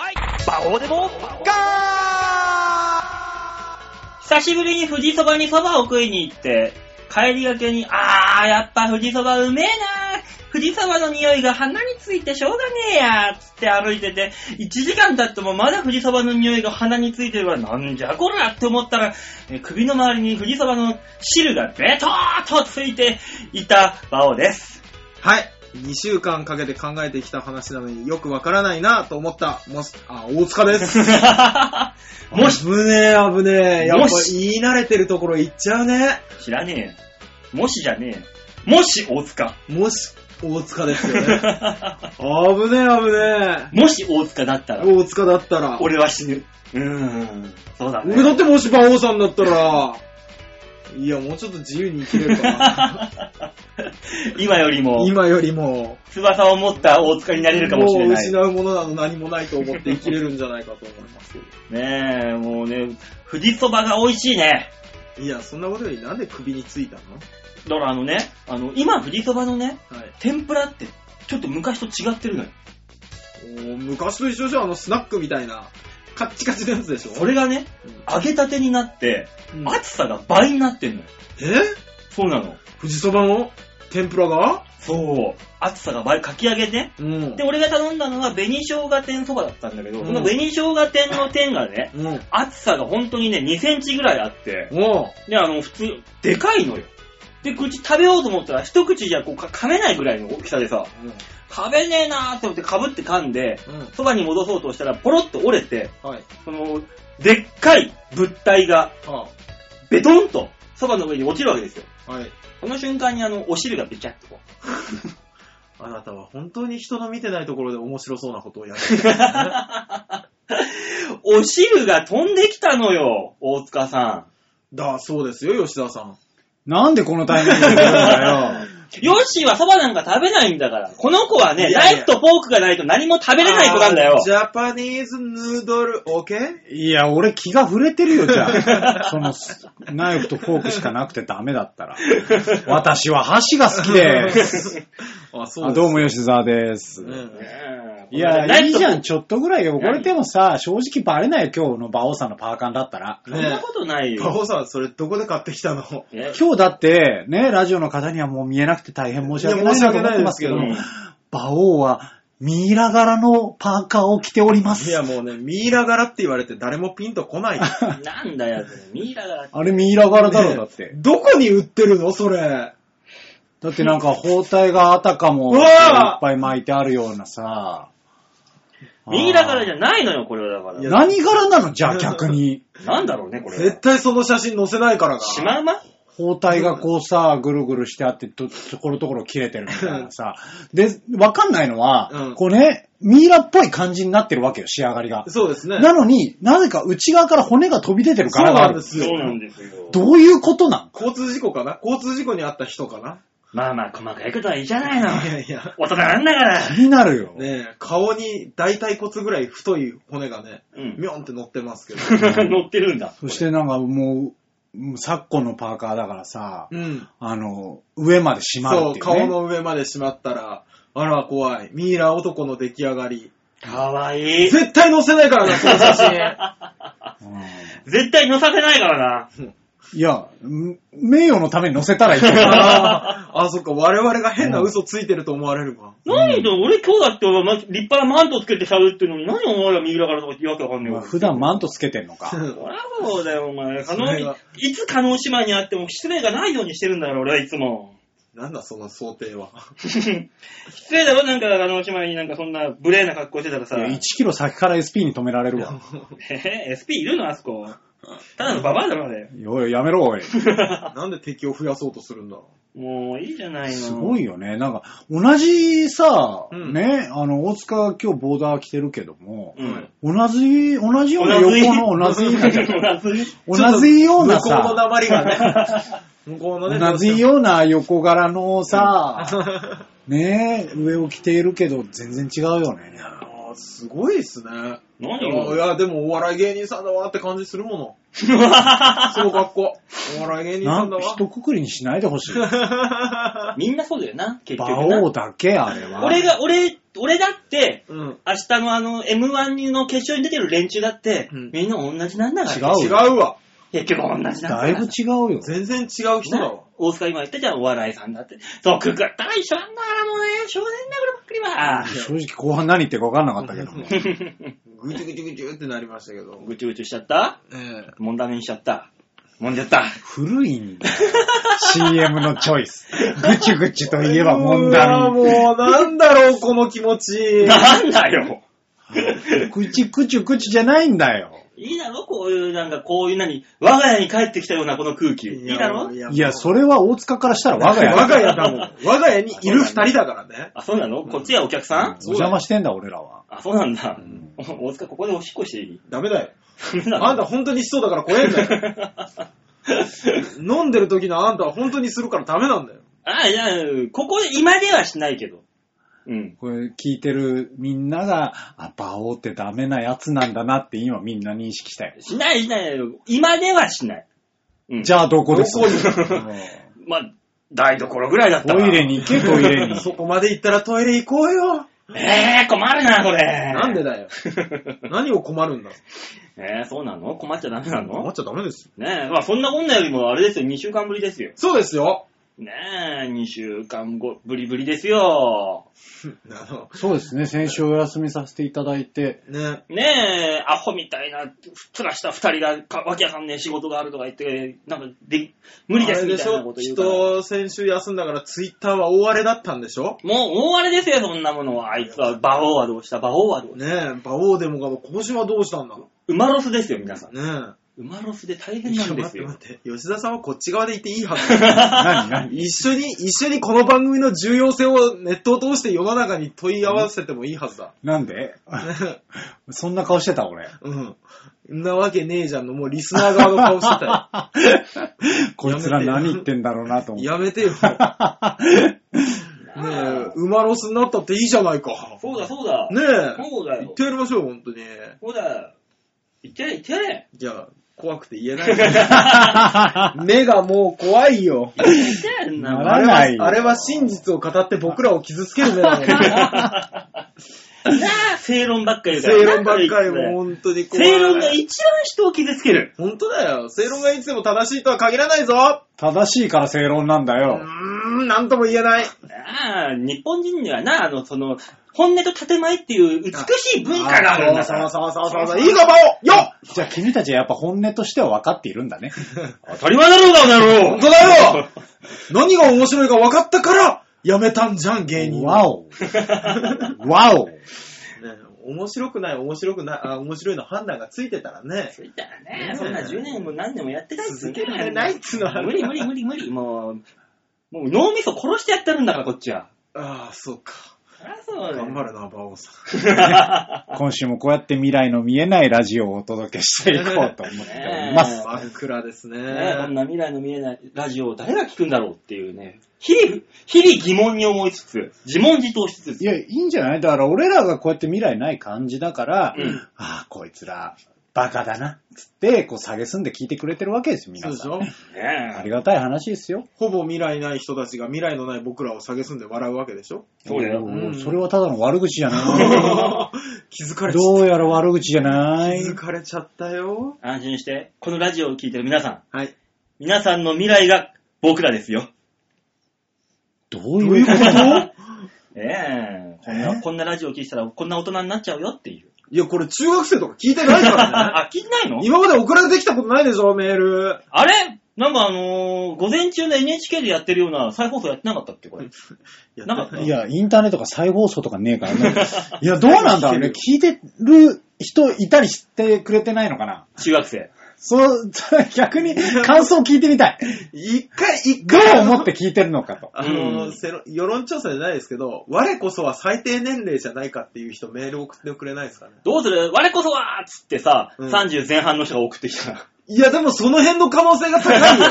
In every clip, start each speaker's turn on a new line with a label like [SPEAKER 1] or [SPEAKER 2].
[SPEAKER 1] ここでもガー久しぶりに富士そばにそばを食いに行って、帰りがけに、あー、やっぱ富士そばうめえな富士そばの匂いが鼻についてしょうがねえやつって歩いてて、1時間経ってもまだ富士そばの匂いが鼻についてるわ。なんじゃこらって思ったら、え首の周りに富士そばの汁がベトーっとついていた馬王です。
[SPEAKER 2] はい。2週間かけて考えてきた話なのによくわからないなと思った、もし、あ、大塚です。
[SPEAKER 1] もし、
[SPEAKER 2] 危ねえ、危ねえ。やっぱ
[SPEAKER 1] もし
[SPEAKER 2] 言い慣れてるところ行っちゃうね。
[SPEAKER 1] 知らねえよ。もしじゃねえよ。もし大塚。
[SPEAKER 2] もし、大塚です よね。危ねえ、危ね
[SPEAKER 1] もし大塚だったら、
[SPEAKER 2] え。大塚だったら。
[SPEAKER 1] 俺は死ぬ。うーん。そうだね。
[SPEAKER 2] 俺だってもし馬王さんだったら、いや、もうちょっと自由に生きれるか な。
[SPEAKER 1] 今よりも、
[SPEAKER 2] 今よりも、
[SPEAKER 1] 翼を持った大塚になれるかもしれ
[SPEAKER 2] もう
[SPEAKER 1] ない。
[SPEAKER 2] 失うものなど何もないと思って生きれるんじゃないかと思いますけど。
[SPEAKER 1] ねえ、もうね、富士そばが美味しいね。
[SPEAKER 2] いや、そんなことよりなんで首についた
[SPEAKER 1] だ
[SPEAKER 2] の
[SPEAKER 1] からあのね、あの、今富士そばのね、
[SPEAKER 2] はい。
[SPEAKER 1] 天ぷらって、ちょっと昔と違ってるのよ。
[SPEAKER 2] おー昔と一緒じゃん、あのスナックみたいな、カッチカチのやつでしょ
[SPEAKER 1] それがね、揚げたてになって、
[SPEAKER 2] うん
[SPEAKER 1] 厚さが倍になってんのよ。
[SPEAKER 2] え
[SPEAKER 1] そうなの。
[SPEAKER 2] 富士そばの天ぷらが
[SPEAKER 1] そう。厚さが倍、かき揚げね。
[SPEAKER 2] うん
[SPEAKER 1] で、俺が頼んだのは紅生姜天そばだったんだけど、
[SPEAKER 2] うん
[SPEAKER 1] その紅生姜天の天がね、
[SPEAKER 2] うん。
[SPEAKER 1] 厚さが本当にね、2センチぐらいあって、
[SPEAKER 2] おう
[SPEAKER 1] で、あの、普通、でかいのよ。で、口食べようと思ったら、一口じゃこうか噛めないぐらいの大きさでさ、噛めねえなーって思ってかぶって噛んで、
[SPEAKER 2] うん。うん。
[SPEAKER 1] そばに戻そうとしたら、ポロッと折れて、
[SPEAKER 2] はい。
[SPEAKER 1] その、でっかい物体が、
[SPEAKER 2] は
[SPEAKER 1] ベトンと、そばの上に落ちるわけですよ。
[SPEAKER 2] あ、はい。
[SPEAKER 1] この瞬間にあの、お汁がべちゃっとこう。
[SPEAKER 2] あなたは本当に人の見てないところで面白そうなことをやる。
[SPEAKER 1] お汁が飛んできたのよ、大塚さん。
[SPEAKER 2] だ、そうですよ、吉田さん。
[SPEAKER 3] なんでこのタイミングで来るんだ よ。
[SPEAKER 1] ヨッシーはそばなんか食べないんだから。この子はね、
[SPEAKER 2] いやいや
[SPEAKER 1] ナイフとフォークがないと何も食べれない子なんだよ
[SPEAKER 2] あー。ジャパニーズヌードル、オケ
[SPEAKER 3] いや、俺気が触れてるよ、じゃあ。 その、ナイフとフォークしかなくてダメだったら。私は箸が好きです。
[SPEAKER 2] あ、そ
[SPEAKER 3] あどうも、吉沢です。
[SPEAKER 2] うん
[SPEAKER 3] いや、
[SPEAKER 1] ナイ
[SPEAKER 3] いい
[SPEAKER 1] フと
[SPEAKER 3] じゃん、ちょっとぐらい汚れてもさ、正直バレないよ、今日の馬王さんのパーカンだったら。
[SPEAKER 1] そんなことない
[SPEAKER 2] バ
[SPEAKER 1] よ。
[SPEAKER 2] オさん、それどこで買ってきたの
[SPEAKER 1] ね
[SPEAKER 3] 今日だって、ね、ラジオの方にはもう見えなくて大変申し訳ないなと思ってますけど
[SPEAKER 1] う
[SPEAKER 2] いや申し訳ない
[SPEAKER 1] ん
[SPEAKER 3] も、馬王はミイラ柄のパーカーを着ておりま
[SPEAKER 2] い
[SPEAKER 3] す
[SPEAKER 2] や、。もうね、ミイラ柄って言われて誰もピンと来 ない。
[SPEAKER 1] なんだよ、それミイラだ。
[SPEAKER 3] あれミイラ柄だろ、だって。
[SPEAKER 2] どこに売ってるのそれ。
[SPEAKER 3] だってなんか包帯があたかも
[SPEAKER 2] う
[SPEAKER 3] いっ
[SPEAKER 2] わー
[SPEAKER 3] ぱい巻いてあるようなさ。
[SPEAKER 1] ミイラ柄じ
[SPEAKER 3] ゃ
[SPEAKER 1] ゃないのよ、これはだか
[SPEAKER 2] い
[SPEAKER 1] ら
[SPEAKER 2] や。
[SPEAKER 3] 何柄なのじゃあ逆に。
[SPEAKER 1] なんだろうね、これ
[SPEAKER 2] 絶
[SPEAKER 1] は。
[SPEAKER 2] 対その写真載せないからな。
[SPEAKER 1] シマウマ
[SPEAKER 3] 包帯がこうさ、ぐるぐるしてあって、と、ところどころ切れてるみたい なさ。で、わかんないのは、
[SPEAKER 2] うん
[SPEAKER 3] こうね、ミイラっぽい感じになってるわけよ、仕上がりが。
[SPEAKER 2] そうですね。
[SPEAKER 3] なのに、なぜか内側から骨が飛び出てる
[SPEAKER 2] そう
[SPEAKER 3] 柄が
[SPEAKER 2] な
[SPEAKER 3] あ
[SPEAKER 2] ん
[SPEAKER 3] る
[SPEAKER 2] で。す
[SPEAKER 1] そ
[SPEAKER 2] よ。
[SPEAKER 1] うなんですよ。
[SPEAKER 3] どういうことなん
[SPEAKER 2] 交通事故かな交通事故にあった人かな
[SPEAKER 1] まあまあ、細かいことはいいじゃないの。
[SPEAKER 2] いやいや。
[SPEAKER 1] 大人なんだから。
[SPEAKER 3] 気になるよ。
[SPEAKER 2] ねえ、顔に大腿骨ぐらい太い骨がね、
[SPEAKER 1] うん
[SPEAKER 2] みょんって乗ってますけ ど。
[SPEAKER 1] 乗ってるんだ。
[SPEAKER 3] そしてなんかもううん、昨今のパーカーだからさ、
[SPEAKER 2] うん。
[SPEAKER 3] あの、上まで締まる
[SPEAKER 2] そ
[SPEAKER 3] っ
[SPEAKER 2] う、
[SPEAKER 3] ていう、ね。
[SPEAKER 2] 顔の上までしまったら、あら、怖い。ミイラ男の出来上がり。
[SPEAKER 1] かわいい。
[SPEAKER 2] 絶対載せないからな、その写 真。
[SPEAKER 3] うん
[SPEAKER 1] 絶対乗させないから
[SPEAKER 3] いや、ん名誉のために乗せたらいいけど
[SPEAKER 2] あーあ、そっか、我々が変な嘘ついてると思われるわ。
[SPEAKER 1] な。何で俺今日だって、ま立派なマントつけて喋ってるのに、何お前らミイラ柄とか言ってわけわかんねえ
[SPEAKER 3] まあ
[SPEAKER 1] よ。
[SPEAKER 3] 普段マントつけてん のか。
[SPEAKER 1] そりゃそうだよ、お前。可
[SPEAKER 2] そ
[SPEAKER 1] 能
[SPEAKER 2] れが、
[SPEAKER 1] いつ可能島にあっても失礼がないようにしてるんだから、俺はいつも。
[SPEAKER 2] なんだ、その想定は。
[SPEAKER 1] 失礼だろ、なんか可能島になんかそんな無礼な格好してたらさ。
[SPEAKER 3] いや1キロ先から SP に止められる わ。
[SPEAKER 1] えー SP いるのあそこ。ただのババアだろ、あれ。
[SPEAKER 3] おい、やめろ、おい。
[SPEAKER 2] なんで敵を増やそうとするんだろ
[SPEAKER 1] もういいじゃないの。
[SPEAKER 3] すごいよね。なんか、同じさ、
[SPEAKER 2] うん
[SPEAKER 3] ね、あの、大塚は今日ボーダー着てるけども、
[SPEAKER 1] うん。
[SPEAKER 3] 同じ、同じような横の同
[SPEAKER 1] 同
[SPEAKER 3] じ
[SPEAKER 1] じ、同じ
[SPEAKER 2] う。
[SPEAKER 3] 同じような
[SPEAKER 2] ちょっと向こうの
[SPEAKER 3] さ、
[SPEAKER 2] 鉛 がね。向こうのね。
[SPEAKER 3] 同じような横柄のさ、ね、上を着ているけど全然違うよね。
[SPEAKER 2] あーすごいですね。
[SPEAKER 1] 何
[SPEAKER 2] い
[SPEAKER 1] が
[SPEAKER 2] や、でもお笑い芸人さんだわって感じするも の。その格好。お笑い芸人
[SPEAKER 3] な
[SPEAKER 2] さん
[SPEAKER 3] ん
[SPEAKER 2] だ
[SPEAKER 3] か
[SPEAKER 2] わ
[SPEAKER 3] 一。括りにしないでほしい。
[SPEAKER 1] みんなそうだよな、結
[SPEAKER 3] 馬
[SPEAKER 1] 局な
[SPEAKER 3] 王。だけ、あれは。
[SPEAKER 1] 俺が、俺俺だって、
[SPEAKER 2] うん。
[SPEAKER 1] 明日のあの、M1 の決勝に出てる連中だって、
[SPEAKER 2] うん
[SPEAKER 1] みんな同じなんだから。
[SPEAKER 3] 違う
[SPEAKER 2] 違
[SPEAKER 3] よ
[SPEAKER 2] うわ。
[SPEAKER 1] 結局同じなんだから。
[SPEAKER 3] だいぶ違うよ。
[SPEAKER 2] 全然違う人だ
[SPEAKER 1] な
[SPEAKER 2] わ。
[SPEAKER 1] 大塚今言ったじゃん、お笑いさんだって。毒食ったら一緒なんだからもうね、少年だからばっかりは。
[SPEAKER 3] 正直後半何言ってるか分かんなかったけども。
[SPEAKER 2] ぐちゅぐちゅぐちゅってなりましたけど。
[SPEAKER 1] ぐちゅぐちゅしちゃった
[SPEAKER 2] ええ
[SPEAKER 1] もんだめにしちゃった。もんじゃった。
[SPEAKER 3] 古いんだよ。CM のチョイス。ぐちゅぐちゅといえば問題。
[SPEAKER 2] うわもうなんだろう、この気持 ち。
[SPEAKER 1] なんだよ。
[SPEAKER 3] ぐちゅぐちゅぐちゅじゃないんだよ。
[SPEAKER 1] いいだろこういう、なんか、こういう何我が家に帰ってきたようなこの空気。いいだろ
[SPEAKER 3] いや、そ
[SPEAKER 2] れ、
[SPEAKER 3] れは大塚からしたら我が家。
[SPEAKER 2] 我が家だもん。我が家にいる二人だからね。
[SPEAKER 1] あ、そうなのこっちはお客さん
[SPEAKER 3] お邪魔してんだ、俺らは。
[SPEAKER 1] あ、そうなんだ
[SPEAKER 3] ん。
[SPEAKER 1] お大塚、ここでおしっこしてい い
[SPEAKER 2] ダメだよ。
[SPEAKER 1] ダメだろ
[SPEAKER 2] あんた本当にしそうだから怖えんだよ。 飲んでる時のあんたは本当にするからダメなんだよ。
[SPEAKER 1] あ、いや、ここ、今ではしないけど。うん。
[SPEAKER 3] これ聞いてるみんなが、あ、バオってダメなやつなんだなって今みんな認識したよ。
[SPEAKER 1] しないしない。今ではしない。うん。
[SPEAKER 3] じゃあどこです
[SPEAKER 2] どこに
[SPEAKER 3] うん
[SPEAKER 1] まあ、台所ぐらいだった
[SPEAKER 3] ト
[SPEAKER 1] ら
[SPEAKER 3] イレ。に行け、トイ レに。
[SPEAKER 2] そこまで行ったらトイレ行こうよ。
[SPEAKER 1] えー、困るな、これ。
[SPEAKER 2] なんでだよ。何を困るんだ
[SPEAKER 1] えー、そうなの困っちゃダメな
[SPEAKER 2] 困
[SPEAKER 1] の
[SPEAKER 2] っちゃダメですよ。
[SPEAKER 1] ねえ、まあそんなこんなよりもあれですよ、2週間ぶりですよ。
[SPEAKER 2] そうですよ。
[SPEAKER 1] ねえ、2週間後、ぶりぶりですよ。
[SPEAKER 2] あの
[SPEAKER 3] そうですね、先週お休みさせていただいて、
[SPEAKER 2] ね。
[SPEAKER 1] ねえ、アホみたいな、ふっつらした二人が、かわけわかんねえ仕事があるとか言って、なんか、で、無理で
[SPEAKER 2] あ
[SPEAKER 1] す
[SPEAKER 2] れ
[SPEAKER 1] み
[SPEAKER 2] で
[SPEAKER 1] た
[SPEAKER 2] し
[SPEAKER 1] いな
[SPEAKER 2] ょ
[SPEAKER 1] こと言うから。
[SPEAKER 2] 人、先週休んだからツイッターは大荒れだったんでしょ
[SPEAKER 1] もう大荒れですよ、そんなものは。あいつは、馬王はどうした馬王はどうした
[SPEAKER 2] ねえ、馬王でもが、今年はどうしたんだろ
[SPEAKER 1] 馬ロスですよ、皆さん
[SPEAKER 2] う。。ね
[SPEAKER 1] 馬ロスで大
[SPEAKER 2] え。
[SPEAKER 1] 変
[SPEAKER 2] い
[SPEAKER 1] な
[SPEAKER 2] や
[SPEAKER 1] んで
[SPEAKER 2] 待っ
[SPEAKER 1] す
[SPEAKER 2] て
[SPEAKER 1] よ。
[SPEAKER 2] 待って。吉田さんはこっち側でいていいはずだよ。
[SPEAKER 3] 何何
[SPEAKER 2] 一緒に、一緒にこの番組の重要性をネットを通して世の中に問い合わせてもいいはずだ。
[SPEAKER 3] なん でそんな顔してた、俺。
[SPEAKER 2] うん。んなわけねえじゃんの、もうリスナー側の顔してたよ。
[SPEAKER 3] こいつら何言ってんだろうなと 思って。
[SPEAKER 2] やめてよ。ねえ、馬ロスになったっていいじゃないか。
[SPEAKER 1] そうだ、そうだ。
[SPEAKER 2] ねえ、
[SPEAKER 1] そうだ
[SPEAKER 2] 言っ
[SPEAKER 1] よ。
[SPEAKER 2] てやりましょう、本当に。
[SPEAKER 1] そうだよ。言ってやれ、言ってやれ。
[SPEAKER 2] いや、怖くて言えない。 目がもう怖いよ。
[SPEAKER 1] 言ってや れ、んなもん
[SPEAKER 3] ならないよ
[SPEAKER 2] あれは真実を語って僕らを傷つける目だもん。
[SPEAKER 1] なあ、正論ばっか り言うから
[SPEAKER 2] 正論ばっかり
[SPEAKER 1] なん
[SPEAKER 2] もう
[SPEAKER 1] だよ
[SPEAKER 2] 本当に
[SPEAKER 1] いつも正論が
[SPEAKER 2] い。
[SPEAKER 1] 一番人を傷つける。
[SPEAKER 2] 本当だよ。正論がいつでも正しいとは限らないぞ。
[SPEAKER 3] 正しいから正論なんだ
[SPEAKER 2] う
[SPEAKER 3] よ。
[SPEAKER 2] ーん、なんとも言えない。
[SPEAKER 1] なあ、日本人にはな、あの、その、本音と建前っていう美しい文化があるんだか
[SPEAKER 2] そう
[SPEAKER 1] ら。
[SPEAKER 2] そうそうそうそう。いいぞ、バオよっ
[SPEAKER 3] じゃあ君たちはやっぱ本音としては分かっているんだね。
[SPEAKER 1] 当たり前だろうが、おなろ
[SPEAKER 2] 本当だよ何が面白いか分かったから、やめたんじゃん、芸人。
[SPEAKER 3] わ お。わお。
[SPEAKER 2] ね面白くない、面白くない、あ、面白いの判断がついてたらね、
[SPEAKER 1] そういったらね、そんな10年も何年もやってないっす
[SPEAKER 2] 続
[SPEAKER 1] ね
[SPEAKER 2] けられないっつうの は
[SPEAKER 1] 無理無理無理無理。もう、もう脳みそ殺してやってるんだから、こっちは。
[SPEAKER 2] ああ、そうか。
[SPEAKER 1] そりゃそうだよ
[SPEAKER 2] 頑張るな、バオさん。
[SPEAKER 3] 今週もこうやって未来の見えないラジオをお届けしていこうと思っております。
[SPEAKER 2] 真っ暗です ね。
[SPEAKER 1] ね、こんな未来の見えないラジオを誰が聞くんだろうっていうね、日々、日々疑問に思いつつ、自問自答しつ
[SPEAKER 3] い
[SPEAKER 1] つ、
[SPEAKER 3] や、いいんじゃないだから俺らがこうやって未来ない感じだから、
[SPEAKER 1] うん
[SPEAKER 3] ああ、こいつら、バカだな、つって、こう、下げすんで聞いてくれてるわけですよ、
[SPEAKER 2] そうで
[SPEAKER 3] 皆さ
[SPEAKER 2] し
[SPEAKER 3] ん。
[SPEAKER 2] ょ
[SPEAKER 3] あ
[SPEAKER 1] ね
[SPEAKER 3] りがたい話ですよ。
[SPEAKER 2] ほぼ未来ない人たちが未来のない僕らを蔑んで笑うわけでしょ
[SPEAKER 1] そうだよ
[SPEAKER 3] おー
[SPEAKER 2] うん
[SPEAKER 3] それはただの悪口じゃな
[SPEAKER 2] 気づか
[SPEAKER 3] い。
[SPEAKER 2] れちゃっ
[SPEAKER 3] どうやら 悪口じゃ
[SPEAKER 2] た。
[SPEAKER 3] な
[SPEAKER 2] 気
[SPEAKER 3] い
[SPEAKER 2] づ。かれちゃったよ。
[SPEAKER 1] 安心して、このラジオを聞いてる皆さん、
[SPEAKER 2] はい。
[SPEAKER 1] 皆さんの未来が僕らですよ。
[SPEAKER 3] どういうこと
[SPEAKER 1] ねえこん
[SPEAKER 3] え
[SPEAKER 1] な、こんなラジオを聞いてたら、こんな大人になっちゃうよっていう。
[SPEAKER 2] いや、これ中学生とか聞いてないから ね。
[SPEAKER 1] あ、聞いてないの
[SPEAKER 2] 今まで送られてきたことないでしょ、メール。
[SPEAKER 1] あれなんかあのー午前中の NHK でやってるような再放送やってなかったっけ、これ。なんか
[SPEAKER 3] いや、インターネットが再放送とかねえからね。いや、どうなんだろうね。 聞いてる人いたりしてくれてないのかな
[SPEAKER 1] 中学生。
[SPEAKER 3] そう、 逆に感想聞いてみたい。
[SPEAKER 2] 一回、一
[SPEAKER 3] ど
[SPEAKER 2] 回。
[SPEAKER 3] う思って聞いてるのかと。
[SPEAKER 2] あの、
[SPEAKER 1] うん
[SPEAKER 2] 世論世論調査じゃないですけど、我こそは最低年齢じゃないかっていう人メール送ってくれないですかね。
[SPEAKER 1] どうする我こそはっつってさ、
[SPEAKER 2] うん
[SPEAKER 1] 30前半の人が送ってきたら。
[SPEAKER 2] いや、でもその辺の可能性が高い よ。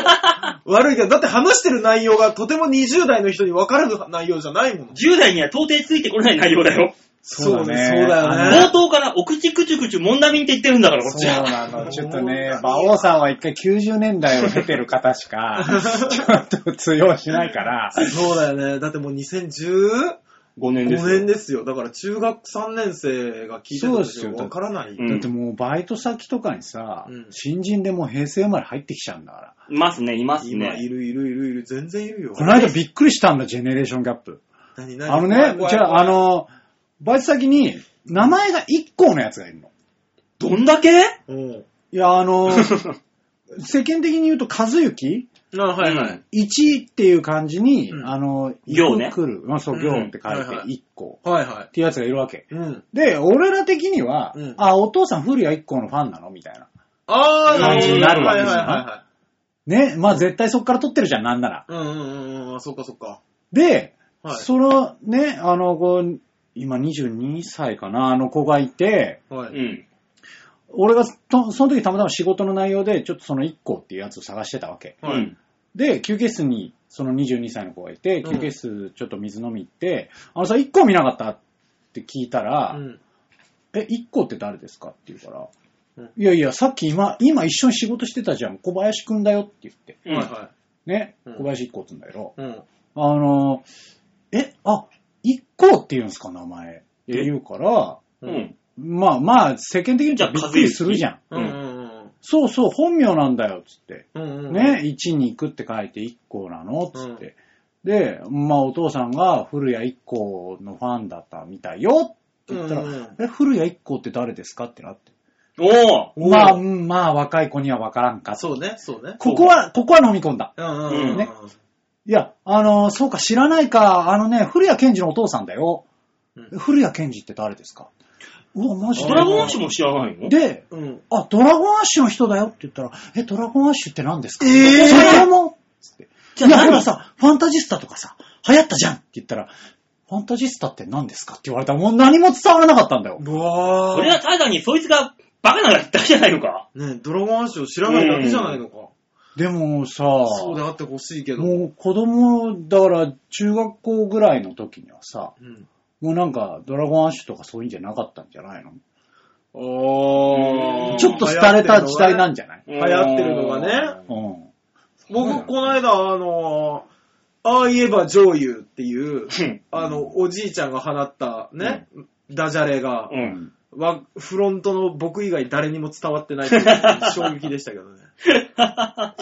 [SPEAKER 2] 悪いけど、だって話してる内容がとても20代の人に分かる内容じゃないもの。
[SPEAKER 1] 10代には到底ついてこれない内容だよ。
[SPEAKER 3] そうだね
[SPEAKER 2] そうだよね。
[SPEAKER 1] 冒頭からお口くちゅくちゅもんだみんって言ってるんだから、こっ
[SPEAKER 3] そう
[SPEAKER 1] ちは。
[SPEAKER 3] なの。ちょっとね、馬王さんは一回90年代を経てる方 しか、ちょっと通用しないから、
[SPEAKER 2] そうだよね。だってもう2010
[SPEAKER 1] 5年です
[SPEAKER 2] 5
[SPEAKER 1] よ。
[SPEAKER 2] 年ですよ。だから中学3年生が聞いてた
[SPEAKER 3] そう
[SPEAKER 2] と
[SPEAKER 3] ですよ
[SPEAKER 2] わからない。
[SPEAKER 1] うん
[SPEAKER 3] だってもうバイト先とかにさ、
[SPEAKER 2] うん
[SPEAKER 3] 新人でもう平成生まれ入ってきちゃうんだから。
[SPEAKER 1] いますね、います
[SPEAKER 2] 今、い
[SPEAKER 1] ね。
[SPEAKER 2] るいるいるいる、全然いるよ。
[SPEAKER 3] この間びっくりしたんだ、ジェネレーションギャップ。
[SPEAKER 2] 何何
[SPEAKER 3] あの
[SPEAKER 2] 怖い
[SPEAKER 3] ね、
[SPEAKER 2] 怖い
[SPEAKER 3] じゃあ、あの、バイト先に名前が1校のやつがいるの。
[SPEAKER 1] どん だけ
[SPEAKER 2] うん。
[SPEAKER 3] いや、あの、世間的に言うと、和幸
[SPEAKER 2] あ、はいは
[SPEAKER 1] う
[SPEAKER 2] い
[SPEAKER 1] ん。
[SPEAKER 3] 1っていう感じに、
[SPEAKER 2] うん
[SPEAKER 3] あの、
[SPEAKER 1] 行ね
[SPEAKER 3] くる。まあ、そう、行って書いて
[SPEAKER 2] うんはいはい
[SPEAKER 3] 1校
[SPEAKER 2] はいは
[SPEAKER 3] っていうやつがいるわけ。
[SPEAKER 2] い。うん。
[SPEAKER 3] で、俺ら的には、
[SPEAKER 2] うん
[SPEAKER 3] あ、お父さん古谷一行のファンなのみたいな。
[SPEAKER 2] ああ、
[SPEAKER 1] 感じになるわけ
[SPEAKER 2] は
[SPEAKER 1] で
[SPEAKER 2] い
[SPEAKER 1] す
[SPEAKER 2] はい
[SPEAKER 1] よ
[SPEAKER 2] は
[SPEAKER 3] ね、まあ絶対そっから撮ってるじゃん、なんなら。
[SPEAKER 2] いはい。うんうんうんうん、あそっかそっか。
[SPEAKER 3] で、
[SPEAKER 2] はい
[SPEAKER 3] そのね、あの、こう、今22歳かな、あの子がいて、
[SPEAKER 2] は
[SPEAKER 1] う
[SPEAKER 2] い。
[SPEAKER 1] ん。
[SPEAKER 3] 俺がとその時たまたま仕事の内容で、ちょっとその一行っていうやつを探してたわけ。
[SPEAKER 1] う
[SPEAKER 2] はい
[SPEAKER 1] ん。
[SPEAKER 3] で、休憩室にその22歳の子がいて、
[SPEAKER 2] うん
[SPEAKER 3] 休憩室ちょっと水飲み行って、あのさ、一行見なかったって聞いたら、
[SPEAKER 2] うん。
[SPEAKER 3] え、一個って誰ですかって言うから、
[SPEAKER 2] うん
[SPEAKER 3] いやいや、さっき今、今一緒に仕事してたじゃん、小林くんだよって言って、
[SPEAKER 1] うん
[SPEAKER 2] はいは
[SPEAKER 3] ね、
[SPEAKER 2] うん
[SPEAKER 3] 小林一個って言うんだけど、
[SPEAKER 2] い。うん。
[SPEAKER 3] あの、え、あ、一個って言うんですか、名前。って言うから、
[SPEAKER 1] うん。うん。
[SPEAKER 3] まあまあ、世間的にじゃびっくりするじゃん。
[SPEAKER 2] うんうん
[SPEAKER 3] そうそう、本名なんだよ、つって。
[SPEAKER 2] うん。うんうん。
[SPEAKER 3] ね、一に行くって書いて一個なの、つって。で、まあお父さんが古谷一個のファンだったみたいよって言ったら、
[SPEAKER 2] うんうん
[SPEAKER 3] え、古谷一個って誰ですかってなって。
[SPEAKER 1] おー
[SPEAKER 3] まあ、うんまあ、若い子には分からんかと。
[SPEAKER 2] そうね、そうね。
[SPEAKER 3] ここは、ここは飲み込んだ。
[SPEAKER 2] うんうんうんうん。
[SPEAKER 1] ね
[SPEAKER 3] いや、あのーそうか、知らないか、あのね、古谷健二のお父さんだよ。
[SPEAKER 2] うん
[SPEAKER 3] 古谷健二って誰ですかうわ、マジ
[SPEAKER 1] ド
[SPEAKER 3] で
[SPEAKER 1] ラゴンアッシュも知らないの
[SPEAKER 3] で、
[SPEAKER 2] うん。
[SPEAKER 3] あ、ドラゴンアッシュの人だよって言ったら、え、ドラゴンアッシュって何ですか
[SPEAKER 2] えー
[SPEAKER 3] それもつって。
[SPEAKER 1] じ
[SPEAKER 3] い
[SPEAKER 1] ゃあ
[SPEAKER 3] や、ほ
[SPEAKER 1] 何
[SPEAKER 3] らさ、ファンタジスタとかさ、流行ったじゃんって言ったら、ファンタジスタって何ですかって言われたら、もう何も伝わらなかったんだよ。
[SPEAKER 2] うわ
[SPEAKER 1] それは
[SPEAKER 2] ー。
[SPEAKER 1] ただにそいつがバカなだけだけじゃないのか。
[SPEAKER 2] ね、ドラゴンアッシュを知らないだけじゃないのか。
[SPEAKER 3] でもさ、
[SPEAKER 2] そうであってほしいけど。
[SPEAKER 3] もう子供、だから中学校ぐらいの時にはさ、
[SPEAKER 2] うん。
[SPEAKER 3] もうなんかドラゴンアッシュとかそういうんじゃなかったんじゃないの
[SPEAKER 2] お
[SPEAKER 1] うん
[SPEAKER 2] ー。
[SPEAKER 3] ちょっと廃れた時代なんじゃない
[SPEAKER 1] 流
[SPEAKER 2] 流行ってるのがね。
[SPEAKER 3] うん。
[SPEAKER 2] 僕、この間、あのー、ああ言えば上優っていう、あの、おじいちゃんが放ったね、ダジャレが
[SPEAKER 1] う、ん。
[SPEAKER 2] わフロントの僕以外誰にも伝わってないっていう衝撃でしたけどね。え あ、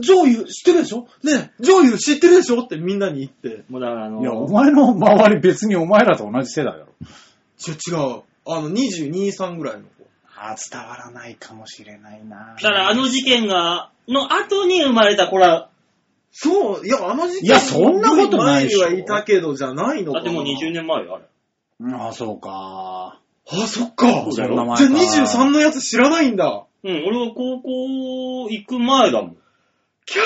[SPEAKER 2] 上優知ってるでしょねえ、上優知ってるでしょってみんなに言って。
[SPEAKER 1] もうだからあの
[SPEAKER 3] いや、お前の周り別にお前らと同じ世代だろ。
[SPEAKER 2] ちょ、違う。あの、22、3ぐらいの子。
[SPEAKER 3] あー伝わらないかもしれないな
[SPEAKER 1] ただあの事件が、の後に生まれた子ら、
[SPEAKER 2] そう、いや、あの時期
[SPEAKER 3] いやそんなことないでしょ
[SPEAKER 2] 前にはいたけど、じゃないのか
[SPEAKER 1] だっ
[SPEAKER 2] な。
[SPEAKER 1] てもう20年前よ、あれ。
[SPEAKER 3] あー、そうか。
[SPEAKER 2] あ、そっか。
[SPEAKER 1] そう
[SPEAKER 2] じ
[SPEAKER 1] だ
[SPEAKER 2] ゃ
[SPEAKER 1] よ
[SPEAKER 2] あ23のやつ知らないんだ。
[SPEAKER 1] うん、俺は高校行く前だもん。
[SPEAKER 2] キャ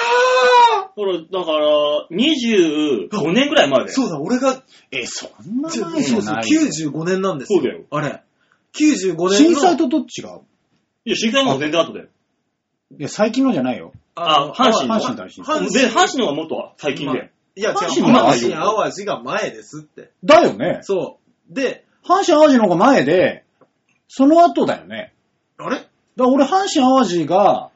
[SPEAKER 1] ほら、だから、25年ぐらい前だよ。
[SPEAKER 2] ーそうだ、俺が、
[SPEAKER 3] え、そんな
[SPEAKER 2] ちょ
[SPEAKER 3] 前じ
[SPEAKER 2] そう
[SPEAKER 3] ゃ
[SPEAKER 2] そう、
[SPEAKER 3] ない
[SPEAKER 2] 95年なんですよ。
[SPEAKER 1] そうだよ
[SPEAKER 2] あれ。95年の。
[SPEAKER 3] 震災とどっちが
[SPEAKER 1] いや、震災の方が全然後だよ。
[SPEAKER 3] いや、最近のじゃないよ。
[SPEAKER 1] あ阪神
[SPEAKER 3] 阪神大震
[SPEAKER 2] 阪神
[SPEAKER 1] で、阪神の方がもっと最近だよ。
[SPEAKER 2] いや、違う、
[SPEAKER 3] 阪
[SPEAKER 2] 阪
[SPEAKER 3] 神は
[SPEAKER 2] 神淡路が前ですって。
[SPEAKER 3] だよね。
[SPEAKER 2] そう。で、
[SPEAKER 3] 阪神淡路の方が前で、その後だよね。
[SPEAKER 2] あれ
[SPEAKER 3] だから俺、阪神淡路が、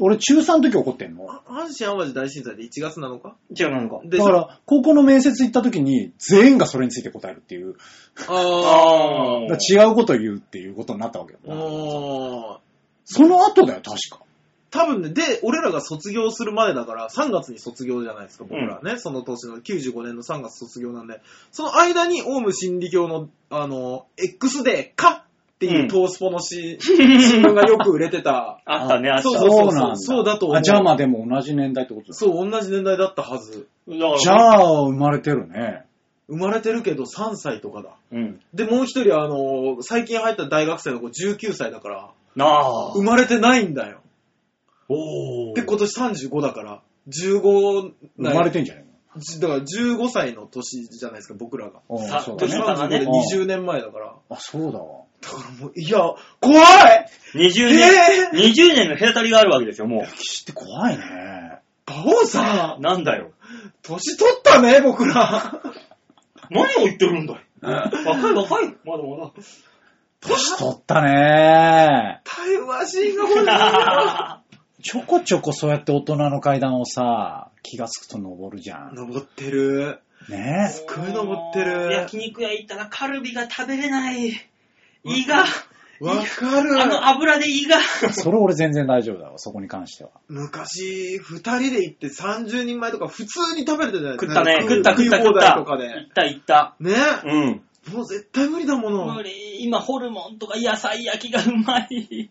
[SPEAKER 3] 俺中3の時怒ってんの。
[SPEAKER 2] あ阪神淡路大震災で1月なのか
[SPEAKER 1] 違う、なんか。
[SPEAKER 2] で
[SPEAKER 3] だから、高校の面接行った時に、全員がそれについて答えるっていう、
[SPEAKER 2] あ
[SPEAKER 1] あ
[SPEAKER 3] だ
[SPEAKER 1] ー。。
[SPEAKER 3] から違うことを言うっていうことになったわけよ
[SPEAKER 2] ー。おー。
[SPEAKER 3] その後だよ、確か。
[SPEAKER 2] 多分ね、で、俺らが卒業する前だから、3月に卒業じゃないですか、僕らね、その年の95年の3月卒業なんで、その間に、オウム真理教の、あの、X デーかっていううんトースポのし、新聞がよく売れてた
[SPEAKER 1] あったね、あ
[SPEAKER 3] あ
[SPEAKER 1] った。
[SPEAKER 2] そう
[SPEAKER 1] だか
[SPEAKER 2] そう
[SPEAKER 3] なん
[SPEAKER 2] そうだと思う
[SPEAKER 3] あ、じゃあまあでも同じ年代ってことだ。
[SPEAKER 2] そう、同じ年代だったはず。
[SPEAKER 1] ら
[SPEAKER 3] じゃあ、生まれてるね。
[SPEAKER 2] 生まれてるけど3歳とかだ。
[SPEAKER 1] うん。
[SPEAKER 2] で、もう一人、あの、最近入った大学生の子19歳だから、
[SPEAKER 1] なあ。
[SPEAKER 2] 生まれてないんだよ。
[SPEAKER 1] おー
[SPEAKER 2] で、今年35だから、15
[SPEAKER 3] 生まれ
[SPEAKER 2] ない、
[SPEAKER 3] てんじゃね
[SPEAKER 2] じだから15歳の年じゃないですか、僕らが。
[SPEAKER 3] えの。
[SPEAKER 1] さ
[SPEAKER 3] あそうだ
[SPEAKER 1] 年
[SPEAKER 3] ね
[SPEAKER 1] の。差がね
[SPEAKER 2] で20年前だから。
[SPEAKER 3] あ、そうだわ。
[SPEAKER 2] だからもう、いや、怖い
[SPEAKER 1] 20
[SPEAKER 2] え
[SPEAKER 1] 年、20年の隔たりがあるわけですよ、も
[SPEAKER 3] 歴史って怖い ね。
[SPEAKER 2] 馬王さ
[SPEAKER 1] う。
[SPEAKER 2] ん、
[SPEAKER 1] なんだよ。
[SPEAKER 2] 年取ったね、僕ら。
[SPEAKER 1] 何を言ってるんだよ。若い若い。まだまだ。
[SPEAKER 3] 年取ったね。
[SPEAKER 2] 台湾シンガポール
[SPEAKER 3] ちょこちょこそうやって大人の階段をさ、気がつくと登るじゃん。
[SPEAKER 2] 登ってる。
[SPEAKER 3] ね
[SPEAKER 2] すごい登ってる
[SPEAKER 1] 焼肉屋行ったらカルビが食べれない。胃が、
[SPEAKER 2] わかる。
[SPEAKER 1] あの油で胃が。
[SPEAKER 3] え。 それ俺全然大丈夫だわ、そこに関しては。
[SPEAKER 2] 昔、二人で行って30人前とか普通に食べれたじゃない
[SPEAKER 1] 食ったね。食った食った
[SPEAKER 2] 食
[SPEAKER 1] 食った。
[SPEAKER 2] い放題
[SPEAKER 1] 行
[SPEAKER 2] とかで。
[SPEAKER 1] った行った。
[SPEAKER 2] ね
[SPEAKER 1] うん。
[SPEAKER 2] もう絶対無理だもの
[SPEAKER 1] 無。理。今ホルモンとか野菜焼きがうまい。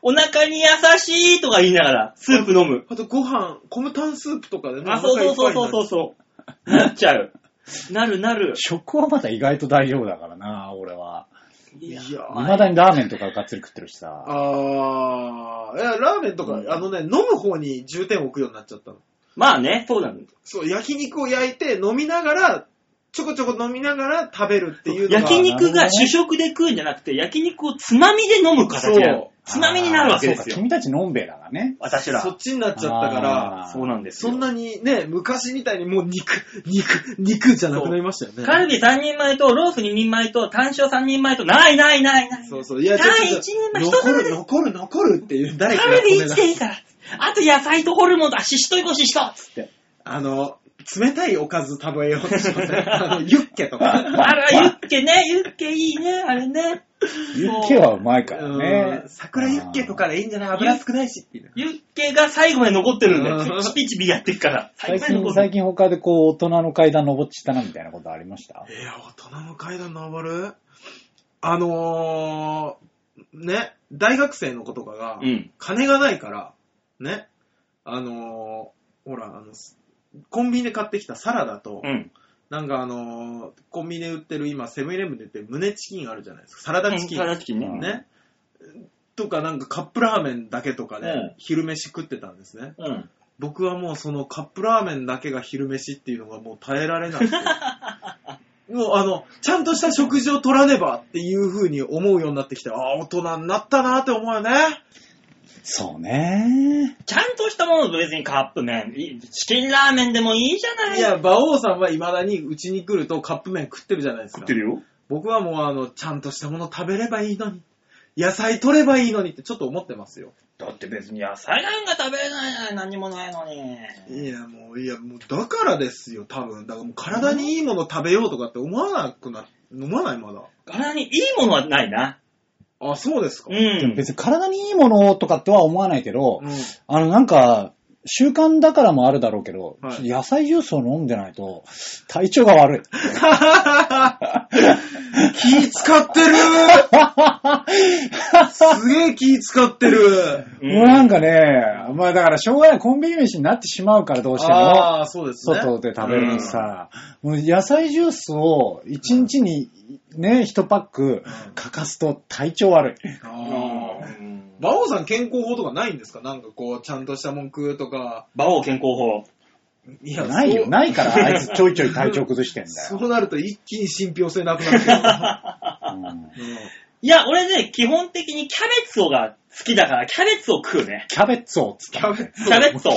[SPEAKER 1] お腹に優しいとか言いながら、スープ飲む。
[SPEAKER 2] あとご飯、コムタンスープとかでね。。
[SPEAKER 1] あ、そうそうそうそうそううそう。なっちゃう。なるなる。
[SPEAKER 3] 食はまだ意外と大丈夫だからな、俺は。
[SPEAKER 2] いや、
[SPEAKER 3] 未だにラーメンとかがっつり食ってるしさ。
[SPEAKER 2] あー、いや、ラーメンとか、
[SPEAKER 3] うん
[SPEAKER 2] あのね、飲む方に重点を置くようになっちゃったの。
[SPEAKER 1] まあね、そうなんだ。
[SPEAKER 2] そう、焼肉を焼いて飲みながら、ちょこちょこ飲みながら食べるっていうのが。
[SPEAKER 1] 焼肉が主食で食うんじゃなくて、焼肉をつまみで飲む形
[SPEAKER 2] そう
[SPEAKER 1] が、つまみになるわけです
[SPEAKER 3] そうか
[SPEAKER 1] よ。
[SPEAKER 3] 君たちのんべえだからね。
[SPEAKER 1] 私ら。
[SPEAKER 2] そっちになっちゃったから、
[SPEAKER 3] あー
[SPEAKER 1] そうなんですよ。
[SPEAKER 2] そんなにね、昔みたいにもう肉、肉、肉じゃなくなりましたよね。
[SPEAKER 1] カルビ3人前と、ロース2人前と、単勝3人前と、ないないないない。
[SPEAKER 2] そうそう。いや、
[SPEAKER 1] 単
[SPEAKER 2] 違う違う
[SPEAKER 1] 1人前、1
[SPEAKER 2] 残
[SPEAKER 1] 皿
[SPEAKER 2] る、
[SPEAKER 1] です。
[SPEAKER 2] 残る、残るっていう、誰か
[SPEAKER 1] カ
[SPEAKER 2] が
[SPEAKER 1] ルビ
[SPEAKER 2] 止め
[SPEAKER 1] 1
[SPEAKER 2] な
[SPEAKER 1] でいいから。あと野菜とホルモンと、あ、ししといこう、ししとつって。
[SPEAKER 2] あの、冷たいおかず食べようとしません。あの、ユッケと か。
[SPEAKER 1] あら、ユッケね、ユッケいいね、あれね。
[SPEAKER 3] ユッケはうまいから
[SPEAKER 2] う
[SPEAKER 3] ね
[SPEAKER 2] ん。桜ユッケとかでいいんじゃない油少ないしっていう。
[SPEAKER 1] ユッケが最後まで残ってるんだ
[SPEAKER 2] う
[SPEAKER 1] よ。
[SPEAKER 2] ん
[SPEAKER 1] ピッチピチビやってっから。
[SPEAKER 3] 最
[SPEAKER 1] 後まで
[SPEAKER 3] 近、
[SPEAKER 1] 残
[SPEAKER 3] 最
[SPEAKER 1] る。
[SPEAKER 3] 近他でこう、大人の階段登っちゃったなみたいなことありました
[SPEAKER 2] いや、大人の階段登るあのー、ね、大学生の子とかが
[SPEAKER 1] う、ん。
[SPEAKER 2] 金がないから、ね、あのー、ほら、あの、コンビニで買ってきたサラダと、
[SPEAKER 1] うん。
[SPEAKER 2] なんかあのー、コンビニで売ってる今、セブンイレブンで売ってる胸チキンあるじゃないですか。サラダチキン。
[SPEAKER 1] サラダチキンね。
[SPEAKER 3] うん
[SPEAKER 2] ね。とか、なんかカップラーメンだけとかで、
[SPEAKER 1] うん
[SPEAKER 2] 昼飯食ってたんですね。
[SPEAKER 1] うん。
[SPEAKER 2] 僕はもうそのカップラーメンだけが昼飯っていうのがもう耐えられなくて。もうあの、ちゃんとした食事を取らねばっていう風に思うようになってきて、ああ、大人になったなって思うよね。
[SPEAKER 3] そうね。
[SPEAKER 1] ちゃんとしたもの別にカップ麺、いチキンラーメンでもいいじゃない
[SPEAKER 2] いや、、馬王さんは未だにうちに来るとカップ麺食ってるじゃないですか。
[SPEAKER 1] るよ。
[SPEAKER 2] 僕はもうあの、ちゃんとしたもの食べればいいのに、野菜取ればいいのにってちょっと思ってますよ。
[SPEAKER 1] だって別に野菜なんか食べれないのに何もないのに。
[SPEAKER 2] いや、もう、いや、もう、だからですよ、多分。だからもう、体にいいもの食べようとかって思わなくな、飲まない、まだ。
[SPEAKER 1] 体にいいものはないな。
[SPEAKER 2] あ、そうですか。
[SPEAKER 1] う
[SPEAKER 2] うん
[SPEAKER 1] ん。
[SPEAKER 3] 別に体にいいものとかっては思わないけど、
[SPEAKER 2] う
[SPEAKER 3] あの、なんか、習慣だからもあるだろうけど、
[SPEAKER 2] はい
[SPEAKER 3] ちょっと野菜ジュースを飲んでないと、体調が悪い。
[SPEAKER 2] ん、気使ってるすげえ気使ってる
[SPEAKER 1] うん
[SPEAKER 3] もうなんかね、まあだからしょうがないコンビニ飯になってしまうからどうしても、
[SPEAKER 2] ああ、そうですね。
[SPEAKER 3] 外で食べるとさ、もう野菜ジュースを1日にね、1パック欠かすと体調悪い。
[SPEAKER 2] あ
[SPEAKER 1] う
[SPEAKER 2] ー
[SPEAKER 1] ん。
[SPEAKER 2] 馬王さん健康法とかないんですかなんかこう、ちゃんとした文句とか。
[SPEAKER 1] 馬王健康法。
[SPEAKER 2] いや
[SPEAKER 3] ないよ、ないから あいつちょいちょい体調崩してんだ
[SPEAKER 2] そ
[SPEAKER 3] よ。
[SPEAKER 2] うなると一気に信憑性なくな
[SPEAKER 3] うん
[SPEAKER 2] ってくる。うん
[SPEAKER 1] いや、俺ね、基本的にキャベツをが好きだから、キャベツを食うね。
[SPEAKER 3] キャベツをつった
[SPEAKER 2] キャベツ
[SPEAKER 1] キャ ベツを。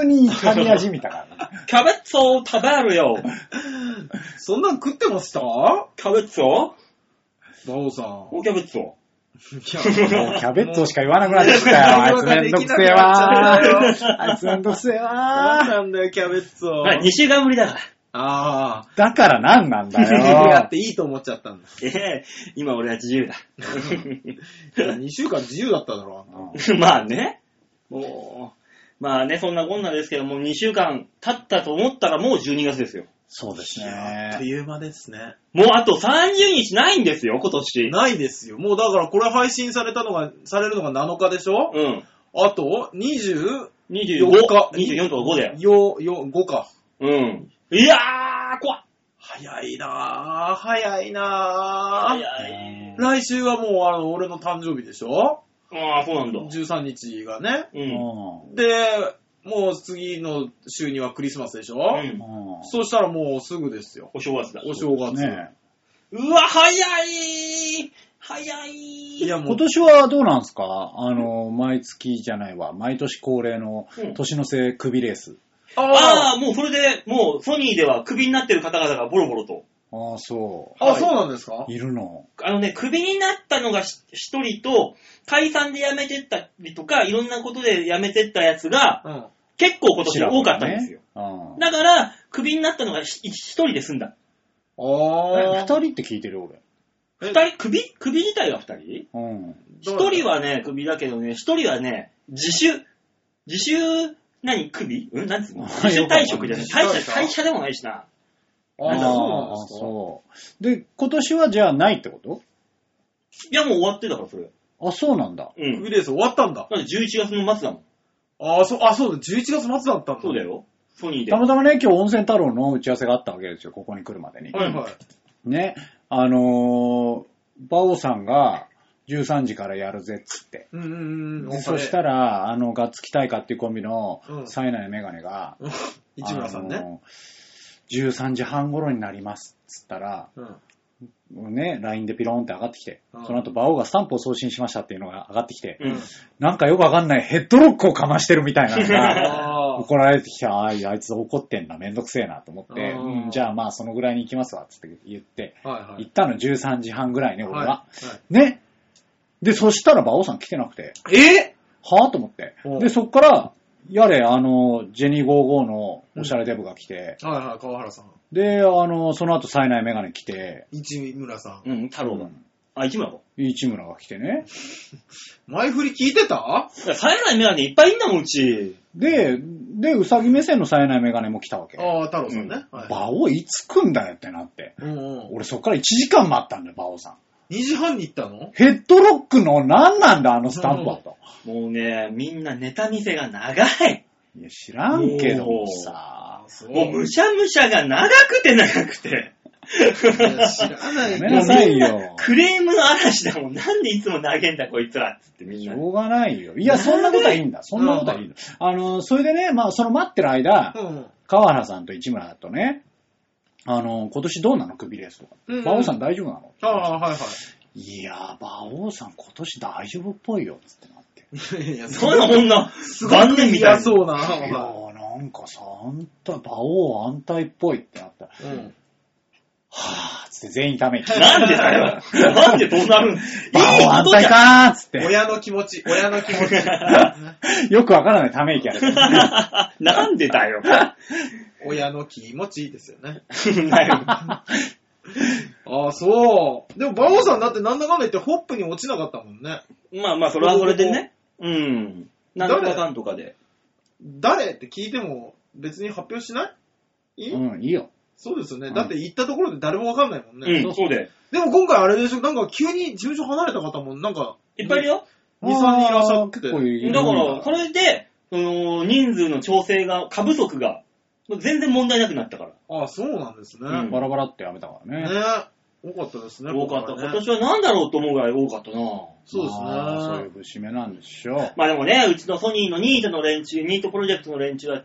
[SPEAKER 3] 急にイタリア人みたいな。
[SPEAKER 1] キャベツを食べるよ。
[SPEAKER 2] そんなん食ってました馬
[SPEAKER 1] キャベツを
[SPEAKER 2] 王さん。
[SPEAKER 1] おキャベツを。
[SPEAKER 2] いや
[SPEAKER 3] もうキャベツをしか言わなくなってきたよ。あいつめんどくせえわー。あいつめんどくせえ
[SPEAKER 2] なん
[SPEAKER 3] わー。
[SPEAKER 2] なんだよ、キャベツを。
[SPEAKER 1] はい、2週間ぶりだから。
[SPEAKER 2] あ
[SPEAKER 3] だからなんな
[SPEAKER 2] あ。
[SPEAKER 3] んだ
[SPEAKER 2] やっ
[SPEAKER 3] よ。
[SPEAKER 2] て いいと思っちゃったんだ。
[SPEAKER 1] ええ今俺は自 由だ。
[SPEAKER 2] 2週間自由だっただろ。
[SPEAKER 1] まあね。もう、まあね、そんなこんなですけども、2週間経ったと思ったらもう12月ですよ。
[SPEAKER 3] そうです
[SPEAKER 2] あっと
[SPEAKER 3] ね。
[SPEAKER 2] いう間ですね。
[SPEAKER 1] もうあと30日ないんですよ、今年。
[SPEAKER 2] ないですよ。もうだからこれ配信されたのが、されるのが7日でしょ
[SPEAKER 1] うん。
[SPEAKER 2] あと、24
[SPEAKER 1] 25
[SPEAKER 2] 日
[SPEAKER 1] か。24とか5だよ。
[SPEAKER 2] よ、よ、5か。
[SPEAKER 1] うん。いやー、怖っ。
[SPEAKER 2] 早いなぁ、早いなぁ。
[SPEAKER 1] 早い。
[SPEAKER 2] 来週はもうあの、俺の誕生日でしょ
[SPEAKER 1] ああ、そうなんだ。
[SPEAKER 2] ?13 日がね。
[SPEAKER 1] う。
[SPEAKER 3] うんん
[SPEAKER 2] で、もう次の週にはクリスマスでしょ、
[SPEAKER 1] うん。
[SPEAKER 3] うん
[SPEAKER 2] そうしたらもうすぐですよ。
[SPEAKER 1] お正月だ。
[SPEAKER 2] お正月。
[SPEAKER 3] ね
[SPEAKER 1] うわ、早い早い
[SPEAKER 2] いやも
[SPEAKER 3] 今
[SPEAKER 2] う、
[SPEAKER 3] 年はどうなんですかあの、毎月じゃないわ。毎年恒例の
[SPEAKER 1] うん
[SPEAKER 3] 年の瀬首レース。
[SPEAKER 1] ああ、もうそれで、もうソニーではクビになってる方々がボロボロと。
[SPEAKER 3] あああ、そう。
[SPEAKER 2] あ、
[SPEAKER 1] はい
[SPEAKER 2] そうなんですか
[SPEAKER 3] いるの。
[SPEAKER 1] あのね、クビになったのがし一人と、解散で辞めてったりとか、いろんなことで辞めてったやつが、
[SPEAKER 2] うん。あ
[SPEAKER 1] 結構今年多かったんですよ。
[SPEAKER 3] よ
[SPEAKER 1] だから、クビになったのがひ一人で済んだ。
[SPEAKER 3] 二
[SPEAKER 2] ー。
[SPEAKER 3] 人って聞いてるよ、
[SPEAKER 2] え
[SPEAKER 1] 二人、クビクビ自体が二人
[SPEAKER 3] 俺。うん。
[SPEAKER 1] 一人はね、クビだけどね、一人はね、自主、自主、何クビうんなんつ うの自主退職じゃない。
[SPEAKER 2] よか
[SPEAKER 1] 退
[SPEAKER 2] った
[SPEAKER 1] 社、退社でもないしな。
[SPEAKER 2] あー、そう
[SPEAKER 3] そう。で、今年はじゃあないってこと
[SPEAKER 1] いや、もう終わってたから、それ。
[SPEAKER 3] あ、そうなんだ。
[SPEAKER 1] う
[SPEAKER 2] なん
[SPEAKER 1] ん。
[SPEAKER 2] ですかク
[SPEAKER 1] だ
[SPEAKER 2] ビレース終わったんだ。
[SPEAKER 1] って11月の末だもん。
[SPEAKER 2] あー、そう、あ、そうだ、11月末だったんだ。
[SPEAKER 1] そうだよ。ソニーで
[SPEAKER 3] た。またまね、今日温泉太郎の打ち合わせがあったわけですよ、ここに来るまでに。
[SPEAKER 2] はいはい。
[SPEAKER 3] ね、あのー、バオさんが13時からやるぜっつって。
[SPEAKER 2] うんうんう
[SPEAKER 3] で
[SPEAKER 2] ん。
[SPEAKER 3] そしたら、あの、ガッツキ大会っていうコンビの
[SPEAKER 2] うん
[SPEAKER 3] 冴えないメガネが、
[SPEAKER 2] うん市村さん
[SPEAKER 3] あ
[SPEAKER 2] ね。
[SPEAKER 3] のー。13時半頃になりますっつったら、
[SPEAKER 2] うん。
[SPEAKER 3] ね、LINE でピローンって上がってきて、
[SPEAKER 2] うん
[SPEAKER 3] その後、バオがスタンプを送信しましたっていうのが上がってきて、
[SPEAKER 1] うん。
[SPEAKER 3] なんかよくわかんないヘッドロックをかましてるみたいな のが、
[SPEAKER 2] あー
[SPEAKER 3] 怒られてきた、あーあいつ怒ってんな、めんどくせえなと思って、
[SPEAKER 2] うん
[SPEAKER 3] うんじゃあまあそのぐらいに行きますわ、つって言って、
[SPEAKER 2] はいはい
[SPEAKER 3] 行。ったの13時半ぐらいね、俺は。
[SPEAKER 2] はいは
[SPEAKER 3] ね。で、そしたら馬王さん来てなくて、
[SPEAKER 2] い、え
[SPEAKER 3] はぁと思って
[SPEAKER 2] うん。
[SPEAKER 3] で、そっから、やれ、あの、ジェニー55のおしゃれデブが来て、
[SPEAKER 2] はいはい、川原さん。
[SPEAKER 3] で、あの、その後、冴えないメガネ来て、
[SPEAKER 2] 市村さん。
[SPEAKER 1] うん、太郎が
[SPEAKER 3] う。ん
[SPEAKER 1] あ、市村か。
[SPEAKER 3] 市村が来てね。
[SPEAKER 2] 前振り聞いてた
[SPEAKER 1] いや冴えないメガネいっぱいいんだもん、うち。
[SPEAKER 3] で、で、うさぎ目線の冴えないメガネも来たわけ。
[SPEAKER 2] ああ、太郎さんね。はい
[SPEAKER 3] 馬王いつ来んだよってなって。
[SPEAKER 2] うんうん、
[SPEAKER 3] 俺そっから1時間待ったんだよ、馬王さん。
[SPEAKER 2] 2時半に行ったの
[SPEAKER 3] ヘッドロックの何なんだ、あのスタンプはと。
[SPEAKER 1] もうね、みんなネタ見せが長い。
[SPEAKER 3] いや、知らんけども
[SPEAKER 2] あ
[SPEAKER 3] さ。
[SPEAKER 2] そう
[SPEAKER 1] もうむしゃむしゃが長くて長くて。
[SPEAKER 2] いや知らな
[SPEAKER 3] ご
[SPEAKER 2] い
[SPEAKER 3] めんなさいよ。
[SPEAKER 1] クレームの嵐だもん。なんでいつも投げんだこいつらっつってみん
[SPEAKER 3] し
[SPEAKER 1] な。
[SPEAKER 3] ょうがないよ。いや、そんなことはいいんだ。そんなことはいいの。あの、それでね、まあ、その待ってる間、
[SPEAKER 2] うん
[SPEAKER 3] 川原さんと市村とね、あの、今年どうなの首レースとか。
[SPEAKER 2] うん
[SPEAKER 3] 馬王さん大丈夫なの
[SPEAKER 2] ああ、はい
[SPEAKER 3] やー、馬王さん今年大丈夫っぽいよ、つってなって。
[SPEAKER 2] い。いや、
[SPEAKER 1] そんなこんな、
[SPEAKER 2] 残
[SPEAKER 1] 残念
[SPEAKER 2] 念
[SPEAKER 1] み
[SPEAKER 2] み
[SPEAKER 1] た
[SPEAKER 2] た
[SPEAKER 1] いな。
[SPEAKER 2] そうな。
[SPEAKER 3] いやー、なんかさ、安泰、馬王安泰っぽいってなったら、
[SPEAKER 2] うん
[SPEAKER 3] はぁ、つって全員ため息。
[SPEAKER 1] なんでだ よ。なんでそうなるんいい
[SPEAKER 3] 馬王
[SPEAKER 1] こ
[SPEAKER 3] 安
[SPEAKER 1] と
[SPEAKER 3] 泰
[SPEAKER 1] じゃん。
[SPEAKER 3] かーっつって。
[SPEAKER 2] 親の気持ち、親の気 持ち。
[SPEAKER 3] よくわからないため息ある。
[SPEAKER 1] なんで だよ。
[SPEAKER 2] 親の気持ちいいですよね。
[SPEAKER 1] だよ
[SPEAKER 2] ああ、そう。でも、馬王さんだってなんだかんだ言ってホップに落ちなかったもんね。
[SPEAKER 1] まあまあ、それはそれでね。うん。なんとかかんとかで。
[SPEAKER 2] 誰って聞いても別に発表しないいい、
[SPEAKER 3] うん、いいよ。
[SPEAKER 2] そうですよね。
[SPEAKER 3] うん
[SPEAKER 2] だって行ったところで誰もわかんないもんね。
[SPEAKER 1] うん、そうで。
[SPEAKER 2] でも今回あれでしょ、なんか急に事務所離れた方もなんか、
[SPEAKER 1] いっぱいいるよ。
[SPEAKER 2] 2、3人いらっしゃって。
[SPEAKER 3] 結構いるん
[SPEAKER 1] だから、それで、その、人数の調整が、過不足が、全然問題なくなったから。
[SPEAKER 2] ああ、そうなんですね。
[SPEAKER 1] うん
[SPEAKER 3] バラバラってやめたからね。
[SPEAKER 2] ね多かったですね。
[SPEAKER 1] 多かった。
[SPEAKER 2] 今回
[SPEAKER 1] 今
[SPEAKER 2] ね
[SPEAKER 1] 年は何だろうと思うぐらい多かったな
[SPEAKER 2] そうですね。
[SPEAKER 3] まあそういう節目なんでしょう。
[SPEAKER 1] まあでもね、うちのソニーのニートの連中、ニートプロジェクトの連中は、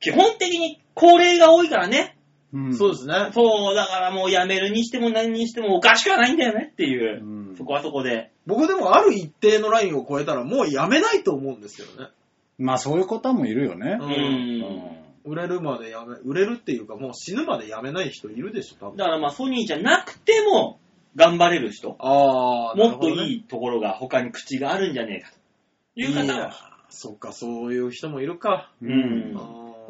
[SPEAKER 1] 基本的に高齢が多いからね。
[SPEAKER 3] うん
[SPEAKER 2] そうですね。
[SPEAKER 1] そう、だからもう辞めるにしても何にしてもおかしくはないんだよねっていう、
[SPEAKER 3] うん
[SPEAKER 1] そこはそこで。
[SPEAKER 2] 僕でもある一定のラインを超えたらもうやめないと思うんですけどね。
[SPEAKER 3] まあそういう方もいるよね
[SPEAKER 1] う。。
[SPEAKER 2] うんん
[SPEAKER 3] うん
[SPEAKER 2] 売れるまでやめ、売れるっていうかもう死ぬまでやめない人いるでしょ、多分。
[SPEAKER 1] だからまあソニーじゃなくても、頑張れる人。
[SPEAKER 2] ああ、
[SPEAKER 1] もっとい
[SPEAKER 2] い。
[SPEAKER 1] いところが他に口があるんじゃねえかという
[SPEAKER 2] い
[SPEAKER 1] 方
[SPEAKER 2] や
[SPEAKER 1] は、
[SPEAKER 2] そっか、そういう人もいるか。
[SPEAKER 1] う
[SPEAKER 3] うんん
[SPEAKER 2] あ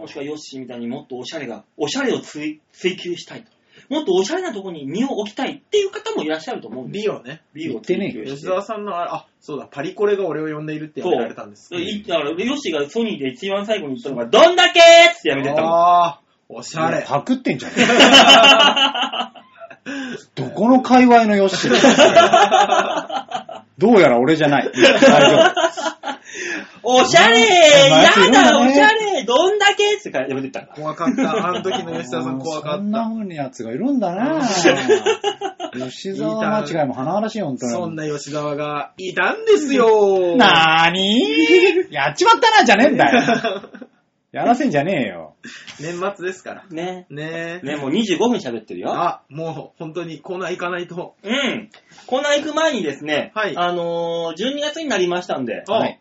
[SPEAKER 1] もしく
[SPEAKER 2] ー
[SPEAKER 1] はヨッシーみたいにもっとおしゃれが、おしゃれを追追求したいと。もっとおしゃれなところに身を置きたいっていう方もいらっしゃると思うんです。
[SPEAKER 2] リオね。
[SPEAKER 1] ビーを
[SPEAKER 3] 言ってねえよ
[SPEAKER 2] 吉沢さんのあれ、あ、そうだ、パリコレが俺を呼んでいるってやめられたんです。
[SPEAKER 1] いだから、ヨッシーがソニーで一番最後に言ったのが、どんだけーってやめてったもん。
[SPEAKER 2] ああ、おしゃれ。
[SPEAKER 3] パクってんじゃ ねえどこの界隈のよしどうやら俺じゃない。大丈
[SPEAKER 1] おしゃれー
[SPEAKER 3] う
[SPEAKER 1] や
[SPEAKER 3] ん
[SPEAKER 1] だお
[SPEAKER 3] お前って言うんだね
[SPEAKER 1] しゃれーどんだけーってやめてったから。
[SPEAKER 2] 怖かった。あの時の
[SPEAKER 3] 夫
[SPEAKER 2] 吉沢 さん怖か
[SPEAKER 3] そ
[SPEAKER 2] っ
[SPEAKER 3] んな
[SPEAKER 2] た。
[SPEAKER 3] 風にやつがいるん だな吉沢間違いも甚だしい、本当に。
[SPEAKER 2] そんな吉沢がいたんです よ。
[SPEAKER 3] なーにーやっちまったな、じゃねえんだよ。やらせんじゃねえよ。
[SPEAKER 2] 年末ですから。
[SPEAKER 1] ね。
[SPEAKER 2] ねえ。
[SPEAKER 1] ね、もう25分喋ってるよ。
[SPEAKER 2] あ、もう本当にコーナー行かないと。
[SPEAKER 1] うん。コーナー行く前にですね、
[SPEAKER 2] はい
[SPEAKER 1] あのー、12月になりましたんで、
[SPEAKER 2] あ
[SPEAKER 3] はい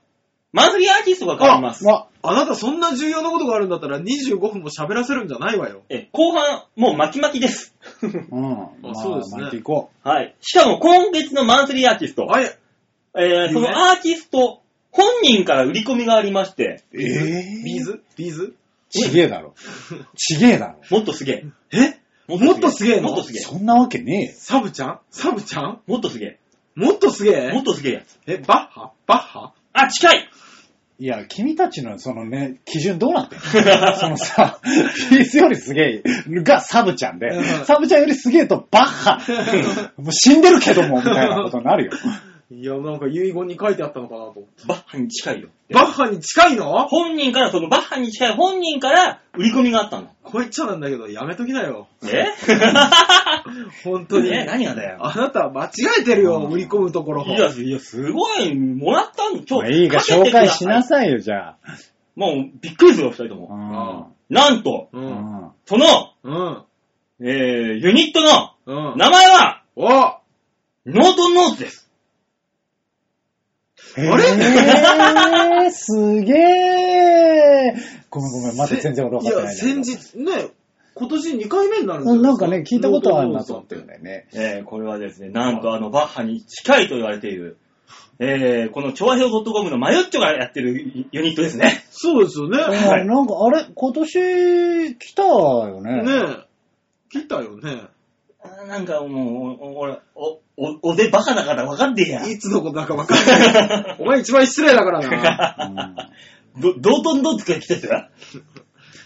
[SPEAKER 1] マンスリーアーティストが変わります。
[SPEAKER 3] わ
[SPEAKER 2] あなたそんな重要なことがあるんだったら25分も喋らせるんじゃないわよ。
[SPEAKER 1] え後半、もう巻き巻きです。
[SPEAKER 3] うん。まあ
[SPEAKER 2] そうですね
[SPEAKER 3] 巻いていこ
[SPEAKER 1] はい。しかも今月のマンスリーアーティスト。
[SPEAKER 2] あれ
[SPEAKER 1] えーそのアーティスト、本人から売り込みがありまして、
[SPEAKER 3] う。え
[SPEAKER 2] ビーズビーズ
[SPEAKER 3] ちげえだろ。ちげえだろ。
[SPEAKER 1] もっとすげえ。
[SPEAKER 2] えもっとすげえの
[SPEAKER 1] もっとすげえ。
[SPEAKER 3] そんなわけねえよ。
[SPEAKER 2] サブちゃんサブちゃん
[SPEAKER 1] もっとすげえ。
[SPEAKER 2] もっとすげえ
[SPEAKER 1] もっとすげえやつ。
[SPEAKER 2] え、バッハバッハ
[SPEAKER 1] あ、近い
[SPEAKER 3] いや、君たちのそのね、基準どうなってんの そのさ、ピースよりすげえがサブちゃんで
[SPEAKER 2] う、ん
[SPEAKER 3] サブちゃんよりすげえとバ ッハ、もう死んでるけども、みたいなことになるよ。
[SPEAKER 2] いや、なんか遺言に書いてあったのかなと思って。
[SPEAKER 1] バッハに近いよ。
[SPEAKER 2] バッハに近いの
[SPEAKER 1] 本人から、そのバッハに近い本人から売り込みがあったんだ。
[SPEAKER 2] こう言っちゃなんだけど、やめときなよ。
[SPEAKER 1] え
[SPEAKER 2] 本 当に。
[SPEAKER 1] え何がだよ。
[SPEAKER 2] あなたは間違えてるよ、
[SPEAKER 3] うん
[SPEAKER 2] 売り込むところ。
[SPEAKER 1] いや、いや、すごい、もらったの、
[SPEAKER 3] ま
[SPEAKER 1] 今
[SPEAKER 3] あ
[SPEAKER 1] 日。
[SPEAKER 3] いいが
[SPEAKER 1] かけて
[SPEAKER 3] 紹
[SPEAKER 1] くだ
[SPEAKER 3] 介しな
[SPEAKER 1] さ
[SPEAKER 3] さいよ、じゃあ。
[SPEAKER 1] い。もう、びっくりするよ、二人と
[SPEAKER 3] う
[SPEAKER 1] も。
[SPEAKER 3] ん
[SPEAKER 1] なんと、
[SPEAKER 2] う。
[SPEAKER 3] うんん。
[SPEAKER 1] その、
[SPEAKER 2] うん。
[SPEAKER 1] えー、ユニットの
[SPEAKER 2] うん。
[SPEAKER 1] 名前は、
[SPEAKER 2] おあ
[SPEAKER 1] ノートンノーツです。
[SPEAKER 3] あれえー、すげえごめんごめん、まだ全然俺
[SPEAKER 2] い
[SPEAKER 3] 分かっ
[SPEAKER 2] や、
[SPEAKER 3] てないんだけ
[SPEAKER 2] 先
[SPEAKER 3] ど。
[SPEAKER 2] 日、ね、今年2回目になるんです
[SPEAKER 3] うん
[SPEAKER 2] よ。
[SPEAKER 3] なんかね、聞いたことはあるなと
[SPEAKER 2] ノ
[SPEAKER 3] 思っ
[SPEAKER 2] ー
[SPEAKER 3] て
[SPEAKER 2] ト
[SPEAKER 3] るんだよね。
[SPEAKER 1] えー、これはですね、なんとあの、バッハに近いと言われている、えー、この調和表 .com のマヨッチョがやってるユニットですね。
[SPEAKER 2] そうですよね。
[SPEAKER 3] うん
[SPEAKER 1] はい
[SPEAKER 3] なんか、あれ今年来たよね。
[SPEAKER 2] ねえ。来たよね。
[SPEAKER 1] あーなんかもう、お俺、お、お、おでバカだから分かんねえや。
[SPEAKER 2] いつのことだか分かん ない。お前一番失礼だから な。
[SPEAKER 3] うん
[SPEAKER 1] ど、道頓どっちから来てた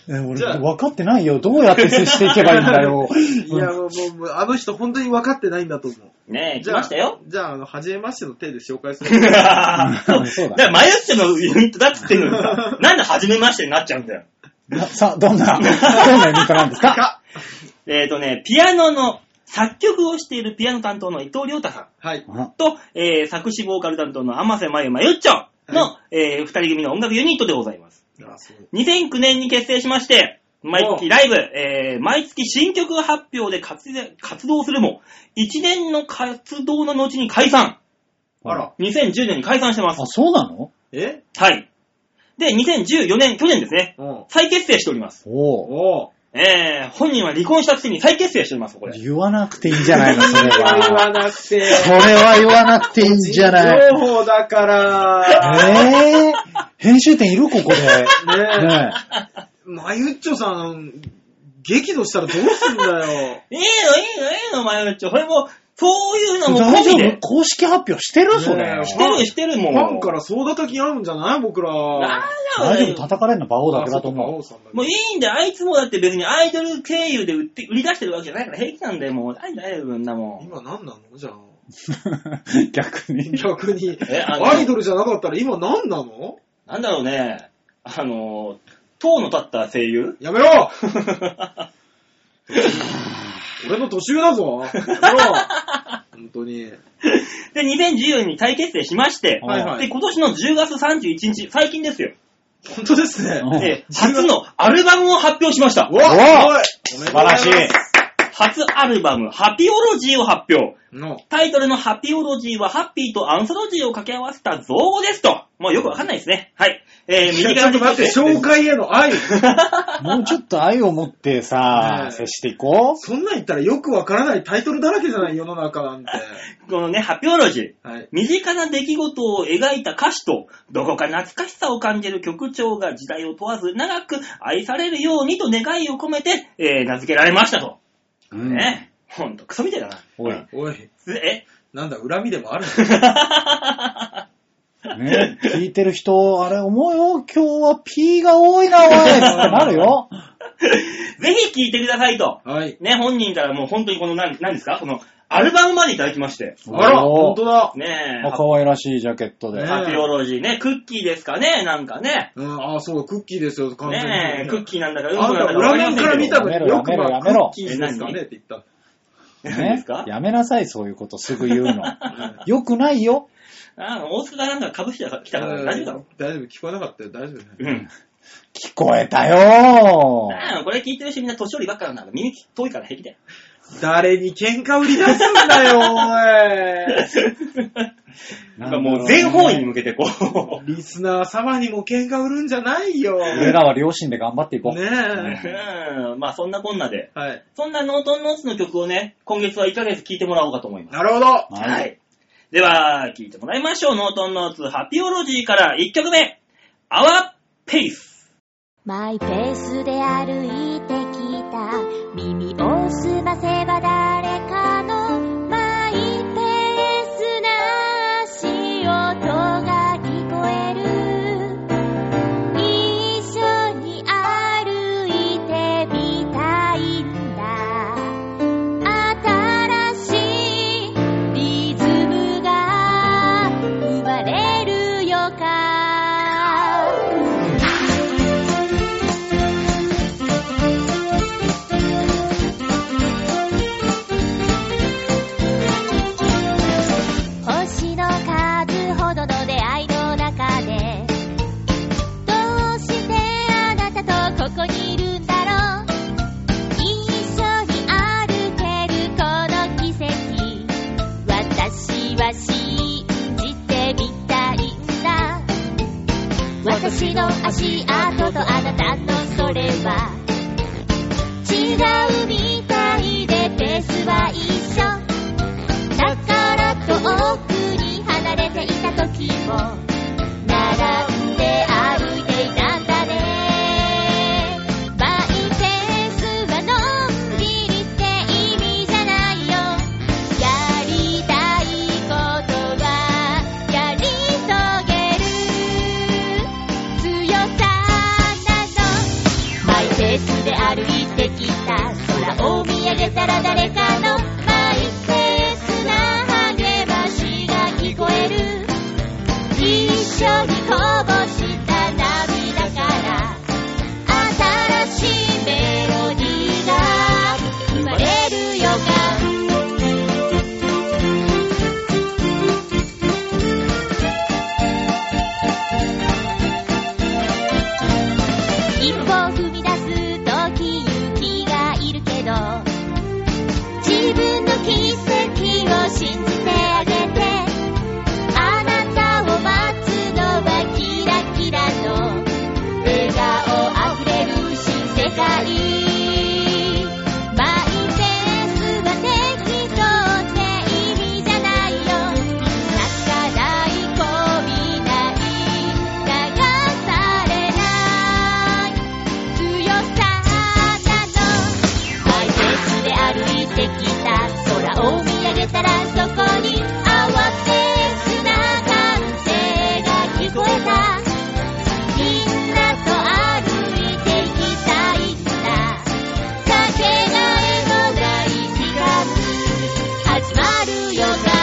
[SPEAKER 3] え俺、
[SPEAKER 2] じゃあ
[SPEAKER 3] 分かってないよ。どうやって接していけばいいんだよ。
[SPEAKER 2] いや、もう、もうもう、あの人本当に分かってないんだと思う。
[SPEAKER 1] ねえ、来
[SPEAKER 2] じゃあ、
[SPEAKER 1] ました よ。
[SPEAKER 2] じゃあ、あの、初めましての手で紹介す
[SPEAKER 1] そう
[SPEAKER 2] る。
[SPEAKER 1] だ
[SPEAKER 3] だ
[SPEAKER 1] から、マヨッチョのユニットだっつってんのに さ、なんで初めましてになっちゃうんだよ。
[SPEAKER 3] なさあ、どんな、どんなイベントなんですか
[SPEAKER 1] えっ、とね、ピアノの作曲をしているピアノ担当の伊藤亮太さん
[SPEAKER 2] はい。
[SPEAKER 3] うん
[SPEAKER 1] と、えー作詞ボーカル担当の天瀬真由真由ちゃんの、
[SPEAKER 2] は
[SPEAKER 1] えー二人組の音楽ユニットでございます。
[SPEAKER 2] あ、そう。
[SPEAKER 1] 2009年に結成しまして、毎月ライブ、えー毎月新曲発表で活躍活動するも、1年の活動の後に解散。
[SPEAKER 2] あら。。
[SPEAKER 1] 2010年に解散してま
[SPEAKER 3] あ
[SPEAKER 1] す、。
[SPEAKER 3] そうなの
[SPEAKER 2] え
[SPEAKER 1] はい。で、2014年、去年ですね、
[SPEAKER 2] うん。
[SPEAKER 1] 再結成しております。
[SPEAKER 3] おう
[SPEAKER 2] おう。
[SPEAKER 1] えー、本人は離婚したくせに再結成しております、これ。
[SPEAKER 3] 言わなくていいんじゃないの、それ
[SPEAKER 2] 言わ
[SPEAKER 3] は。
[SPEAKER 2] なくて。
[SPEAKER 3] それは言わなくていいんじゃない。
[SPEAKER 2] 情報だから。
[SPEAKER 3] ええ編集点いるここで。
[SPEAKER 2] ね
[SPEAKER 3] ね
[SPEAKER 2] え。まゆっちょさん、激怒したらどうすんだ
[SPEAKER 1] い
[SPEAKER 2] よ。
[SPEAKER 1] いの、いいの、いいの、マヨッチョ。それも、そういう
[SPEAKER 3] え
[SPEAKER 1] のも
[SPEAKER 3] 大
[SPEAKER 1] 込み
[SPEAKER 3] 丈夫
[SPEAKER 1] で。
[SPEAKER 3] 公式発表してるそれ
[SPEAKER 2] ね。え
[SPEAKER 1] してる、してる、
[SPEAKER 2] フ
[SPEAKER 1] もう。
[SPEAKER 2] ァンから総叩き合うんじゃない僕ら。
[SPEAKER 1] 大丈
[SPEAKER 3] 大丈
[SPEAKER 1] 夫
[SPEAKER 3] 夫、
[SPEAKER 1] だよ。
[SPEAKER 3] 叩かれるの馬王だけ
[SPEAKER 2] あ
[SPEAKER 3] だ
[SPEAKER 2] そ
[SPEAKER 3] と
[SPEAKER 2] うか馬
[SPEAKER 3] 思う
[SPEAKER 2] 王。さんだけど
[SPEAKER 1] もういいんだよ。あいつもだって別にアイドル経由で売って、売り出してるわけじゃないから平気なんだよ、もう。大丈夫、そんなもん。
[SPEAKER 2] 今何なのじゃあ。
[SPEAKER 3] 逆に。
[SPEAKER 2] 逆に。
[SPEAKER 1] えあの
[SPEAKER 2] アイドルじゃなかったら今何なの
[SPEAKER 1] なんだろうね。あの、塔の立った声優
[SPEAKER 2] やめろ俺の年上だぞ。やめろ本当に。
[SPEAKER 1] で、2014年に再結成しまして、
[SPEAKER 2] はいはい
[SPEAKER 1] で、今年の10月31日、最近ですよ。
[SPEAKER 2] 本当ですね。
[SPEAKER 3] うん
[SPEAKER 1] で、初のアルバムを発表しました
[SPEAKER 2] う。わ
[SPEAKER 3] うわ
[SPEAKER 2] すごい
[SPEAKER 3] 素晴らしい。
[SPEAKER 1] 初アルバム、ハピオロジーを発表。
[SPEAKER 2] の、
[SPEAKER 1] タイトルのハピオロジーはハッピーとアンソロジーを掛け合わせた造語ですと。もうよくわかんないですね。はい。えー、
[SPEAKER 2] い
[SPEAKER 1] 右
[SPEAKER 2] やち
[SPEAKER 1] か
[SPEAKER 2] ょ
[SPEAKER 1] ら
[SPEAKER 2] っと待って、紹介への愛。
[SPEAKER 3] もうちょっと愛を持ってさ
[SPEAKER 2] ね、え
[SPEAKER 3] 接していこう。
[SPEAKER 2] そんなん言ったらよくわからないタイトルだらけじゃない世の中なんて。
[SPEAKER 1] このね、ハピオロジー。
[SPEAKER 2] はい。
[SPEAKER 1] 身近な出来事を描いた歌詞と、どこか懐かしさを感じる曲調が時代を問わず長く愛されるようにと願いを込めて、えー、名付けられましたと。
[SPEAKER 3] うん
[SPEAKER 1] ね。ほんと、クソみたいだな。
[SPEAKER 3] おい。
[SPEAKER 2] おい、
[SPEAKER 1] え
[SPEAKER 2] なんだ、恨みでもある
[SPEAKER 3] ね、聞いてる人、あれ思うよ、今日は P が多いな、おいってなるよ。
[SPEAKER 1] ぜひ聴いてくださいと。
[SPEAKER 2] のはい。
[SPEAKER 1] ね、本人からもう本当にこの何、何ですかこの、アルバムまでいただきまして。
[SPEAKER 2] あら、本
[SPEAKER 3] おー
[SPEAKER 2] 当だ。
[SPEAKER 1] ねえ
[SPEAKER 3] あ、可愛らしいジャケットで。
[SPEAKER 2] ね
[SPEAKER 1] ハピオロジーね、クッキーですかね、なんかね。
[SPEAKER 2] うん、あ、そう、クッキーですよ、完全に。
[SPEAKER 1] ねえ、クッキーなんだか、うん
[SPEAKER 2] あ
[SPEAKER 1] こなんんだ
[SPEAKER 2] た
[SPEAKER 1] かわかり
[SPEAKER 2] 裏
[SPEAKER 1] ま
[SPEAKER 2] 面
[SPEAKER 1] せ
[SPEAKER 2] から
[SPEAKER 1] んけ
[SPEAKER 2] 見
[SPEAKER 1] ど
[SPEAKER 2] たの
[SPEAKER 3] やめ
[SPEAKER 2] に
[SPEAKER 3] ろ
[SPEAKER 2] よくま
[SPEAKER 3] や
[SPEAKER 2] あ
[SPEAKER 3] め
[SPEAKER 2] ク
[SPEAKER 3] ろ
[SPEAKER 2] ッキーですかねって言った。
[SPEAKER 1] 何ですか
[SPEAKER 3] やめなさい、そういうことすぐ言うの。よくないよ。
[SPEAKER 1] あ大塚がなんか被してきたから大丈夫だろ。
[SPEAKER 2] 大丈夫、聞こえなかったよ、大丈夫ね。
[SPEAKER 1] うん。
[SPEAKER 3] 聞こえたよ
[SPEAKER 1] ああこれ聞いてる人みんな年寄りばっかなんだから耳遠いから平気だよ。
[SPEAKER 2] 誰に喧嘩売り出すんだよ、
[SPEAKER 1] なんかもう全方位に向けてこ
[SPEAKER 2] お
[SPEAKER 1] う。
[SPEAKER 2] い。リスナー様にも喧嘩売るんじゃないよ。
[SPEAKER 3] 俺らは両親で頑張っていこう。
[SPEAKER 2] ね
[SPEAKER 1] うんまあそんなこんなで。
[SPEAKER 2] え。はい。
[SPEAKER 1] そんなノートンノーツの曲をね、今月は1ヶ月聴いてもらおうかと思います。
[SPEAKER 2] なるほど。
[SPEAKER 3] はい
[SPEAKER 1] はい。では、聴いてもらいましょう。ノートンノーツハピオロジーから1曲目。アワーペース。
[SPEAKER 4] マイペースで歩いてきた耳をすませば誰かのマイペースな足音が聞こえる一緒に歩いてみたいんだ新しいリズムが生まれる予感星の数ほどの出会いの中でどうしてあなたとここにいるんだろう一緒に歩けるこの奇跡私は信じてみたいんだ私の足跡とあなたのそれは違うみたいでペースは一緒だから遠くに離れていた時も並んで歩いていたんだねマイペースはのんびりって意味じゃないよやりたいことはやり遂げる強さなのマイペースで歩いてきた空を見上げたら誰かのマイペースな励ましが聞こえる一緒にこぼした涙から新しいメロディーが生まれる予感一歩踏み出すとき勇気がいるけど自分の奇跡を信じてあげてあなたを待つのはキラキラの笑顔あふれる新世界マイペースは適当って意味じゃないよ泣かない、込みない、流されない。強さなの。マイペースで歩いてきた空を見上げたらそこにアワーペースな歓声が聞こえた。みんなと歩いていきたいんだ。かけがえのない時間、始まる予感。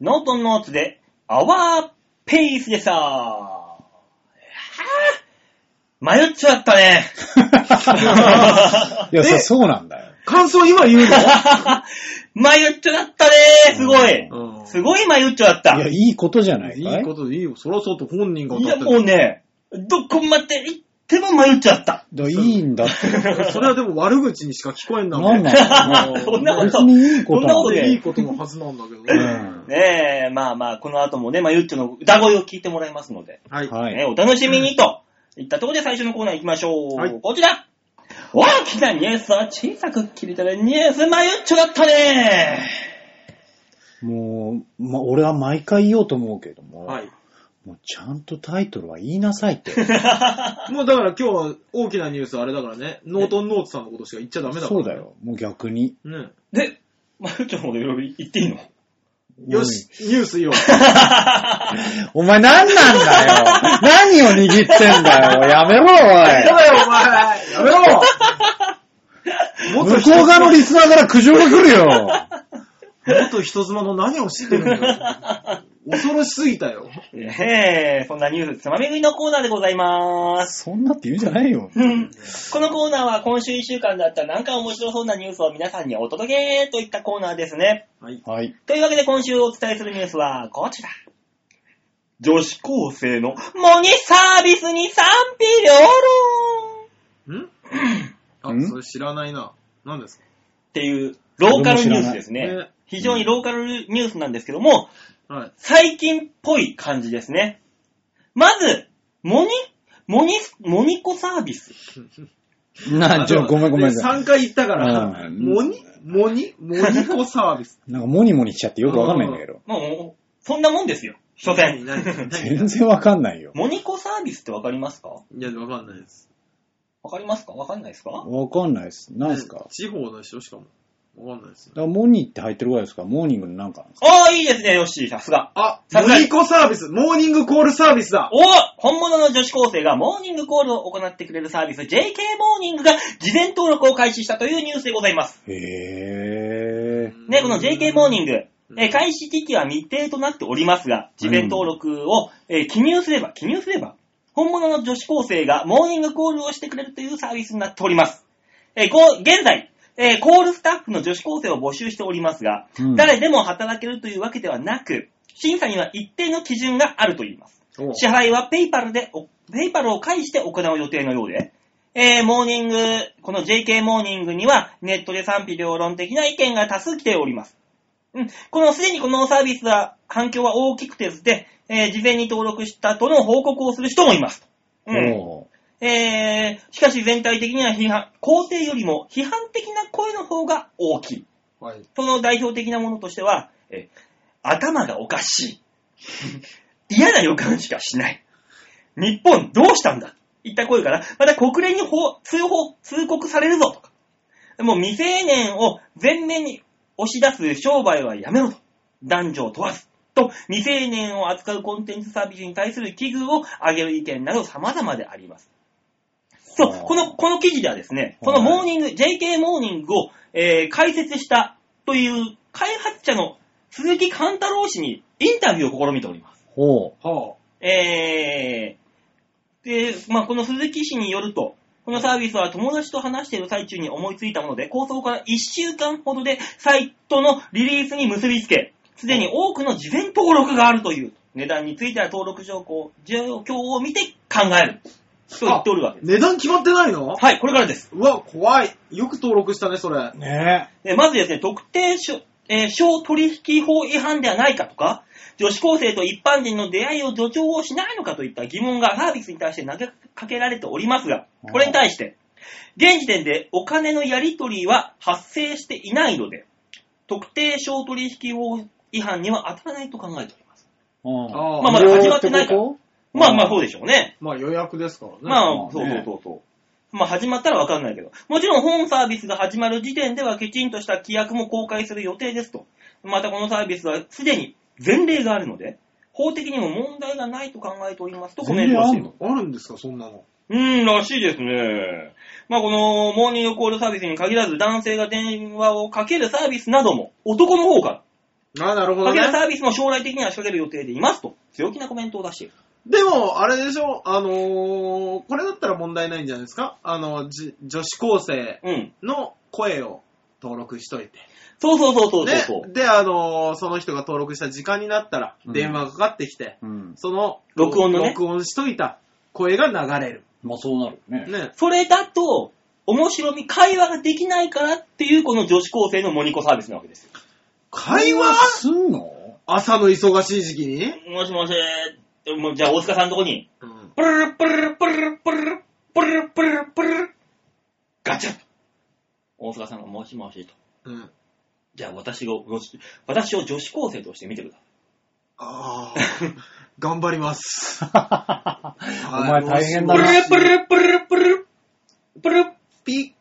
[SPEAKER 1] ノートンノーツで、アワーペースでした。はぁ迷っちゃった ね。
[SPEAKER 3] いや、
[SPEAKER 2] え
[SPEAKER 3] そそうなんだよ。
[SPEAKER 2] 感想今言う
[SPEAKER 1] 迷っちゃったねすごい、
[SPEAKER 2] の
[SPEAKER 1] すごい迷っちゃった。
[SPEAKER 3] いや、いいことじゃない
[SPEAKER 2] い
[SPEAKER 3] かい
[SPEAKER 2] いことでいいよ。そらそうと本人が
[SPEAKER 1] いや、
[SPEAKER 2] 歌って
[SPEAKER 1] もう
[SPEAKER 2] る。
[SPEAKER 1] ね、どこまで行っても迷っちゃった。
[SPEAKER 3] だからいいんだって。
[SPEAKER 2] それはでも悪口にしか聞こえんだも
[SPEAKER 3] なん
[SPEAKER 2] ん。
[SPEAKER 3] なんだろう
[SPEAKER 1] そんなこと
[SPEAKER 3] 別にいいこ
[SPEAKER 1] そん
[SPEAKER 3] と
[SPEAKER 1] なこと
[SPEAKER 2] いいことのはずなんだけど
[SPEAKER 3] う
[SPEAKER 2] ね。
[SPEAKER 3] ん
[SPEAKER 1] ねえ、まあまあ、この後もね、まあ、ゆっちょの歌声を聞いてもらいますので、
[SPEAKER 2] はい。
[SPEAKER 3] は
[SPEAKER 1] ね、
[SPEAKER 3] い。
[SPEAKER 1] お楽しみにと、いったところで最初のコーナー行きましょう。
[SPEAKER 2] はい
[SPEAKER 1] こちら大きなニュースを小さく切り取るニュースまゆっちょだったね
[SPEAKER 3] もう、ま、俺は毎回言おうと思うけども、
[SPEAKER 2] はい。
[SPEAKER 3] もうちゃんとタイトルは言いなさい って。
[SPEAKER 2] もうだから今日は大きなニュースあれだからね、ノートンノーツさんのことしか言っちゃダメだから。
[SPEAKER 3] そうだ。よ。もう逆に。
[SPEAKER 2] ね。
[SPEAKER 1] で、まゆっちょのこといろいろ言っていいの
[SPEAKER 2] よし、ニュース言おう。
[SPEAKER 3] おい。お前何なんだよ。何を握ってんだよ。やめ
[SPEAKER 2] やめ
[SPEAKER 3] ろ、お
[SPEAKER 2] ろ、お前やめろもっと
[SPEAKER 3] い。向こう側のリ スナーから苦情が来るよ。
[SPEAKER 2] もっと人妻の何を知ってるんだよ。 恐ろしすぎたよ。
[SPEAKER 1] ええそんなニュースつまみ食いのコーナーでございまーす。
[SPEAKER 3] そんなって言うんじゃないよ。
[SPEAKER 1] うん このコーナーは今週1週間だったなんか面白そうなニュースを皆さんにお届けといったコーナーですね。
[SPEAKER 2] はい。
[SPEAKER 3] はい。
[SPEAKER 1] というわけで今週お伝えするニュースはこちら。女子高生のモニサービスに賛否両論
[SPEAKER 2] ん
[SPEAKER 3] ん
[SPEAKER 2] あ、それ知らないな。何ですか
[SPEAKER 1] っていうローカルニュースです
[SPEAKER 2] 俺も知らな
[SPEAKER 1] ね
[SPEAKER 2] い。
[SPEAKER 1] 非常にローカルニュースなんですけども、
[SPEAKER 2] はい。
[SPEAKER 1] 最近っぽい感じですね。まず、モニ、モニ、モニコサービス。
[SPEAKER 3] な、ちょ、ごめんごめん。
[SPEAKER 2] 3回言ったから、
[SPEAKER 3] うん
[SPEAKER 2] モニモニモニコサービ ス。
[SPEAKER 3] なんかモニモニしちゃってよくわかんないんだけど。
[SPEAKER 1] もう、そんなもんですよ。所詮。
[SPEAKER 2] 何何何
[SPEAKER 3] 全然わかんないよ。
[SPEAKER 1] モニコサービスってわかりますか
[SPEAKER 2] いや、わかんないです。
[SPEAKER 1] わかりますかわかんないですか
[SPEAKER 3] わかんないです。何ですかだか
[SPEAKER 2] 地方の人しかも。わかんないですね。
[SPEAKER 3] らモニって入ってるぐらいですから、モーニングのなんかなんです
[SPEAKER 1] ああ、いいですね、ヨッシー、さすが。
[SPEAKER 2] あ、
[SPEAKER 1] さす
[SPEAKER 2] モ
[SPEAKER 1] がに
[SPEAKER 2] ニコサービス、モーニングコールサービスだ
[SPEAKER 1] お本物の女子高生がモーニングコールを行ってくれるサービス、JK モーニングが事前登録を開始したというニュースでございます。
[SPEAKER 3] かへー。
[SPEAKER 1] ね、この JK モーニング、
[SPEAKER 2] うん
[SPEAKER 1] えー開始時期は未定となっておりますが、事前登録を、えー記入すれば、記入すれば、本物の女子高生がモーニングコールをしてくれるというサービスになっております。えーこう現在、えーコールスタッフの女子高生を募集しておりますが、
[SPEAKER 3] うん
[SPEAKER 1] 誰でも働けるというわけではなく、審査には一定の基準があるといいます。
[SPEAKER 2] おう
[SPEAKER 1] 支払いはペイパルで、おペイパルを介して行う予定のようで、えー、モーニング、この JK モーニングにはネットで賛否両論的な意見が多数来ております。うん、このすでにこのサービスは反響は大きくてですね、えー事前に登録したとの報告をする人もいます。うん
[SPEAKER 3] おう
[SPEAKER 1] えー、しかし全体的には批判、肯定よりも批判的な声の方が大きい。
[SPEAKER 2] はい。
[SPEAKER 1] その代表的なものとしては、えー頭がおかしい。 嫌な予感しかしない。日本どうしたんだいった声から、また国連に報通報、通告されるぞとか。もう未成年を前面に押し出す商売はやめろと。男女を問わず。と、未成年を扱うコンテンツサービスに対する危惧を上げる意見など様々であります。そう、
[SPEAKER 3] はあ
[SPEAKER 1] この、この記事ではですね、このモーニング、JK モーニングを、えー解説したという開発者の鈴木貫太郎氏にインタビューを試みております。
[SPEAKER 3] ほ
[SPEAKER 2] は
[SPEAKER 1] えー、で、まあ、この鈴木氏によると、このサービスは友達と話している最中に思いついたもので、構想から1週間ほどでサイトのリリースに結びつけ、すでに多くの事前登録があるという、値段については登録状況状況を見て考える。と言っておるわけ
[SPEAKER 2] あ。
[SPEAKER 1] です。
[SPEAKER 2] 値段決まってないの
[SPEAKER 1] はい、これからです。
[SPEAKER 2] うわ、怖い。よく登録したね、それ
[SPEAKER 3] う。。ね
[SPEAKER 1] えーまずですね、特定商、えー商取引法違反ではないかとか、女子高生と一般人の出会いを助長をしないのかといった疑問がサービスに対して投げかけられておりますが、これに対して、現時点でお金のやり取りは発生していないので、特定商取引法違反には当たらないと考えております。
[SPEAKER 3] うん
[SPEAKER 2] あ
[SPEAKER 1] まあまだ始まってないから
[SPEAKER 3] 無料てこ
[SPEAKER 1] まあまあ
[SPEAKER 3] う
[SPEAKER 1] そ
[SPEAKER 3] ん
[SPEAKER 1] うでしょうね。
[SPEAKER 2] まあ予約ですからね。
[SPEAKER 1] まあ、
[SPEAKER 3] まあ
[SPEAKER 1] そうそ
[SPEAKER 3] ね
[SPEAKER 1] うそうそう。まあ、始まったらわかんないけど。もちろん、本サービスが始まる時点では、きちんとした規約も公開する予定ですと。また、このサービスは、すでに前例があるので、法的にも問題がないと考えておりますとコメントをしています。
[SPEAKER 2] あるんですか、そんなの。
[SPEAKER 1] うーん、らしいですね。まあ、この、モーニングコールサービスに限らず、男性が電話をかけるサービスなども、男の方か
[SPEAKER 2] あなるほ
[SPEAKER 1] ら、
[SPEAKER 2] ど
[SPEAKER 1] かけ
[SPEAKER 2] ね
[SPEAKER 1] る。サービスも将来的には仕掛ける予定でいますと、強気なコメントを出している。
[SPEAKER 2] でも、あれでしょ、あのーこれだったら問題ないんじゃないですかあの、じ女子高生
[SPEAKER 1] うん。
[SPEAKER 2] の声を登録しといて。
[SPEAKER 1] そうそうそうそうそうそう。
[SPEAKER 2] ね、で、あのーその人が登録した時間になったら、
[SPEAKER 3] うん
[SPEAKER 2] 電話がかかってきて、
[SPEAKER 3] うん。
[SPEAKER 2] その、
[SPEAKER 1] 録音のね
[SPEAKER 2] 録音しといた声が流れる。
[SPEAKER 3] まあそうなるよね。
[SPEAKER 2] ね。
[SPEAKER 1] それだと、面白み、会話ができないからっていう、この女子高生のモニコサービスなわけですよ。
[SPEAKER 2] 会話
[SPEAKER 3] すんの
[SPEAKER 2] 朝の忙しい時期に、
[SPEAKER 1] もしもし、もうじゃあ大塚さんのとこに、
[SPEAKER 2] うん、
[SPEAKER 1] プルルプルルプルルプルルプルルプルルプルルガチャッ大塚さんがもしもしと。
[SPEAKER 2] うん。
[SPEAKER 1] じゃあ私を、私を女子高生として見てください。
[SPEAKER 2] ああ、頑張ります。
[SPEAKER 3] お前大変
[SPEAKER 1] プ
[SPEAKER 3] だ
[SPEAKER 1] ル
[SPEAKER 3] な。
[SPEAKER 1] ルプルルプルルプルルプルルも
[SPEAKER 2] ピ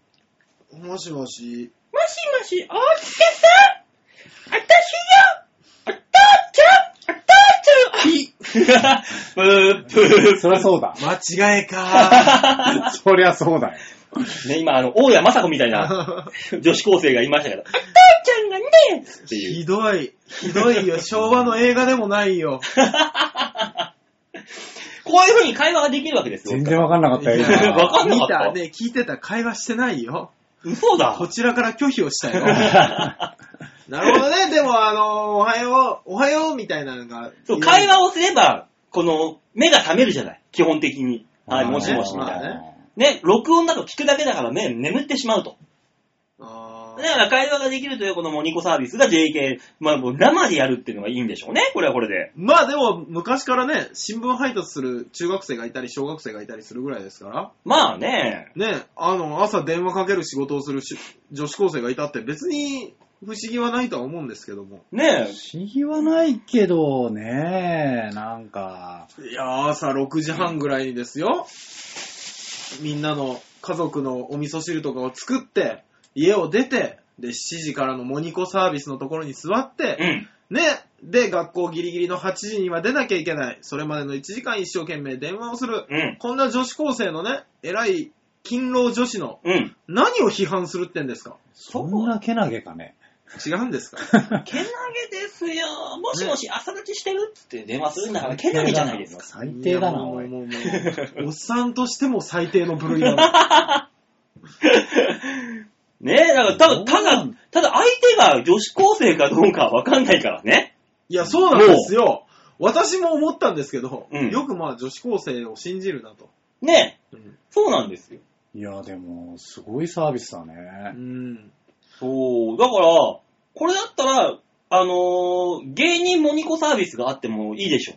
[SPEAKER 2] ッ。もしもし。
[SPEAKER 1] しもし、大塚さん私よお父ちゃんお
[SPEAKER 2] ピ
[SPEAKER 1] 父ちゃんプープー
[SPEAKER 3] そりゃそ うだ。
[SPEAKER 2] ッ。間違え か。
[SPEAKER 3] そりゃそうだよ。
[SPEAKER 1] ね、今、あの、大谷雅子みたいな女子高生がいましたけど、お父ちゃんがねっていう。
[SPEAKER 2] ひどい。ひどい よ。昭和の映画でもないよ。
[SPEAKER 1] こういう風に会話ができるわけですよ。
[SPEAKER 3] 全然わかんなかったよ、
[SPEAKER 1] いやわ
[SPEAKER 3] 今。
[SPEAKER 1] かんなかった
[SPEAKER 2] 見たね、聞いてた会話してないよ。
[SPEAKER 1] 嘘 だ。
[SPEAKER 2] こちらから拒否をしたよ。 なるほどね。でも、あの、おはよう、おはようみたいなのが。
[SPEAKER 1] そう、会話をすれば、この、目が覚めるじゃない。基本的に。はい、
[SPEAKER 3] まあね
[SPEAKER 1] もしもしみたい
[SPEAKER 2] まあ
[SPEAKER 1] な。
[SPEAKER 2] ね
[SPEAKER 1] ね、録音だと聞くだけだから目、眠ってしまうと。
[SPEAKER 2] あ
[SPEAKER 1] だ
[SPEAKER 2] ー
[SPEAKER 1] から会話ができるというこのモニコサービスが JK、まあもう生でやるっていうのがいいんでしょうね。これはこれで。
[SPEAKER 2] まあでも、昔からね、新聞配達する中学生がいたり、小学生がいたりするぐらいですから。
[SPEAKER 1] まあね、
[SPEAKER 2] ね、あの、朝電話かける仕事をするし女子高生がいたって別に不思議はないとは思うんですけども。
[SPEAKER 1] ね
[SPEAKER 3] 不思議はないけどね、なんか、
[SPEAKER 2] いやー、朝6時半ぐらいにですよ。みんなの家族のお味噌汁とかを作って、家を出て、で、7時からのモニコサービスのところに座って
[SPEAKER 1] う、ん。
[SPEAKER 2] ね、で、学校ギリギリの8時には出なきゃいけない。それまでの1時間一生懸命電話をする。
[SPEAKER 1] うん。
[SPEAKER 2] こんな女子高生のね、偉い勤労女子の
[SPEAKER 1] うん。
[SPEAKER 2] 何を批判するってんですか
[SPEAKER 1] そ
[SPEAKER 3] そ
[SPEAKER 1] うん
[SPEAKER 3] なけなげかね。
[SPEAKER 2] 違うんですか
[SPEAKER 1] けなげですよ。もしもし、朝立ちしてるっつって電話するんだから、けなげじゃないですか。
[SPEAKER 3] 最低だ
[SPEAKER 2] いや
[SPEAKER 3] な、
[SPEAKER 2] も
[SPEAKER 3] お
[SPEAKER 2] う
[SPEAKER 3] い。
[SPEAKER 2] もうも うおっさんとしても最低の部類だな。
[SPEAKER 1] ねえ、だから、ただ、た
[SPEAKER 3] う
[SPEAKER 1] だ
[SPEAKER 3] ん、
[SPEAKER 1] ただ相手が女子高生かどうかわかんないからね。
[SPEAKER 2] いや、そうなんですよ。私も思ったんですけど、
[SPEAKER 1] うん
[SPEAKER 2] よくまあ女子高生を信じるなと。
[SPEAKER 1] ねえ
[SPEAKER 2] うん、
[SPEAKER 1] そうなんですよ。
[SPEAKER 3] いや、でも、すごいサービスだ
[SPEAKER 2] う
[SPEAKER 3] ね。
[SPEAKER 2] ん。
[SPEAKER 1] そう、だから、これだったら、あのー芸人モニコサービスがあってもいいでしょ。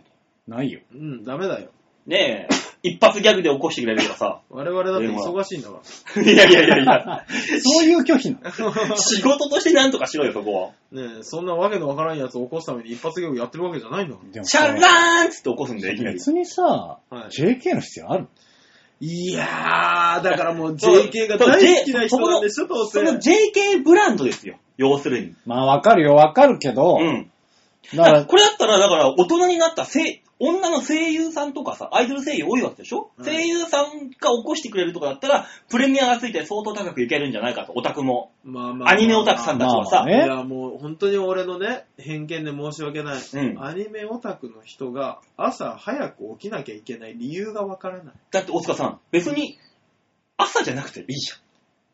[SPEAKER 3] ないよ。
[SPEAKER 2] うん、ダメだよ。
[SPEAKER 1] ねえ、一発ギャグで起こしてくれるとか さ。
[SPEAKER 2] 我々だって忙しいんだから。
[SPEAKER 1] いやいやいやいや、
[SPEAKER 3] そういう拒否なの。
[SPEAKER 1] 仕事としてなんとかしろよ、そこは。
[SPEAKER 2] ねえ、そんなわけのわからんやつを起こすために一発ギャグやってるわけじゃないんだか
[SPEAKER 3] で も
[SPEAKER 1] シ
[SPEAKER 3] さ
[SPEAKER 1] ャラーンっつって起こすんで、いきなり。
[SPEAKER 3] 別にさ、
[SPEAKER 2] はい
[SPEAKER 3] JK の必要ある
[SPEAKER 2] いやー、だから もう
[SPEAKER 1] そう
[SPEAKER 2] JK が大好きな人なんでしょ、どう
[SPEAKER 1] そ
[SPEAKER 2] せ。
[SPEAKER 1] の JK ブランドですよ。要するに。
[SPEAKER 3] まあ、わかるよ、わかるけど、
[SPEAKER 1] うん。
[SPEAKER 3] だから、
[SPEAKER 1] これだったら、だから、大人になった声、女の声優さんとかさ、アイドル声優多いわけでしょ、
[SPEAKER 2] うん
[SPEAKER 1] 声優さんが起こしてくれるとかだったら、プレミアがついて相当高くいけるんじゃないかと、オタクも。
[SPEAKER 2] まあまあ
[SPEAKER 1] アニメオタクさんたちはさ、
[SPEAKER 3] まあまあ
[SPEAKER 2] い
[SPEAKER 3] ね
[SPEAKER 2] や、もう本当に俺のね、偏見で申し訳ない。
[SPEAKER 1] うん
[SPEAKER 2] アニメオタクの人が朝早く起きなきゃいけない理由がわからない。
[SPEAKER 1] だって大塚さん、別に、朝じゃなくていいじゃん。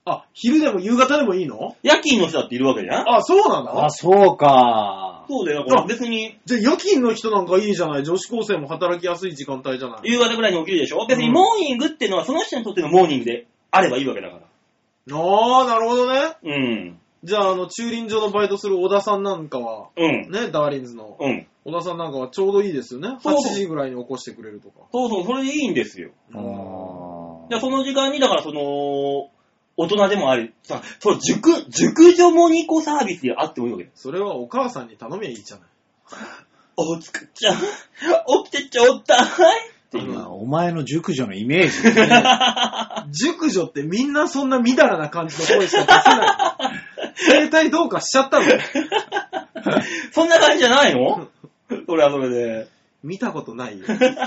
[SPEAKER 2] あ、昼でも夕方でもいいの
[SPEAKER 1] 夜勤の人だっているわけじゃん
[SPEAKER 2] あ、そうなの
[SPEAKER 3] あ、そうか。
[SPEAKER 1] そうだよ、だから別に、
[SPEAKER 2] じゃあ夜勤の人なんかいいじゃない。女子高生も働きやすい時間帯じゃない。
[SPEAKER 1] 夕方ぐらいに起きるでしょ別に、モーニングっていうのは、その人にとってのモーニングであればいいわけだから。
[SPEAKER 2] あー、なるほどね。
[SPEAKER 1] うん。
[SPEAKER 2] じゃあ、あの、駐輪場のバイトする小田さんなんかは、
[SPEAKER 1] うん。
[SPEAKER 2] ね、ダーリンズの
[SPEAKER 1] うん。
[SPEAKER 2] 小田さんなんかはちょうどいいですよね。
[SPEAKER 1] そう
[SPEAKER 2] 8時ぐらいに起こしてくれるとか。
[SPEAKER 1] そうそう、それでいいんですよ。
[SPEAKER 3] あー
[SPEAKER 1] じゃあその時間に、だからその、大人でもあり、さ、そう、熟、熟女モニコサービスであってもいいわけだよ。
[SPEAKER 2] それはお母さんに頼みゃいいじゃない。
[SPEAKER 1] おつくちゃん、 起きてちょうだいっていう。
[SPEAKER 3] 今お前の熟女のイメージ。
[SPEAKER 2] 熟女ってみんなそんなみだらな感じの声し か出せない。生態どうかしちゃったの
[SPEAKER 1] そんな感じじゃないのそれはそれで。
[SPEAKER 2] 見たこと ないよ。
[SPEAKER 1] だから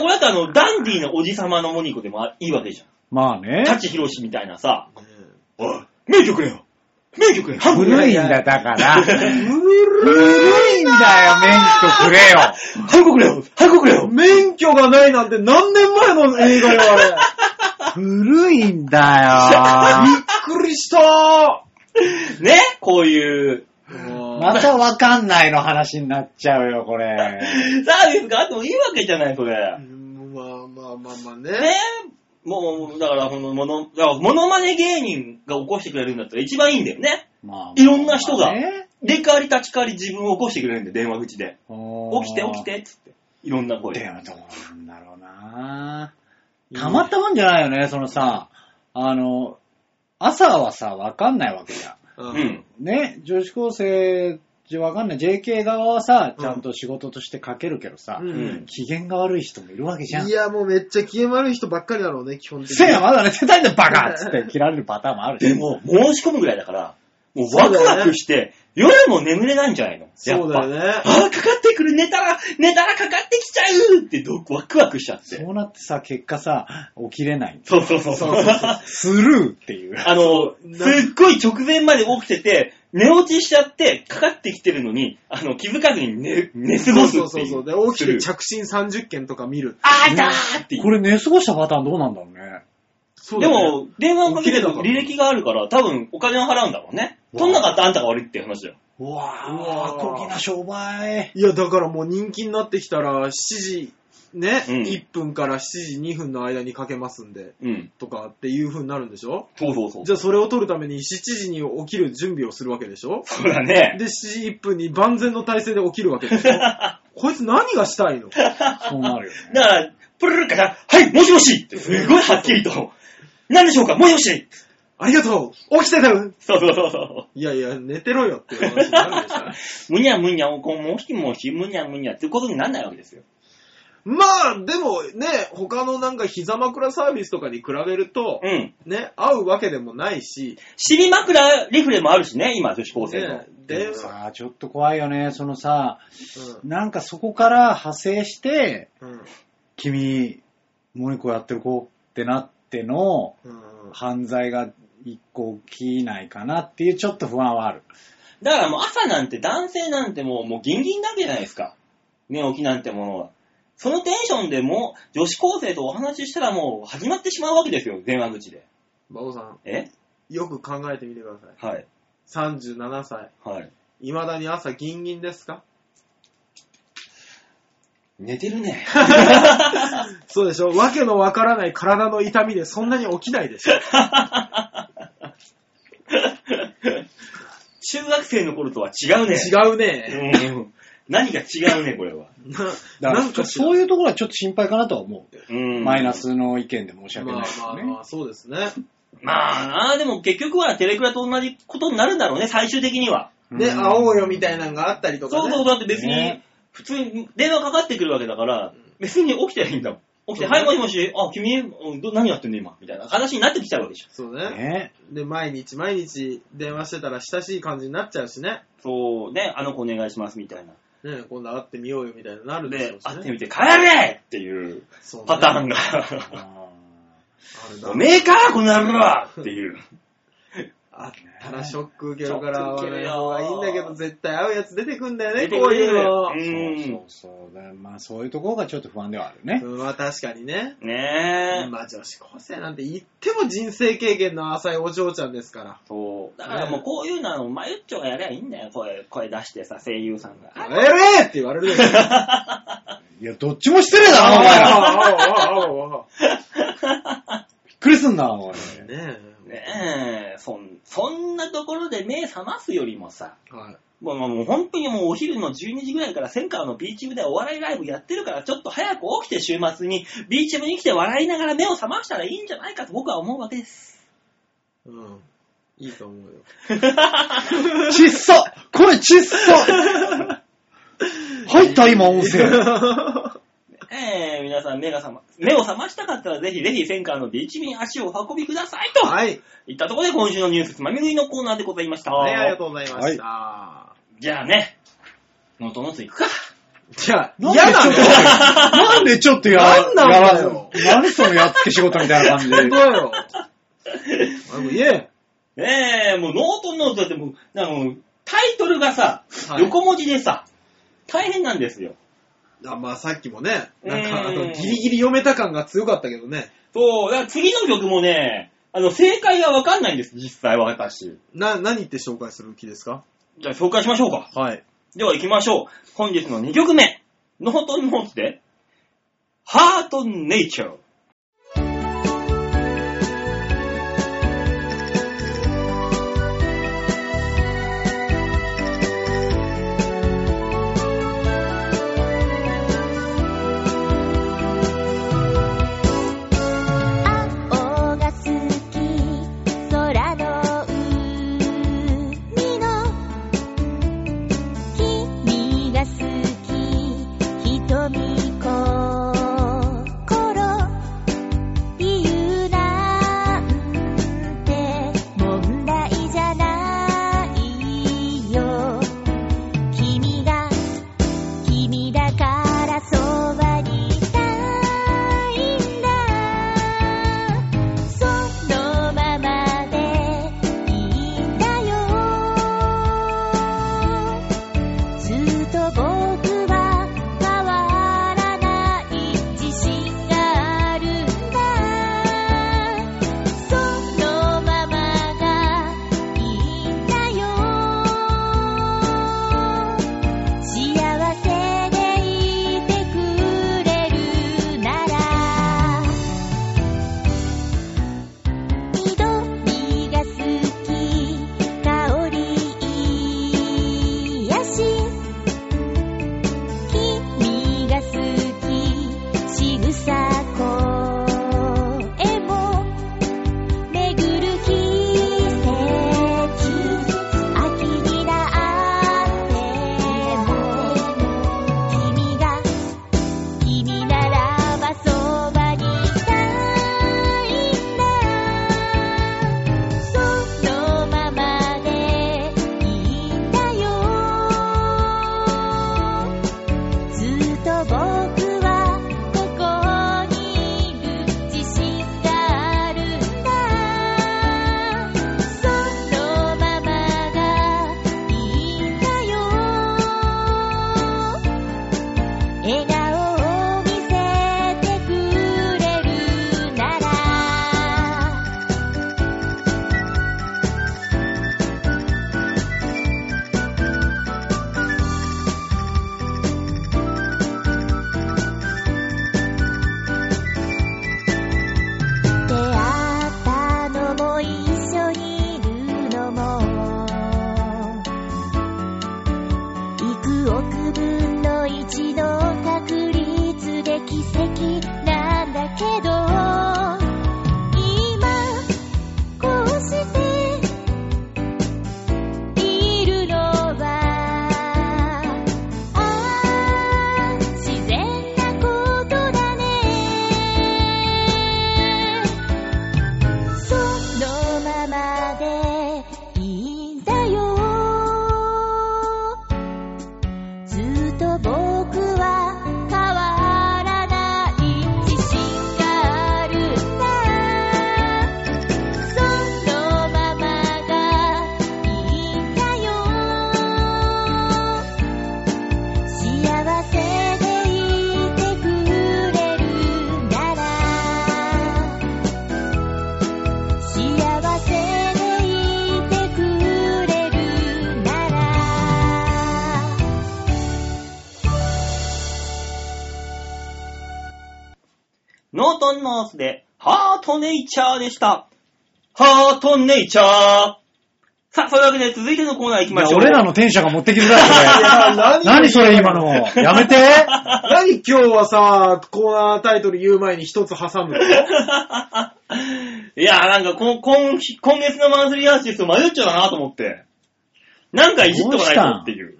[SPEAKER 1] これだとあの、ダンディーのおじさまのモニコでもいいわけじゃん。
[SPEAKER 3] まあね。
[SPEAKER 1] 舘ひろしみたいなさ、おい、名曲れよ名曲れよハング
[SPEAKER 3] 古いんだ、だから。
[SPEAKER 2] 古
[SPEAKER 3] 古いんだよ、免許くれよ。
[SPEAKER 1] 早くくれよ早くくれよ
[SPEAKER 2] 免許がないなんて何年前の映画よ、
[SPEAKER 3] 古いん
[SPEAKER 2] あ
[SPEAKER 3] だ
[SPEAKER 2] れ。び
[SPEAKER 3] よ。
[SPEAKER 2] っくりした
[SPEAKER 1] ねこういう、
[SPEAKER 3] またわかんないの話になっちゃうよ、こ れ。
[SPEAKER 1] サービスがあってもいいわけじゃない、それ
[SPEAKER 2] う。んまあまあまあまあ
[SPEAKER 1] ね
[SPEAKER 2] ね。
[SPEAKER 1] もう、だから、この、もの、だから、モノマネ芸人が起こしてくれるんだったら一番いいんだよね。
[SPEAKER 3] まあ
[SPEAKER 1] いろんな人が
[SPEAKER 3] ね
[SPEAKER 1] 出代わり立ち代わり自分を起こしてくれるんで、電話口で。起
[SPEAKER 3] 起
[SPEAKER 1] きて起き。てっつって。いろんな声
[SPEAKER 3] でもどうなんだろうなたまったもんじゃないよね、そのさ、あの、朝はさ、わかんないわけじゃん。
[SPEAKER 2] う
[SPEAKER 1] う。ん。
[SPEAKER 3] ね、女子高生じゃわかんない。JK 側はさ、ちゃんと仕事として書けるけどさ、
[SPEAKER 2] うん
[SPEAKER 3] 機嫌が悪い人もいるわけじゃん
[SPEAKER 2] い。や、もうめっちゃ機嫌悪い人ばっかりだろうね、基本的に。
[SPEAKER 3] せや、まだ寝てたいんだ、バカっつって切られるパターンもあるし。
[SPEAKER 1] でも、申し込むぐらいだから、もうワクワクして、夜も眠れないんじゃないのやっぱ
[SPEAKER 2] そうだよね。
[SPEAKER 1] ああ、かかってくる、寝たら、寝たらかかってきちゃうってど、ワクワクしちゃって。
[SPEAKER 3] そうなってさ、結果さ、起きれない。
[SPEAKER 1] そうそうそう。
[SPEAKER 2] そうそうそう
[SPEAKER 1] あ
[SPEAKER 3] スルーっていう。
[SPEAKER 1] の、すっごい直前まで起きてて、寝落ちしちゃって、かかってきてるのに、あの、気づかずに寝、寝過ごすってい。
[SPEAKER 2] そううそうそう。で、起きて着信30件とか見る。
[SPEAKER 1] あーいたーっていう
[SPEAKER 3] これ寝過ごしたパターンどうなんだろうね。
[SPEAKER 2] そう
[SPEAKER 1] で
[SPEAKER 2] だね、
[SPEAKER 1] も、電話をかけてる
[SPEAKER 2] 起
[SPEAKER 1] 履
[SPEAKER 2] きれなかった
[SPEAKER 1] 歴があるから、多分お金を払うんだもんね。
[SPEAKER 3] わあ
[SPEAKER 1] 取んなかったあんたが悪いっていう話だよ。
[SPEAKER 3] うわ
[SPEAKER 2] うわー
[SPEAKER 3] ぁ、高貴な商売。
[SPEAKER 2] いや、だからもう人気になってきたら、7時、ね、
[SPEAKER 1] うん
[SPEAKER 2] 1分から7時2分の間にかけますんで、
[SPEAKER 1] うん。
[SPEAKER 2] とかっていう風になるんでしょ
[SPEAKER 1] そうそうそう。
[SPEAKER 2] じゃあそれを取るために7時に起きる準備をするわけでしょ
[SPEAKER 1] そうだね。
[SPEAKER 2] で、7時1分に万全の体制で起きるわけ でしょこいつ何がしたいの
[SPEAKER 3] そうなるよね。
[SPEAKER 1] だから、プルルカが、はい、もしもしって、すごいはっきりと。何でしょうかもしもし
[SPEAKER 2] ありがとう起きてたよ
[SPEAKER 1] そうそうそうそ
[SPEAKER 2] いやいや、寝てろよっていう話になるでしょ。
[SPEAKER 1] う。むにゃむにゃ、こう、もしもし、むにゃむにゃってことになんないわけですよ。
[SPEAKER 2] まあ、でもね、他のなんか膝枕サービスとかに比べると、
[SPEAKER 1] うん。
[SPEAKER 2] ね、合うわけでもないし、
[SPEAKER 1] 尻枕リフレもあるしね、今、女子高生の
[SPEAKER 2] ね。、
[SPEAKER 3] で
[SPEAKER 2] で、
[SPEAKER 3] もさ、ちょっと怖いよね。そのさ、
[SPEAKER 2] う
[SPEAKER 3] なんかそこから派生して、
[SPEAKER 2] ん、うん、
[SPEAKER 3] 君、もう一個やってる子ってなっての、
[SPEAKER 2] うん。
[SPEAKER 3] 犯罪が一個起きないかなっていうちょっと不安はある。
[SPEAKER 1] だからもう朝なんて男性なんてもう、もうギンギンなわけじゃないですか。寝起きなんてものは。そのテンションでもう、女子高生とお話ししたらもう始まってしまうわけですよ、電話口で。
[SPEAKER 2] 馬王さん、
[SPEAKER 1] え
[SPEAKER 2] よく考えてみてくだ
[SPEAKER 1] はい。
[SPEAKER 2] さい。37歳。
[SPEAKER 1] はい。
[SPEAKER 2] 未だに朝ギンギンですか
[SPEAKER 1] 寝てるね。
[SPEAKER 2] そうでしょわけのわからない体の痛みでそんなに起きないでしょ
[SPEAKER 1] 中学生の頃とは違うね。
[SPEAKER 2] 違うね。
[SPEAKER 1] うん何か違うね、これは。
[SPEAKER 3] だから
[SPEAKER 2] なんかしら
[SPEAKER 3] そういうところはちょっと心配かなとは思う。
[SPEAKER 1] うん
[SPEAKER 3] マイナ。スの意見で申し訳
[SPEAKER 2] ま
[SPEAKER 3] な
[SPEAKER 2] あ
[SPEAKER 3] いです
[SPEAKER 2] まあ
[SPEAKER 3] ね。
[SPEAKER 2] まあ、そうですね。
[SPEAKER 1] まあなあ、でも結局はテレクラと同じことになるんだろうね、最終的には。
[SPEAKER 2] で、
[SPEAKER 3] うん
[SPEAKER 2] 会おうよみたいなのがあったりとか
[SPEAKER 1] そう
[SPEAKER 2] ね。
[SPEAKER 1] そう、だって別に
[SPEAKER 3] ね、
[SPEAKER 1] 普通に電話かかってくるわけだから
[SPEAKER 2] うん、
[SPEAKER 1] 別に起きてりゃいいんだもん。起きて、
[SPEAKER 2] そうね
[SPEAKER 1] はい、もしもし、あ、君、うんど何やってんの今、みたいな話になってきちゃうわけでしょ。
[SPEAKER 2] そうね。
[SPEAKER 3] ね
[SPEAKER 2] で、毎日毎日電話してたら親しい感じになっちゃうしね。
[SPEAKER 1] そうね、あの子お願いします、みたいな。
[SPEAKER 2] ね今度会ってみようよみたいになるでし
[SPEAKER 1] で
[SPEAKER 2] ょ、う
[SPEAKER 1] 会
[SPEAKER 2] し
[SPEAKER 1] って
[SPEAKER 2] ね。
[SPEAKER 1] みて、帰れっていう
[SPEAKER 2] そうね
[SPEAKER 1] パターンが。
[SPEAKER 3] あ
[SPEAKER 2] あれだ
[SPEAKER 1] おめえか、この野郎っていう。
[SPEAKER 2] あったらショック受けるから会わない方がいいんだけど、
[SPEAKER 1] シ
[SPEAKER 2] 絶対会うやつ出てくんだよ
[SPEAKER 1] 出
[SPEAKER 2] ね、
[SPEAKER 1] て
[SPEAKER 2] こ
[SPEAKER 1] く
[SPEAKER 2] うい
[SPEAKER 1] る
[SPEAKER 2] うの。
[SPEAKER 1] う。
[SPEAKER 3] ーそうんそうそうだ。まあそういうところがちょっと不安ではあるね。
[SPEAKER 2] うんまあ確かにね。
[SPEAKER 1] ねえ。
[SPEAKER 2] まあ女子高生なんて言っても人生経験の浅いお嬢ちゃんですから。
[SPEAKER 1] そう。だからもうこういうのは、マユッチョがやりゃいいんだよ、声、声出してさ、声優さんが。
[SPEAKER 2] やれって言われるでしょ。
[SPEAKER 3] いや、どっちも失礼だな、お前 ら。
[SPEAKER 2] ああああああ
[SPEAKER 3] びっくりすんな、お前。
[SPEAKER 2] ねえ。
[SPEAKER 1] ねえ、そん、そんなところで目覚ますよりもさ、
[SPEAKER 2] はい。
[SPEAKER 1] もうもうもう本当にもうお昼の12時ぐらいからセンカーのビーチ部でお笑いライブやってるから、ちょっと早く起きて週末にビーチ部に来て笑いながら目を覚ましたらいいんじゃないかと僕は思うわけです。
[SPEAKER 2] うん。いいと思うよ。
[SPEAKER 3] ちっさこれちっさ入った今、音 声。
[SPEAKER 1] ええ皆さん目が覚ま、目を覚ましたかったらぜひぜひセンカーのビーチ部に足をお運びくださいと、
[SPEAKER 2] はい。
[SPEAKER 1] い、ったところで今週のニュースつまみ食いのコーナーでございました。
[SPEAKER 2] はい、ありがとうございました。
[SPEAKER 1] じゃあね、のとのついくか。
[SPEAKER 2] じゃあ、
[SPEAKER 3] なん
[SPEAKER 2] 嫌なの
[SPEAKER 3] でちょっとや、
[SPEAKER 2] なんなんだ
[SPEAKER 3] やら
[SPEAKER 2] よ
[SPEAKER 3] 何そのやっつけ仕事みたいな感じで
[SPEAKER 2] 本。当よ。あもう言え。
[SPEAKER 1] ねえ、もうノートノートだってもう、なんかもうタイトルがさ、
[SPEAKER 2] はい
[SPEAKER 1] 横文字でさ、大変なんですよ。
[SPEAKER 2] あまあさっきもね、なんかあ
[SPEAKER 1] うん
[SPEAKER 2] の、ギリギリ読めた感が強かったけどね。
[SPEAKER 1] そう、だから次の曲もね、あの、正解がわかんないんです、実際は私。
[SPEAKER 2] な、何言って紹介する気ですか
[SPEAKER 1] じゃあ紹介しましょうか。
[SPEAKER 2] はい。
[SPEAKER 1] では行きましょう。本日の2曲目。ノートノートで、ハートネイチャー。
[SPEAKER 4] 青が好き空の海の君が好き瞳心
[SPEAKER 1] ンマースで、ハートネイチャーでした。ハートネイチャー。さあ、そういうわけで続いてのコーナー行きましょう。
[SPEAKER 3] 俺らの天使が持ってきてた
[SPEAKER 2] や
[SPEAKER 3] しね。
[SPEAKER 2] 何
[SPEAKER 3] 何それ今の。やめて。
[SPEAKER 2] 何今日はさ、コーナータイトル言う前に一つ挟むの
[SPEAKER 1] いやーなんかこ今日、今月のマンスリーアーティスト迷っちゃうなと思って。なんかいじっとかないとっていう。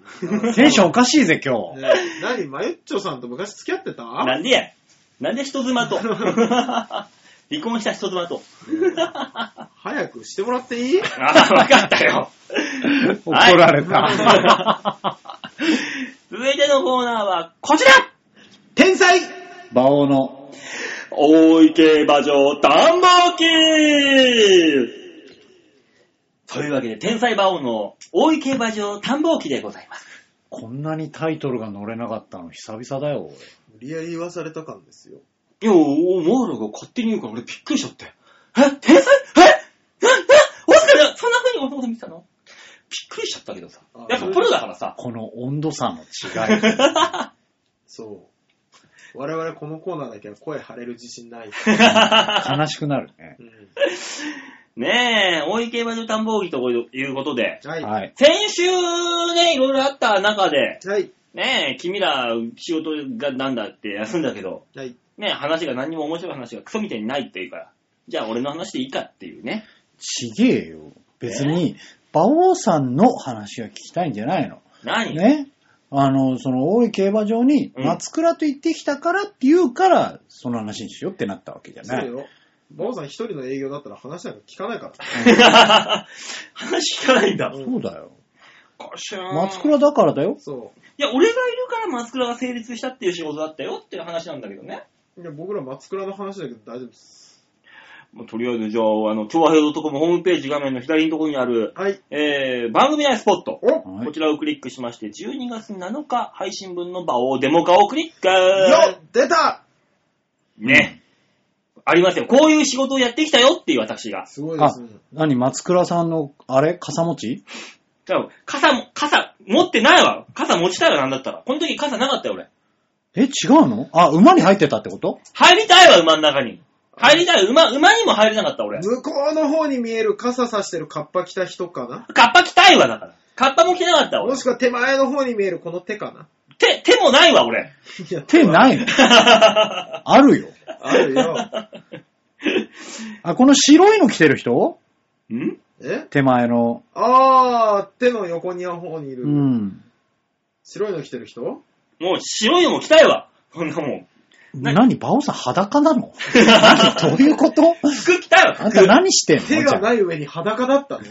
[SPEAKER 3] テンションおかしいぜ、今日。
[SPEAKER 2] ね何マユッチョさんと昔付き合ってた
[SPEAKER 1] なんでや。なんで人妻と。 離婚した人妻と。あ
[SPEAKER 2] 早くしてもらっていい
[SPEAKER 1] ーわかったよ。
[SPEAKER 3] 怒られた。
[SPEAKER 1] 続いてのコーナーはこちら
[SPEAKER 2] 天才
[SPEAKER 3] 馬王の。
[SPEAKER 1] 大井競馬場暖房機というわけで、天才馬王の大井競馬場暖房機でございます。
[SPEAKER 3] こんなにタイトルが乗れなかったの久々だよ。
[SPEAKER 2] 無理やり言わされた感ですよ。
[SPEAKER 1] いや、お前らが勝手に言うから俺びっくりしちゃって。え天才えええオスカルがそんな風に俺のこと見てたのびっくりしちゃったけどさ
[SPEAKER 2] あ。
[SPEAKER 1] やっぱプロだからさ。
[SPEAKER 3] この温度差の違い。
[SPEAKER 2] そう。我々このコーナーだけは声張れる自信 ない。
[SPEAKER 3] 悲しくなるね
[SPEAKER 2] う。ん
[SPEAKER 1] ねえ、大井競馬場探訪着ということで、
[SPEAKER 2] はい。は
[SPEAKER 3] はい。
[SPEAKER 1] 先週ね、いろいろあった中で、
[SPEAKER 2] い。
[SPEAKER 1] ねえ、君ら仕事がなんだって休んだけど、
[SPEAKER 2] はい。
[SPEAKER 1] ねえ、話が何にも面白い話がクソみたいにないっていうから、じゃあ俺の話でいいかっていうね。
[SPEAKER 3] ちげえよ。別に、馬王さんの話が聞きたいんじゃないの。
[SPEAKER 1] 何、
[SPEAKER 3] ね。あの、その、大井競馬場に、
[SPEAKER 1] うん
[SPEAKER 3] 松倉と行ってきたからって言うから、その話にしようってなったわけじゃ
[SPEAKER 2] そ
[SPEAKER 3] な
[SPEAKER 2] う
[SPEAKER 3] い。
[SPEAKER 2] よ。馬王さん一人の営業だったら話なんか聞かないから。
[SPEAKER 1] 話聞かないんだ。
[SPEAKER 3] そうだよ。
[SPEAKER 1] かしらん
[SPEAKER 3] 松倉だからだよ。
[SPEAKER 2] そ
[SPEAKER 1] いや、俺がいるから松倉が成立したっていう仕事だったよっていう話なんだけどね。
[SPEAKER 2] う。いや、僕ら松倉の話だけど大丈夫です。
[SPEAKER 1] もうとりあえず、じゃあ、あの、調和平とかもホームページ画面の左のところにある、
[SPEAKER 2] はい。
[SPEAKER 1] えー、番組内スポット。
[SPEAKER 2] お
[SPEAKER 3] はい
[SPEAKER 1] こちらをクリックしまして、12月7日配信分の場をデモ化をクリック
[SPEAKER 2] よ出た
[SPEAKER 1] ね。ありますよ。こういう仕事をやってきたよっていう私が。
[SPEAKER 2] すごいで
[SPEAKER 3] あ
[SPEAKER 2] すね。、
[SPEAKER 3] 何松倉さんの、あれ傘持ち
[SPEAKER 1] じゃあ、傘も、傘、持ってないわ。傘持ちたいわ、なんだったら。この時傘なかったよ、俺。
[SPEAKER 3] え、違うのあ、馬に入ってたってこと
[SPEAKER 1] 入りたいわ、馬の中に。入りたい。馬、馬にも入れなかった、俺。
[SPEAKER 2] 向こうの方に見える傘さしてるカッパ着た人かな
[SPEAKER 1] カッパ着たいわ、だから。カッパも着てなかった、
[SPEAKER 2] も
[SPEAKER 1] 俺。
[SPEAKER 2] しくは手前の方に見えるこの手かな
[SPEAKER 1] 手、手もないわ、俺。
[SPEAKER 2] いや
[SPEAKER 3] 手な いのあるよ。
[SPEAKER 2] あるよ。
[SPEAKER 3] あ、この白いの着てる人
[SPEAKER 1] ん
[SPEAKER 2] え
[SPEAKER 3] 手前の。
[SPEAKER 2] あー、手の横にあ方にいうる、
[SPEAKER 3] ん。
[SPEAKER 2] 白いの着てる人
[SPEAKER 1] もう白いのも着たいわ。そんなもん。な
[SPEAKER 3] 何バオさん裸 なの何どういうこと
[SPEAKER 1] 服着たい
[SPEAKER 3] あ
[SPEAKER 1] わ、
[SPEAKER 3] んた何してんの
[SPEAKER 2] 手
[SPEAKER 3] じゃ
[SPEAKER 2] が
[SPEAKER 3] あ
[SPEAKER 2] ない上に裸だったの。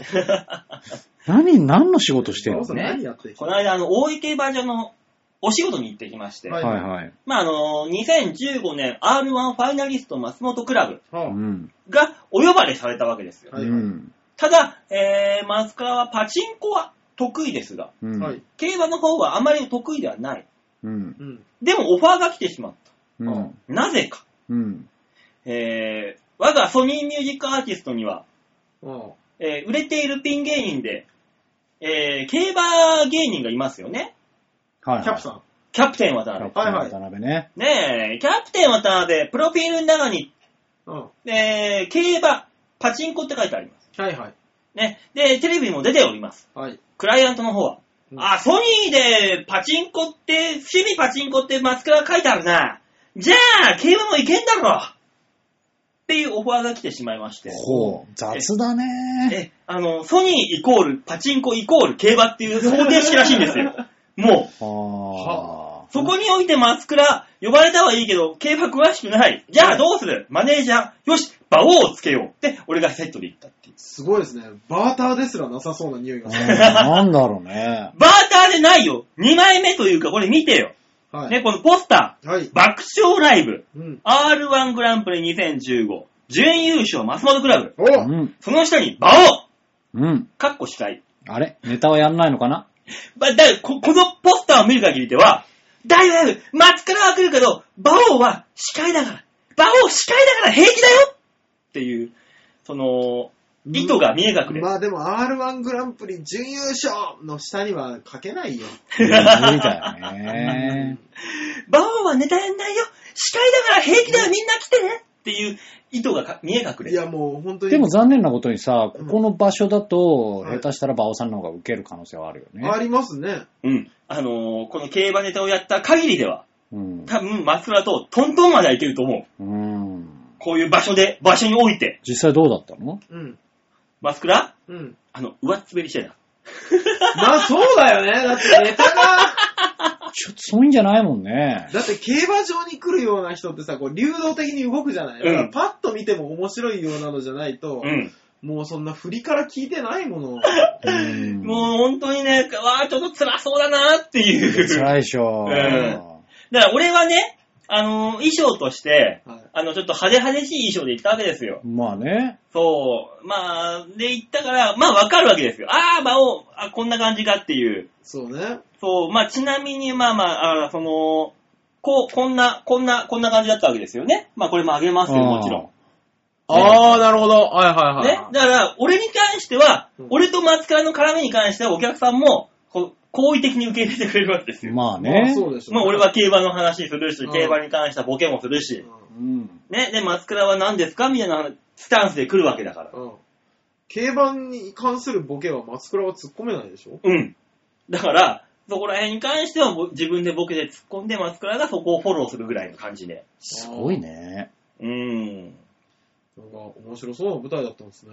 [SPEAKER 3] 何、何の仕事してん
[SPEAKER 2] 馬
[SPEAKER 3] の
[SPEAKER 2] 王さん
[SPEAKER 1] ね
[SPEAKER 2] 何やってきた
[SPEAKER 1] この間、あの、大池馬場のお仕事に行ってきまして。
[SPEAKER 2] はい
[SPEAKER 3] はいはい。
[SPEAKER 1] まあ、あの、2015年 R1 ファイナリスト松本クラブ
[SPEAKER 3] う
[SPEAKER 2] はあ
[SPEAKER 3] ん。
[SPEAKER 1] がお呼ばれされたわけですよ。
[SPEAKER 2] はいうはい
[SPEAKER 3] ん。
[SPEAKER 1] ただ、えー、松倉はパチンコは得意ですが、
[SPEAKER 3] うん
[SPEAKER 2] はい。
[SPEAKER 1] 競馬の方はあまり得意ではない。
[SPEAKER 3] うん。
[SPEAKER 2] うん。
[SPEAKER 1] でもオファーが来てしまった。
[SPEAKER 3] うん。
[SPEAKER 1] なぜか。
[SPEAKER 3] うん。
[SPEAKER 1] えー、我がソニーミュージックアーティストには、
[SPEAKER 2] あ
[SPEAKER 1] えー売れているピン芸人で、えー、競馬芸人がいますよね。
[SPEAKER 3] はいは
[SPEAKER 2] あ
[SPEAKER 3] い。
[SPEAKER 2] キャプさん。
[SPEAKER 1] キャプテン渡
[SPEAKER 3] キャプ
[SPEAKER 1] 辺。
[SPEAKER 3] テン
[SPEAKER 2] はいはい
[SPEAKER 3] 渡辺ね。
[SPEAKER 1] ねえ、キャプテン渡辺、プロフィールの中に、
[SPEAKER 2] うん。は
[SPEAKER 1] えー、競馬、パチンコって書いてあります。
[SPEAKER 2] いはい。
[SPEAKER 1] ね。で、テレビにも出ております。
[SPEAKER 2] はい。
[SPEAKER 1] クライアントの方は。
[SPEAKER 2] うん
[SPEAKER 1] あ、ソニーでパチンコって、趣味パチンコってマスクラ書いてあるな。じゃあ、競馬もいけんだろっていうオファーが来てしまいまして。
[SPEAKER 3] ほう。雑だね。
[SPEAKER 1] え、あの、ソニーイコール、パチンコイコール競馬っていう方程式らしいんですよ。 もう、
[SPEAKER 3] は
[SPEAKER 1] そこにおいて松倉、呼ばれたはいいけど、競馬詳しくない。じゃあどうするマネージャー、よし、馬王をつけようって、俺がセットで言ったっていう。
[SPEAKER 2] すごいですね。バーターですらなさそうな匂い
[SPEAKER 3] あ。う
[SPEAKER 2] が
[SPEAKER 3] ん
[SPEAKER 2] する。
[SPEAKER 3] なんだろ うね。
[SPEAKER 1] バーターでないよ !2 枚目というか、これ見てよ。
[SPEAKER 2] は
[SPEAKER 1] ね、
[SPEAKER 2] い。
[SPEAKER 1] このポスタ
[SPEAKER 2] はい
[SPEAKER 1] ー、。爆笑ライブ。
[SPEAKER 2] うん。
[SPEAKER 1] R1 グランプリ2015、準優勝松本クラブ。
[SPEAKER 2] お
[SPEAKER 3] う
[SPEAKER 2] は
[SPEAKER 3] ん。
[SPEAKER 1] その下に、馬王
[SPEAKER 3] うん。
[SPEAKER 1] かっこ司会。
[SPEAKER 3] あれネタはやんないの かな
[SPEAKER 1] ばだここのポスターを見る限りでは、だいぶだいぶ、松倉は来るけど、馬王は司会だから、馬王司会だから平気だよっていう、その、意図が見え隠れ。
[SPEAKER 2] まあでも R1 グランプリ準優勝の下には書けないよ。
[SPEAKER 3] 無理だよね。
[SPEAKER 1] 馬王はネタやんないよ司会だから平気だよみんな来てねっていう意図がか見え隠れ。
[SPEAKER 2] いや、もう本当に。
[SPEAKER 3] でも残念なことにさ、ここの場所だと、
[SPEAKER 2] はい
[SPEAKER 3] 下手したら馬王さんの方が受ける可能性はあるよね。
[SPEAKER 2] ありますね。
[SPEAKER 1] うん。あのーこの競馬ネタをやった限りでは、
[SPEAKER 3] うん。
[SPEAKER 1] 多分松浦とトントンまではいけると思う。
[SPEAKER 3] うん。
[SPEAKER 1] こういう場所で、場所に置いて。
[SPEAKER 3] 実際どうだったの
[SPEAKER 2] うん。
[SPEAKER 1] 松倉
[SPEAKER 2] うん。
[SPEAKER 1] あの、上っ滑りしてた。
[SPEAKER 2] まあそうだよね。だってネタが、
[SPEAKER 3] ちょっとそういうんじゃないもんね。
[SPEAKER 2] だって競馬場に来るような人ってさ、こう流動的に動くじゃない、
[SPEAKER 1] うん
[SPEAKER 2] だからパッと見ても面白いようなのじゃないと、
[SPEAKER 1] うん。
[SPEAKER 2] もうそんな振りから聞いてないも の。
[SPEAKER 3] うん。
[SPEAKER 1] もう本当にね、わあちょっと辛そうだなっていう。
[SPEAKER 3] 辛いでし ょ。
[SPEAKER 1] うんだから俺はね、あのー衣装として、
[SPEAKER 2] はい
[SPEAKER 1] あの、ちょっと派手派手しい衣装で行ったわけですよ。
[SPEAKER 3] まあね。
[SPEAKER 1] そう。まあ、で行ったから、まあわかるわけですよ。ああ、馬王、あ、こんな感じかっていう。
[SPEAKER 2] そうね。
[SPEAKER 1] そう、まあちなみに、まあまあ、あその、こう、こんな、こんな、こんな感じだったわけですよね。まあこれもあげますよ、もちろん。
[SPEAKER 2] あー、なるほど。はいはいはい。
[SPEAKER 1] ね、だから、俺に関しては、
[SPEAKER 2] うん
[SPEAKER 1] 俺と松川の絡みに関しては、お客さんも、こう好意的に受け入れてくれるわけですよ。ま
[SPEAKER 3] ま
[SPEAKER 2] ま
[SPEAKER 3] あ
[SPEAKER 2] あ
[SPEAKER 3] ね。
[SPEAKER 2] そうでしょう
[SPEAKER 1] あ、
[SPEAKER 2] ね
[SPEAKER 1] 俺は競馬の話するし、
[SPEAKER 2] うん
[SPEAKER 1] 競馬に関してはボケもする
[SPEAKER 2] う
[SPEAKER 1] し、
[SPEAKER 3] うん。
[SPEAKER 1] ね、で、松倉は何ですかみたいなスタンスで来るわけだから。
[SPEAKER 2] ん。うん。競馬に関するボケは松倉は突っ込めないでしょ
[SPEAKER 1] うん。だから、そこら辺に関してはぼ自分でボケで突っ込んで、松倉がそこをフォローするぐらいの感じで。
[SPEAKER 3] すごいね。
[SPEAKER 1] うん。
[SPEAKER 2] なんか面白そうな舞台だったんですね。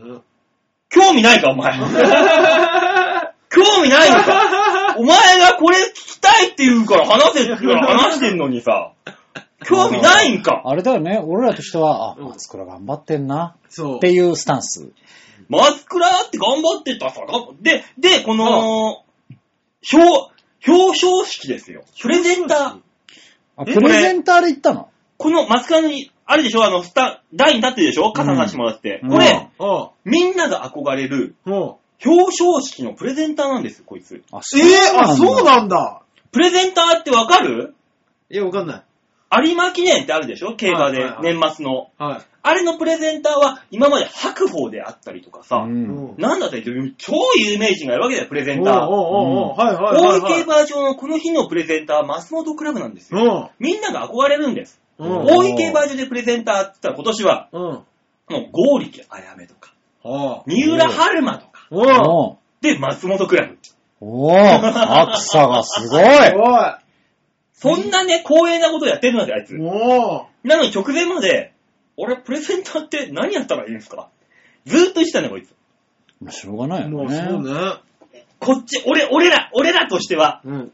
[SPEAKER 1] 興味ないか、お 前。興味ないのか。お前がこれ聞きたいって言うから話 せって言うから話してんのにさ、興味ないんか。
[SPEAKER 3] あれだよね。俺らとしては、あ、
[SPEAKER 2] うん
[SPEAKER 3] 松倉頑張ってんな。
[SPEAKER 2] そう
[SPEAKER 3] っていうスタンス。
[SPEAKER 1] 松倉って頑張ってたさ。がで、で、この、表、表彰式ですよ。プレゼンター。
[SPEAKER 3] あ、
[SPEAKER 1] え
[SPEAKER 3] プレゼンターで行ったの
[SPEAKER 1] この松倉に、あれでしょあの、スタ、台に立ってるでしょ傘さしてもらって。
[SPEAKER 3] うん
[SPEAKER 1] これ、
[SPEAKER 2] あ
[SPEAKER 1] みんなが憧れる
[SPEAKER 2] あ、も
[SPEAKER 1] 表彰式のプレゼンターなんですよ、こいつ。
[SPEAKER 3] あ、
[SPEAKER 2] う。ええあ、そうなんだ
[SPEAKER 1] プレゼンターってわかる
[SPEAKER 2] いや、わかんない。
[SPEAKER 1] 有馬記念ってあるでしょ競馬
[SPEAKER 2] はい
[SPEAKER 1] で
[SPEAKER 2] は、いはい
[SPEAKER 1] 年末の。
[SPEAKER 2] は
[SPEAKER 1] あれのプレゼンターは今まで白鵬であったりとかさ、
[SPEAKER 2] い。
[SPEAKER 3] ん
[SPEAKER 2] うん
[SPEAKER 1] なんだったりと超有名人がいるわけだよ、プレゼンター。
[SPEAKER 2] おうおうおうおうはいはいは
[SPEAKER 1] 大
[SPEAKER 2] い
[SPEAKER 1] 井競馬場のこの日のプレゼンターは松本クラブなんですよ。
[SPEAKER 2] はい。
[SPEAKER 1] みんなが憧れるんです。
[SPEAKER 2] うん。うん。
[SPEAKER 1] 大井競馬場でプレゼンターって言ったら今年は、
[SPEAKER 2] うん。は
[SPEAKER 1] もう剛力あやめとか、
[SPEAKER 2] あ。
[SPEAKER 1] 三浦春馬とか、
[SPEAKER 2] うん。お
[SPEAKER 3] お
[SPEAKER 1] で、松本クラブ。
[SPEAKER 3] おお落差がすごい
[SPEAKER 2] い。
[SPEAKER 1] そんなね、光栄なことやってるので、あいつ。
[SPEAKER 2] も、
[SPEAKER 1] なのに直前まで、俺、プレゼンターって何やったらいいんですかずーっと言ってたね、こいつ。
[SPEAKER 3] まあしょうがないうよね。
[SPEAKER 2] もうそうね。
[SPEAKER 1] こっち、俺、俺ら、俺らとしては、
[SPEAKER 2] うん。
[SPEAKER 1] っ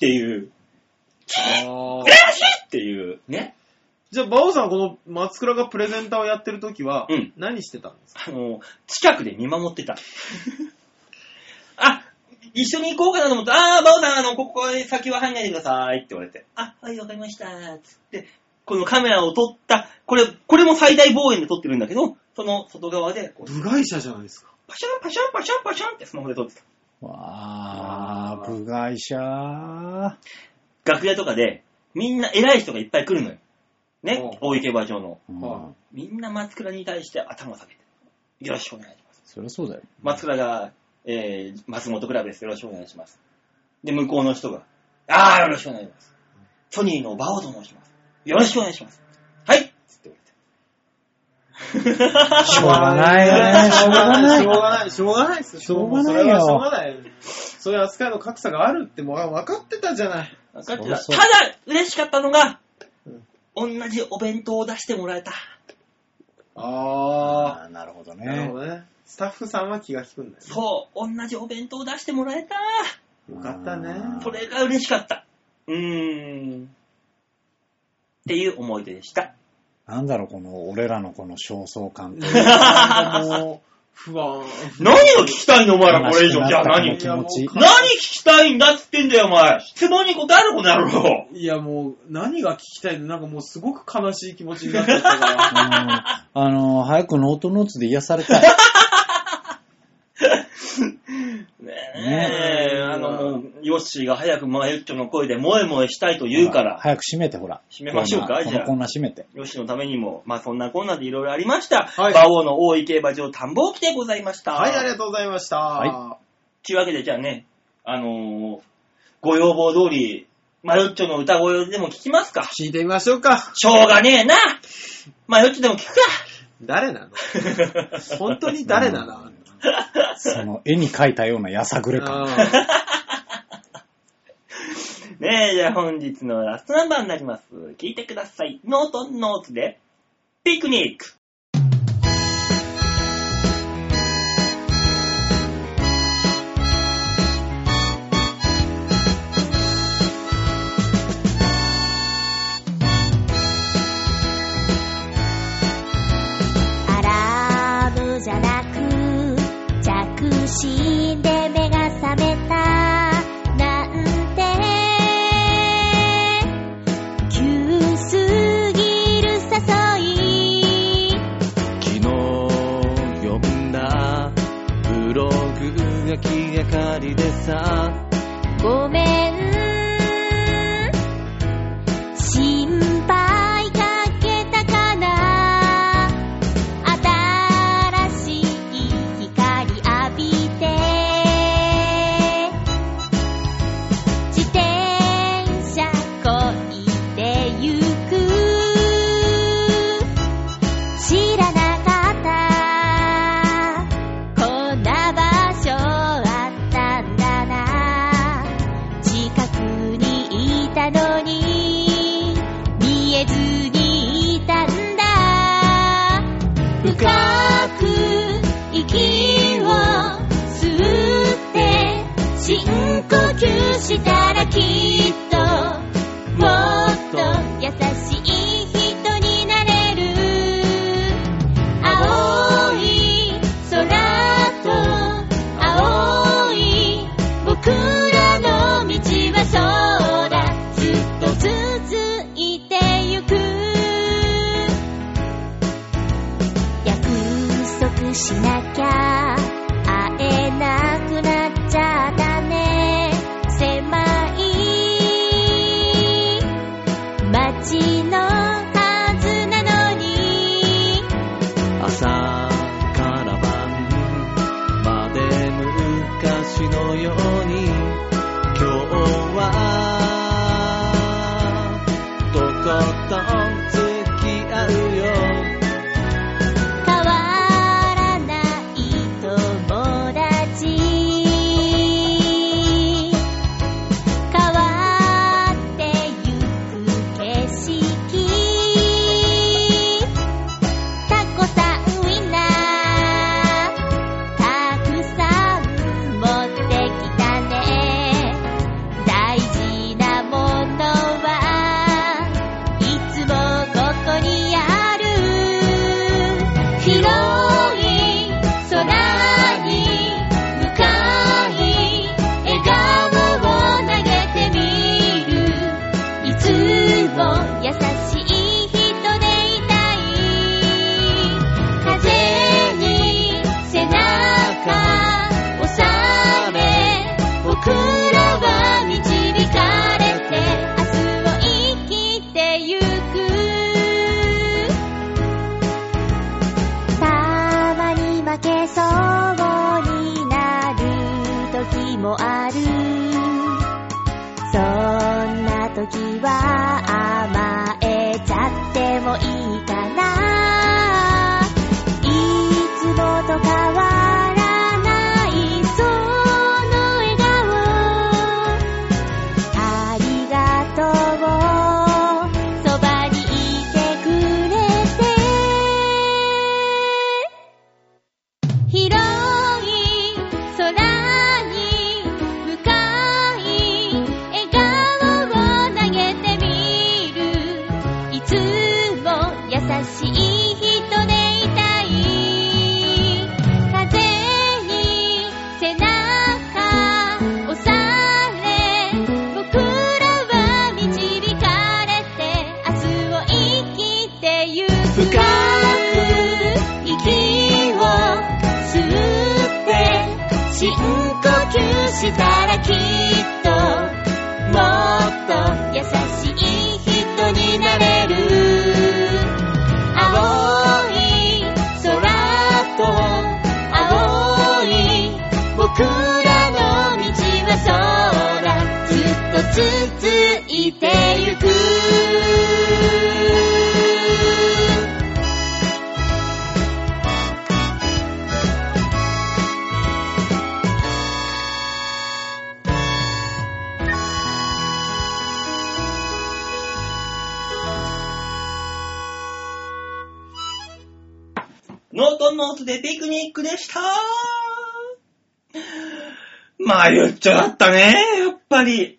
[SPEAKER 1] ていう、
[SPEAKER 2] ああ。
[SPEAKER 1] っていう、ね。
[SPEAKER 2] じゃあ、バオさん、この松倉がプレゼンターをやってるときは
[SPEAKER 1] うん、
[SPEAKER 2] 何してたんですか
[SPEAKER 1] あの、近くで見守ってた。 あ、一緒に行こうかなと思って、あー、バオさん、あの、ここへ先は入んないでくださいって言われて、あ、はい、わかりました、つって、このカメラを撮った、これ、これも最大望遠で撮ってるんだけど、その外側で、こう
[SPEAKER 2] 部外者じゃないですか。
[SPEAKER 1] パシャンパシャンパシャンパシャンってスマホで撮ってた。
[SPEAKER 3] わあ、部外者。
[SPEAKER 1] 楽屋とかで、みんな偉い人がいっぱい来るのよ。ね、
[SPEAKER 2] お
[SPEAKER 1] 大池場場の。
[SPEAKER 3] うん
[SPEAKER 2] は
[SPEAKER 1] みんな松倉に対して頭を下げて。よろしくお願いします。
[SPEAKER 3] そりゃそうだよ。
[SPEAKER 1] 松倉が、えー、松本クラブです。よろしくお願いします。で、向こうの人が、あー、よろしくお願いします。ソニーのバオと申します。よろしくお願いします。はいつって言われて。
[SPEAKER 3] しょうがないよ ね。しょうがない。
[SPEAKER 2] しょうがない、しょうがないっす
[SPEAKER 3] しょうがない
[SPEAKER 2] そ
[SPEAKER 3] よ
[SPEAKER 2] れはしょうがない。そういう扱いの格差があるってもう分かってたじゃない。
[SPEAKER 1] 分かって
[SPEAKER 3] そう
[SPEAKER 1] た。
[SPEAKER 3] そう
[SPEAKER 1] ただ、嬉しかったのが
[SPEAKER 2] うん、
[SPEAKER 1] 同じお弁当を出してもらえた。
[SPEAKER 2] あ
[SPEAKER 3] あーなるほど
[SPEAKER 2] あ。なる
[SPEAKER 3] ね
[SPEAKER 2] ほ。どね。スタッフさんは気が利くんだよね。
[SPEAKER 1] そう、同じお弁当を出してもらえた。
[SPEAKER 2] よかったね
[SPEAKER 3] あー
[SPEAKER 1] それが嬉しかった。うーん。っていう思い出でした。
[SPEAKER 3] なんだろう、この、俺らのこの焦燥感って。
[SPEAKER 2] なんかもう、不安。
[SPEAKER 1] 何 を聞きたいのお前らこれ以上。じゃあ
[SPEAKER 3] 悲
[SPEAKER 1] 何
[SPEAKER 3] しくなったこの気持ち。
[SPEAKER 1] 何聞きたいんだっつってんだよ、お前。質問に答えろ、この野郎。
[SPEAKER 2] いやもう、何が聞きたいのなんかもうすごく悲しい気持ちになってきた から。
[SPEAKER 3] うんあのー、早くノートノーツで癒されたい。
[SPEAKER 1] ね
[SPEAKER 3] ね
[SPEAKER 1] え、あの、もう、ヨッシーが早くマユッチョの声で萌え萌えしたいと 言うか
[SPEAKER 3] ほ
[SPEAKER 1] ら、
[SPEAKER 3] 早く閉めて、ほら。
[SPEAKER 1] 閉めましょうか
[SPEAKER 3] この
[SPEAKER 1] じゃあ
[SPEAKER 3] このコーナー閉めて。
[SPEAKER 1] ヨッシーのためにも、まあそんなこんなでいろいろありました。
[SPEAKER 2] はい
[SPEAKER 1] 馬王の大井競馬場田んぼ起きでございました。
[SPEAKER 2] はい、ありがとうございました。
[SPEAKER 3] は
[SPEAKER 1] というわけで、じゃあね、あのーご要望通り、マヨッチョの歌声でも聞きますか
[SPEAKER 2] 聞いてみましょうか。
[SPEAKER 1] しょうがねえなマヨッチョでも聞く
[SPEAKER 2] 誰なの
[SPEAKER 1] か
[SPEAKER 2] 本当に誰なの、
[SPEAKER 3] その絵に描いたようなやさぐれ感。
[SPEAKER 2] あ
[SPEAKER 1] ねえ、じゃあ本日のラストナンバーになります。聞いてください。ノートンノーツで、ピクニック。
[SPEAKER 4] アラームじゃなく着信で目が覚めたなんて急すぎる誘い
[SPEAKER 5] 昨日読んだブログが気がかりでさ
[SPEAKER 4] ごめん心配かけたかな新しい光浴びて自転車こいでゆく知らなかったこんな場所あったんだな近くにいたのに見えずにいたんだ深く息を吸って深呼吸したらきっともっと優しい人になれる青い空と青い僕らの道はそうだずっと続いてゆく約束しなきゃ会えなくなっちゃったね狭い街のはずなのに
[SPEAKER 5] 朝から晩まで昔のように今日はとことん付き合うよ
[SPEAKER 4] 変わらない友達変わってゆく景色タコさんウインナーたくさん持ってきたね大事なものはいつもここにある広い空に向かい笑顔を投げてみるいつも優しい人でいたい風に背中押され僕らは導かれて明日を生きてゆくたまに負けそうになる時もあるそんな時は甘えちゃってもいいかないつもと変わらないその笑顔ありがとうそばにいてくれて広い空に向かい笑顔を投げてみるいつも優しい人でいたい風に背中押され僕らは導かれて明日を生きてゆく
[SPEAKER 5] 深く
[SPEAKER 4] 息を吸って深呼吸したらきっともっと優しい人になれる青い空と青い僕らの道はそうだずっと続続いてゆく
[SPEAKER 1] ノートノートでピクニックでしたマユッチョだったね、やっぱり。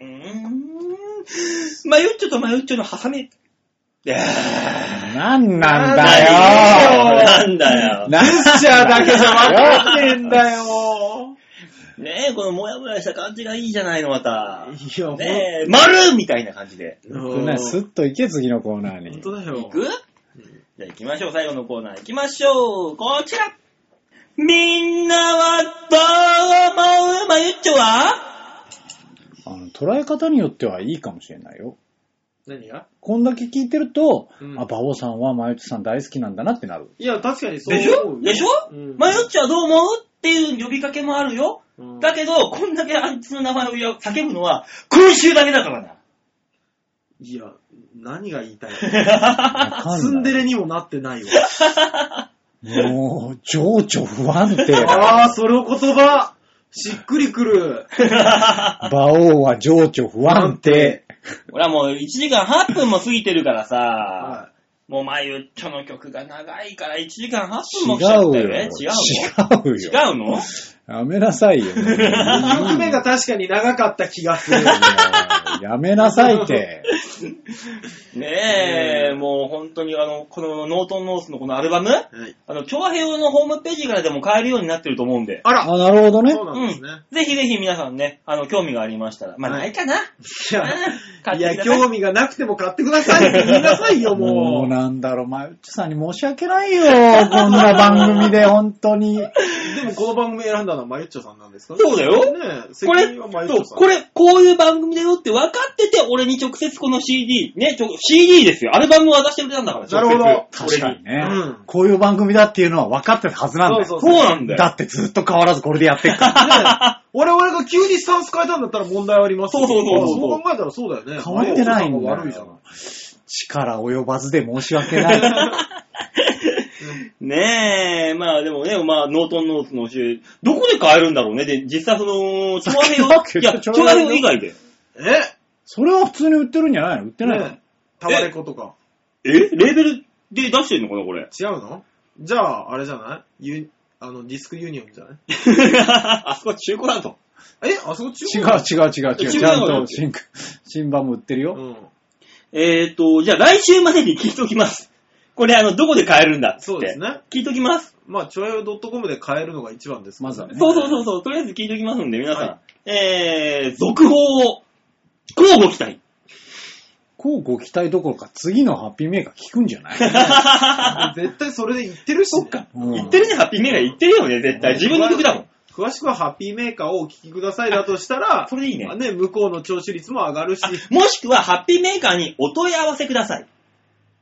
[SPEAKER 1] うーん。マユッチョとマユッチョのハサミ。いやー
[SPEAKER 3] なんなんだよ
[SPEAKER 1] なんだよ。
[SPEAKER 3] なん
[SPEAKER 2] じゃあだけじゃわかんねえんだよ、も
[SPEAKER 1] ねえ、このモヤモヤした感じがいいじゃないの、また
[SPEAKER 2] う。。いや、ほん
[SPEAKER 1] ねえ、丸みたいな感じで。
[SPEAKER 3] よくないスッと行け、次のコーナー
[SPEAKER 2] 本
[SPEAKER 3] に。
[SPEAKER 2] 当だ
[SPEAKER 1] 行
[SPEAKER 2] よ。
[SPEAKER 1] くじゃあ行きましょう、最後のコーナー行きましょう。こちらみんなはどう思うまゆっちょは
[SPEAKER 3] あの、捉え方によってはいいかもしれないよ。
[SPEAKER 2] 何が
[SPEAKER 3] こんだけ聞いてると、
[SPEAKER 2] うん
[SPEAKER 3] あ、馬王さんはマユッチョさん大好きなんだなってなる。
[SPEAKER 2] いや、確かにそう
[SPEAKER 1] でし
[SPEAKER 2] 思
[SPEAKER 1] ょ
[SPEAKER 2] う。
[SPEAKER 1] でしょ
[SPEAKER 2] うん
[SPEAKER 1] まゆっちょはどう思うっていう呼びかけもあるよ。
[SPEAKER 2] うん
[SPEAKER 1] だけど、こんだけあいつの名前を呼び叫ぶのは、今週だけだからな。
[SPEAKER 2] いや、何が言いたい
[SPEAKER 3] わか
[SPEAKER 2] ツン
[SPEAKER 3] んな
[SPEAKER 2] デ
[SPEAKER 3] い。
[SPEAKER 2] レにもなってないわ。
[SPEAKER 3] もう、情緒不安定 だ。
[SPEAKER 2] ああ、それを言葉、しっくりくる。
[SPEAKER 3] 馬王は情緒不安定。
[SPEAKER 1] 俺はもう1時間8分も過ぎてるからさ、
[SPEAKER 2] は
[SPEAKER 1] もうまゆっちょの曲が長いから1時間8分
[SPEAKER 3] 違
[SPEAKER 1] も
[SPEAKER 3] う
[SPEAKER 1] 来ちゃったよ
[SPEAKER 3] よ。
[SPEAKER 1] ね。違う
[SPEAKER 3] 違うよ。
[SPEAKER 1] の違うの
[SPEAKER 3] やめなさいよ。
[SPEAKER 2] い。2曲目が確かに長かった気がする。
[SPEAKER 3] やめなさいって。
[SPEAKER 1] ねえ、もう本当にあの、このノートンノースのこのアルバム、
[SPEAKER 2] はい
[SPEAKER 1] あの、長平のホームページからでも買えるようになってると思うんで、
[SPEAKER 2] あ
[SPEAKER 3] あ、
[SPEAKER 2] ら、
[SPEAKER 3] なるほどね
[SPEAKER 2] そ。うなんですね。
[SPEAKER 1] ぜひぜひ皆さんね、あの、興味がありましたら、まあ、
[SPEAKER 2] はい
[SPEAKER 1] ないかな。
[SPEAKER 2] いや
[SPEAKER 1] うん買って
[SPEAKER 2] い
[SPEAKER 1] く
[SPEAKER 2] や、
[SPEAKER 1] ださい
[SPEAKER 2] 興味がなくても買ってくださいって言いなさ いよ、
[SPEAKER 3] も
[SPEAKER 2] も
[SPEAKER 3] う
[SPEAKER 2] う。
[SPEAKER 3] なんだろう、まゆっちょさんに申し訳ないよ。こんな番組で、本当に。
[SPEAKER 2] でもこの番組選んだのはマユッチョさんなんですか
[SPEAKER 1] そうだよ
[SPEAKER 2] ねえ、
[SPEAKER 1] こ
[SPEAKER 2] 責
[SPEAKER 1] れ、
[SPEAKER 2] 任はマユッチョさ
[SPEAKER 1] そう
[SPEAKER 2] ん。
[SPEAKER 1] これ、こういう番組だよって分かってて、俺に直接この CD、ね、ちょ CD ですよ。アルバムを渡してくれたんだから、
[SPEAKER 2] なるほど
[SPEAKER 1] 直接
[SPEAKER 3] 確かにね
[SPEAKER 2] うん。
[SPEAKER 3] こういう番組だっていうのは分かってるはずなんだよ。
[SPEAKER 2] そうそう
[SPEAKER 1] そうなんだよ。
[SPEAKER 3] だってずっと変わらずこれでやって るから。
[SPEAKER 2] ねえ我々が急にスタンス変えたんだったら問題ありますよ
[SPEAKER 1] そうそうそうそう
[SPEAKER 2] あ考えたらそうだよね。
[SPEAKER 3] 変わってないんだよ
[SPEAKER 2] マユッチョさんが悪い
[SPEAKER 3] 力及ばずで申し訳ない。
[SPEAKER 1] ねえ、まあでもね、まあ、ノートンノーツの教え、どこで買えるんだろうね。で、実際その、調和平
[SPEAKER 3] さっ
[SPEAKER 1] を、
[SPEAKER 3] き
[SPEAKER 1] い
[SPEAKER 3] 言っ
[SPEAKER 1] や、
[SPEAKER 3] た
[SPEAKER 1] 調
[SPEAKER 3] 調
[SPEAKER 1] 和
[SPEAKER 3] 和
[SPEAKER 1] 平
[SPEAKER 3] 平
[SPEAKER 1] 以外で。
[SPEAKER 2] じゃん。え
[SPEAKER 3] それは普通に売ってるんじゃないの売ってないの、
[SPEAKER 2] ねえタワレコとか。
[SPEAKER 1] えレーベルで出してんのかな、これ。
[SPEAKER 2] 違うのじゃあ、あれじゃないユあの、ディスクユニオンじゃない
[SPEAKER 1] あそこ中古だと。
[SPEAKER 2] えあそこ中
[SPEAKER 3] 違う
[SPEAKER 2] 古
[SPEAKER 3] 違う違う違
[SPEAKER 1] 違う
[SPEAKER 3] う。ちゃん
[SPEAKER 1] の
[SPEAKER 3] と新刊新版も売ってるよ。
[SPEAKER 2] うん。
[SPEAKER 1] えーと、じゃあ来週までに聞いときます。これ、あの、どこで買えるんだっつって。
[SPEAKER 2] そうですね。
[SPEAKER 1] 聞いときます。
[SPEAKER 2] まあ、ちょやよ .com で買えるのが一番ですから
[SPEAKER 3] まずはね
[SPEAKER 1] そうそうそう そう、とりあえず聞いときますんで、皆さん。
[SPEAKER 2] は
[SPEAKER 1] えー、続報を、交互期待。
[SPEAKER 3] こうご期待どころか次のハッピーメーカー聞くんじゃない
[SPEAKER 2] 絶対それで言ってるし、ね。
[SPEAKER 3] うん
[SPEAKER 1] 言ってるね、ハッピーメーカー言ってるよね、絶対。自分の曲だもん。
[SPEAKER 2] 詳しくはハッピーメーカーをお聞きくださいだとしたら、
[SPEAKER 1] それいいね
[SPEAKER 2] まあ。ね、向こうの聴取率も上 がるし、
[SPEAKER 1] もしくは、ハッピーメーカーにお問い合わせください。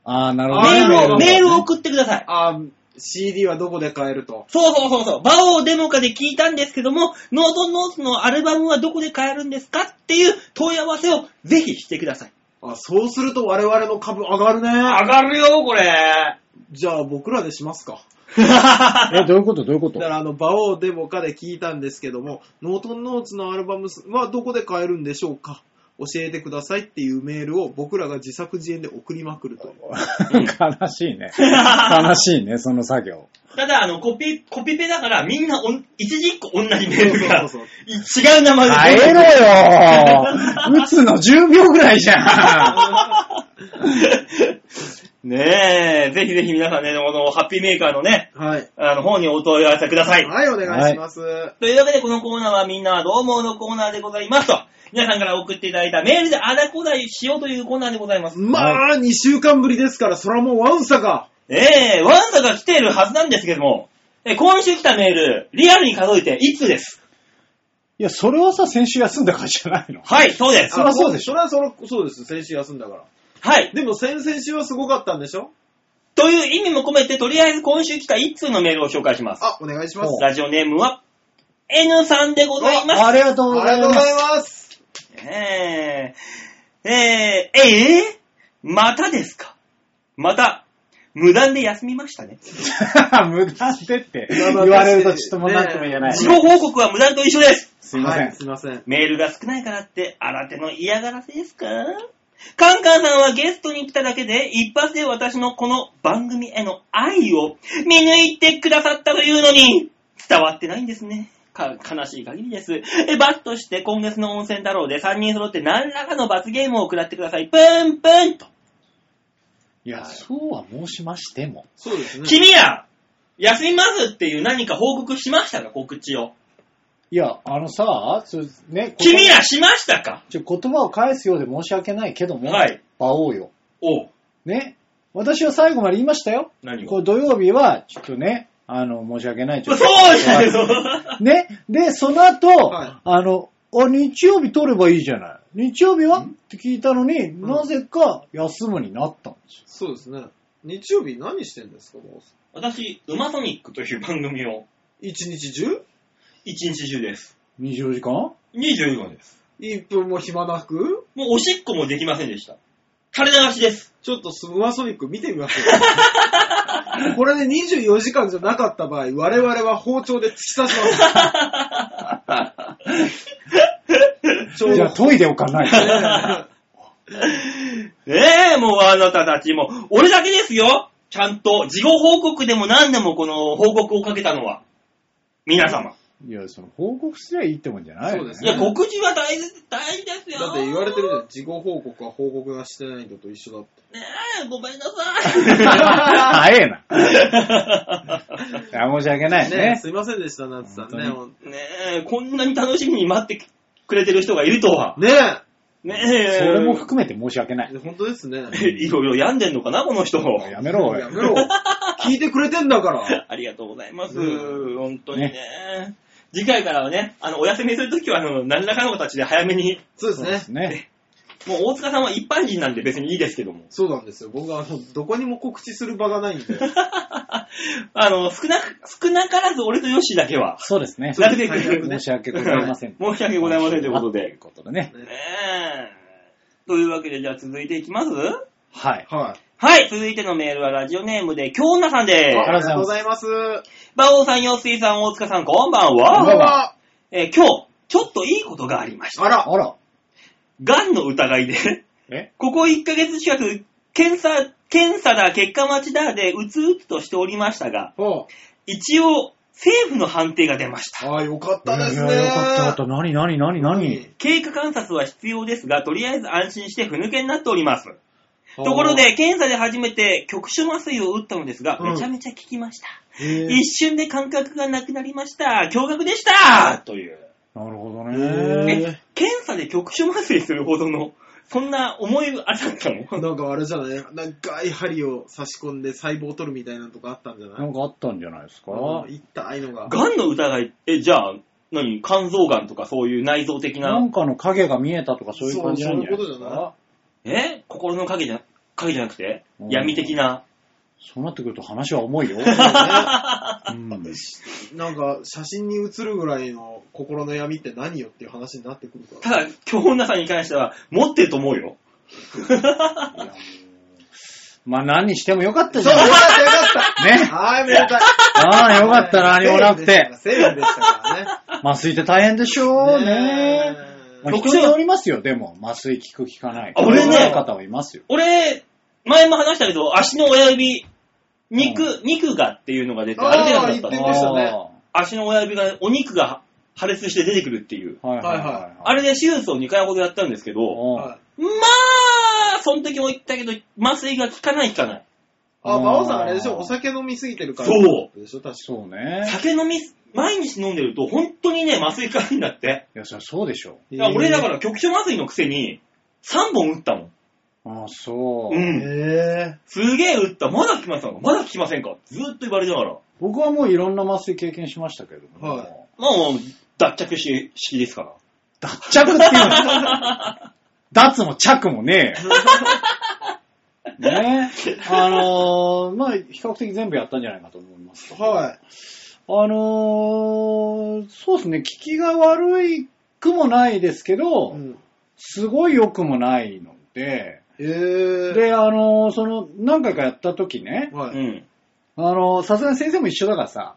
[SPEAKER 3] ああ、なるほど
[SPEAKER 2] あ
[SPEAKER 1] メ
[SPEAKER 3] ね。
[SPEAKER 1] ールを、メールを
[SPEAKER 3] を。
[SPEAKER 1] 送ってください。
[SPEAKER 2] あ CD はどこで買えると。
[SPEAKER 1] そうそうそうそう。バオデモカで聞いたんですけども、ノートンノーツのアルバムはどこで買えるんですかっていう問い合わせをぜひしてください。
[SPEAKER 2] あ、そうすると我々の株上がるね。
[SPEAKER 1] がるよ、これ。
[SPEAKER 2] じゃあ僕らでしますか。
[SPEAKER 3] え、どういうことどういうこ
[SPEAKER 2] だ
[SPEAKER 3] と
[SPEAKER 2] からあの、バオーデモかで聞いたんですけども、ノートンノーツのアルバムはどこで買えるんでしょうか教えてくださいっていうメールを僕らが自作自演で送りまくるという。
[SPEAKER 3] 悲しい ね。悲しいね、その作業。
[SPEAKER 1] ただ、あの、コピ、コピペだから、みんなおん、一字一個同じメールが、
[SPEAKER 2] そうそう
[SPEAKER 1] 違う名前で。
[SPEAKER 3] 変えろよ打つの10秒ぐらいじ ゃん
[SPEAKER 1] ねえ、ぜひぜひ皆さんね、このハッピーメーカーのね、
[SPEAKER 2] はい。
[SPEAKER 1] あの方にお問い合わせください。
[SPEAKER 2] はい、お願いします。
[SPEAKER 1] というわけで、このコーナーはみんなはどう思うのコーナーでございますと、皆さんから送っていただいたメールであだこだいしようというコーナーでございます。
[SPEAKER 2] まあ、2週間ぶりですから、そらもうワンサか。
[SPEAKER 1] ええワンダが来ているはずなんですけども、えー今週来たメール、リアルに数えて1通です。
[SPEAKER 3] いや、それはさ、先週休んだからじゃないの。
[SPEAKER 1] はい、そうです。
[SPEAKER 3] そらそうでしょ
[SPEAKER 2] そらそらそうです。先週休んだから。
[SPEAKER 1] はい。
[SPEAKER 2] でも先々週はすごかったんでしょ
[SPEAKER 1] という意味も込めて、とりあえず今週来た1通のメールを紹介します。
[SPEAKER 2] あ、お願いします。
[SPEAKER 1] ラジオネームは、N さんでございます。
[SPEAKER 3] ありがとうご
[SPEAKER 2] あ
[SPEAKER 3] ざ
[SPEAKER 2] り
[SPEAKER 3] い
[SPEAKER 2] がとう
[SPEAKER 3] ま
[SPEAKER 2] ござ
[SPEAKER 3] す
[SPEAKER 2] い。ます。
[SPEAKER 1] ねね。えー、えー、えーまたですかまた、無断で休みましたね。
[SPEAKER 3] 無断でって言われるとちょっともうなんとも言えない。
[SPEAKER 1] 事後報告は無断と一緒です
[SPEAKER 3] すいませ
[SPEAKER 2] はい
[SPEAKER 3] ん。
[SPEAKER 2] すいません。
[SPEAKER 1] メールが少ないからって、新手の嫌がらせですかカンカンさんはゲストに来ただけで、一発で私のこの番組への愛を見抜いてくださったというのに、伝わってないんですね。か、悲しい限りです。え、バッとして今月の温泉太郎で3人揃って何らかの罰ゲームを食らってください。プンプンと。
[SPEAKER 3] いや、そうは申しましても。
[SPEAKER 2] そうですね。
[SPEAKER 1] 君ら、休みますっていう何か報告しましたか告知を。
[SPEAKER 3] いや、あのさ、そうね、
[SPEAKER 1] 君らしましたか
[SPEAKER 3] ちょ言葉を返すようで申し訳ないけども、
[SPEAKER 1] はい
[SPEAKER 3] 馬王よ。
[SPEAKER 1] おう。
[SPEAKER 3] ね。私は最後まで言いましたよ。
[SPEAKER 1] 何
[SPEAKER 3] こう土曜日は、ちょっとね、あの、申し訳ない。ちょ
[SPEAKER 1] そう
[SPEAKER 3] っと
[SPEAKER 1] じゃよ
[SPEAKER 3] ね。で、その後、
[SPEAKER 2] はい
[SPEAKER 3] あの、あ、日曜日取ればいいじゃない。日曜日はって聞いたのに、なぜか休むになったんですよ。
[SPEAKER 2] そうですね。日曜日何してんですか、もう。
[SPEAKER 1] 私、ウマソニックという番組を
[SPEAKER 2] 一日中
[SPEAKER 1] 一日中です。
[SPEAKER 3] 24時間
[SPEAKER 1] 24時間です。
[SPEAKER 2] 一分も暇なく
[SPEAKER 1] もうおしっこもできませんでした。垂れ流しです。
[SPEAKER 2] ちょっとスマソニック見てみましょ う。これで24時間じゃなかった場合、我々は包丁で突き刺し ます。ちょう
[SPEAKER 3] じゃあ、
[SPEAKER 2] ど。
[SPEAKER 3] 研いでおかないと。
[SPEAKER 1] ええもうあなたたちも、俺だけですよちゃんと、事後報告でも何でもこの報告をかけたのは。皆様。
[SPEAKER 3] いや、その、報告すりゃいいってもんじゃないよ、ね。
[SPEAKER 2] そ
[SPEAKER 1] い
[SPEAKER 2] うです
[SPEAKER 1] や、
[SPEAKER 2] ね
[SPEAKER 1] 告知は大事、大事ですよ
[SPEAKER 2] だって言われてるじゃん。事後報告は報告がしてないのと一緒だって。
[SPEAKER 1] ねえ、ごめんなさ
[SPEAKER 3] 早えな。いや申し訳ない
[SPEAKER 2] ね
[SPEAKER 3] ね。
[SPEAKER 2] すいませんでした、夏さんね。
[SPEAKER 1] い。 ねえ、こんなに楽しみに待ってくれてる人がいるとは。
[SPEAKER 2] ね
[SPEAKER 1] ね
[SPEAKER 3] そ
[SPEAKER 1] え。
[SPEAKER 3] れも含めて申し訳ない。
[SPEAKER 2] え、本当ですね。
[SPEAKER 1] いろいろ病んでんのかな、この人。
[SPEAKER 3] やめろ、おい
[SPEAKER 2] や。めろ。聞いてくれてんだか ら。
[SPEAKER 1] ありがとうございます。
[SPEAKER 2] う
[SPEAKER 1] 本当にね。次回からはね、あの、お休みするときは、あの、何らかの形で早めに、
[SPEAKER 2] そう
[SPEAKER 3] そう
[SPEAKER 2] で
[SPEAKER 3] ですす
[SPEAKER 2] ね。
[SPEAKER 3] ね。
[SPEAKER 1] もう大塚さんは一般人なんで別にいいですけども。
[SPEAKER 2] そうなんですよ。僕はあの、どこにも告知する場がないんで。
[SPEAKER 1] あの、少なく、少なからず俺とヨッシーだけは、
[SPEAKER 3] そうですね。
[SPEAKER 1] なるべく、
[SPEAKER 2] 最悪
[SPEAKER 1] ね
[SPEAKER 3] 申し訳ございません。
[SPEAKER 1] 申し訳ございませんということで
[SPEAKER 3] ということでね。
[SPEAKER 1] え。というわけで、じゃあ続いていきます
[SPEAKER 3] はい。
[SPEAKER 2] はい。
[SPEAKER 1] はい、続いてのメールはラジオネームで、京奈さんで
[SPEAKER 3] ありが
[SPEAKER 2] と
[SPEAKER 3] と
[SPEAKER 2] うご
[SPEAKER 3] うご
[SPEAKER 2] ざ
[SPEAKER 3] ざ
[SPEAKER 2] います。
[SPEAKER 1] す。馬王さん、ヨッシーさん、大塚さん、こんばん
[SPEAKER 3] こんばん
[SPEAKER 1] は。
[SPEAKER 3] は
[SPEAKER 1] えー今日、ちょっといいことがありました。
[SPEAKER 2] あら、
[SPEAKER 3] あら。
[SPEAKER 1] ガンの疑いで、
[SPEAKER 3] え
[SPEAKER 1] ここ1ヶ月近く、検査、検査だ、結果待ちだで、うつうつとしておりましたが、
[SPEAKER 2] は
[SPEAKER 1] 一応、政府の判定が出ました。
[SPEAKER 2] あ、あーよかったですね。
[SPEAKER 3] いやいやよかった、よかった。なになになになに
[SPEAKER 1] 経過観察は必要ですが、とりあえず安心してふぬけになっております。
[SPEAKER 2] と
[SPEAKER 1] ところ、で、検査で初めて局所麻酔を打ったのですが、
[SPEAKER 2] うん
[SPEAKER 1] めちゃめちゃ効きました。
[SPEAKER 2] へー
[SPEAKER 1] 一瞬で感覚がなくなりました。驚愕でしたという。
[SPEAKER 3] なるほど
[SPEAKER 2] へー
[SPEAKER 3] ね。
[SPEAKER 1] 検査で局所麻酔するほどの、そんな思いあれだったの
[SPEAKER 2] なんかあれじゃない長い針を差し込んで細胞を取るみたいなのとかあったんじゃな
[SPEAKER 3] ないんかあったんじゃないですか。
[SPEAKER 2] うん痛いのが。
[SPEAKER 1] がんの疑い、え、じゃあ、何肝臓がんとかそういう内臓的
[SPEAKER 3] な
[SPEAKER 1] な、
[SPEAKER 3] んかの影が見えたとかそういう感じなんじゃない
[SPEAKER 2] そ
[SPEAKER 3] です
[SPEAKER 2] うそういうことじゃない
[SPEAKER 3] か。
[SPEAKER 1] え心の影じゃ、影じゃなくて
[SPEAKER 3] うん
[SPEAKER 1] 闇的な。
[SPEAKER 3] そうなってくると話は重い よ。うん
[SPEAKER 2] なんか写真に写るぐらいの心の闇って何よっていう話になってくるから。
[SPEAKER 1] ただ、今日女さんに関しては、持ってると思うよ。
[SPEAKER 3] まあ何にしてもよかったじ
[SPEAKER 2] そう、
[SPEAKER 3] ゃ
[SPEAKER 2] よ
[SPEAKER 3] ん。
[SPEAKER 2] かった
[SPEAKER 3] ね。
[SPEAKER 2] よかった。はい、めでたい。
[SPEAKER 3] ああ、よか った、何もなくて。
[SPEAKER 2] セーフでしたか
[SPEAKER 3] 麻酔って大変でしょ
[SPEAKER 2] ら
[SPEAKER 3] う
[SPEAKER 2] ね。
[SPEAKER 3] ね。
[SPEAKER 2] え
[SPEAKER 3] まあ人によりますよ、でも。麻酔効く効かない。
[SPEAKER 1] あ俺ね
[SPEAKER 3] ない方はいますよ。
[SPEAKER 1] 俺、前も話したけど、足の親指、肉、肉がっていうのが出て、
[SPEAKER 2] あー
[SPEAKER 1] あれ出なかった
[SPEAKER 2] 言って
[SPEAKER 1] の
[SPEAKER 2] ましたね
[SPEAKER 1] 足の親指が、お肉が破裂して出てくるっていう。
[SPEAKER 3] あーはいはいはいはい。
[SPEAKER 1] あれで手術を2回ほどやったんですけど、
[SPEAKER 3] おう
[SPEAKER 2] はい
[SPEAKER 1] まあ、その時も言ったけど、麻酔が効かない効かない。
[SPEAKER 2] あ、馬王さんあれでしょお酒飲みすぎてるから。。
[SPEAKER 1] そう
[SPEAKER 2] でしょ確か
[SPEAKER 3] そうね。
[SPEAKER 1] 酒飲み、毎日飲んでると、本当にね、麻酔効かないんだって。
[SPEAKER 3] いや、そりゃそうでしょ。
[SPEAKER 1] い
[SPEAKER 2] に。。
[SPEAKER 1] や俺だからら局所麻酔のくせに、3本打ったもん。
[SPEAKER 3] ああ、そう。
[SPEAKER 1] うん。
[SPEAKER 2] へ
[SPEAKER 1] すげえ打った。まだ効きませんかまだ効きませんかずーっと言われながら。
[SPEAKER 3] 僕はもういろんな麻酔経験しましたけれども。
[SPEAKER 2] はい
[SPEAKER 1] まあもう、脱着し式ですから。
[SPEAKER 3] 脱着っていうの 脱も着もねえよ。ねあのー、まあ、比較的全部やったんじゃないかと思いますけ
[SPEAKER 2] ー
[SPEAKER 3] ど。
[SPEAKER 2] はい。
[SPEAKER 3] あのー、そうですね、聞きが悪いくもないですけど、
[SPEAKER 2] うん
[SPEAKER 3] すごい良くもないので、
[SPEAKER 2] えー。
[SPEAKER 3] で、あの、その、何回かやった時ね、
[SPEAKER 2] は
[SPEAKER 1] う
[SPEAKER 2] い。
[SPEAKER 1] ん。
[SPEAKER 3] あの、さすがに先生も一緒だからさ、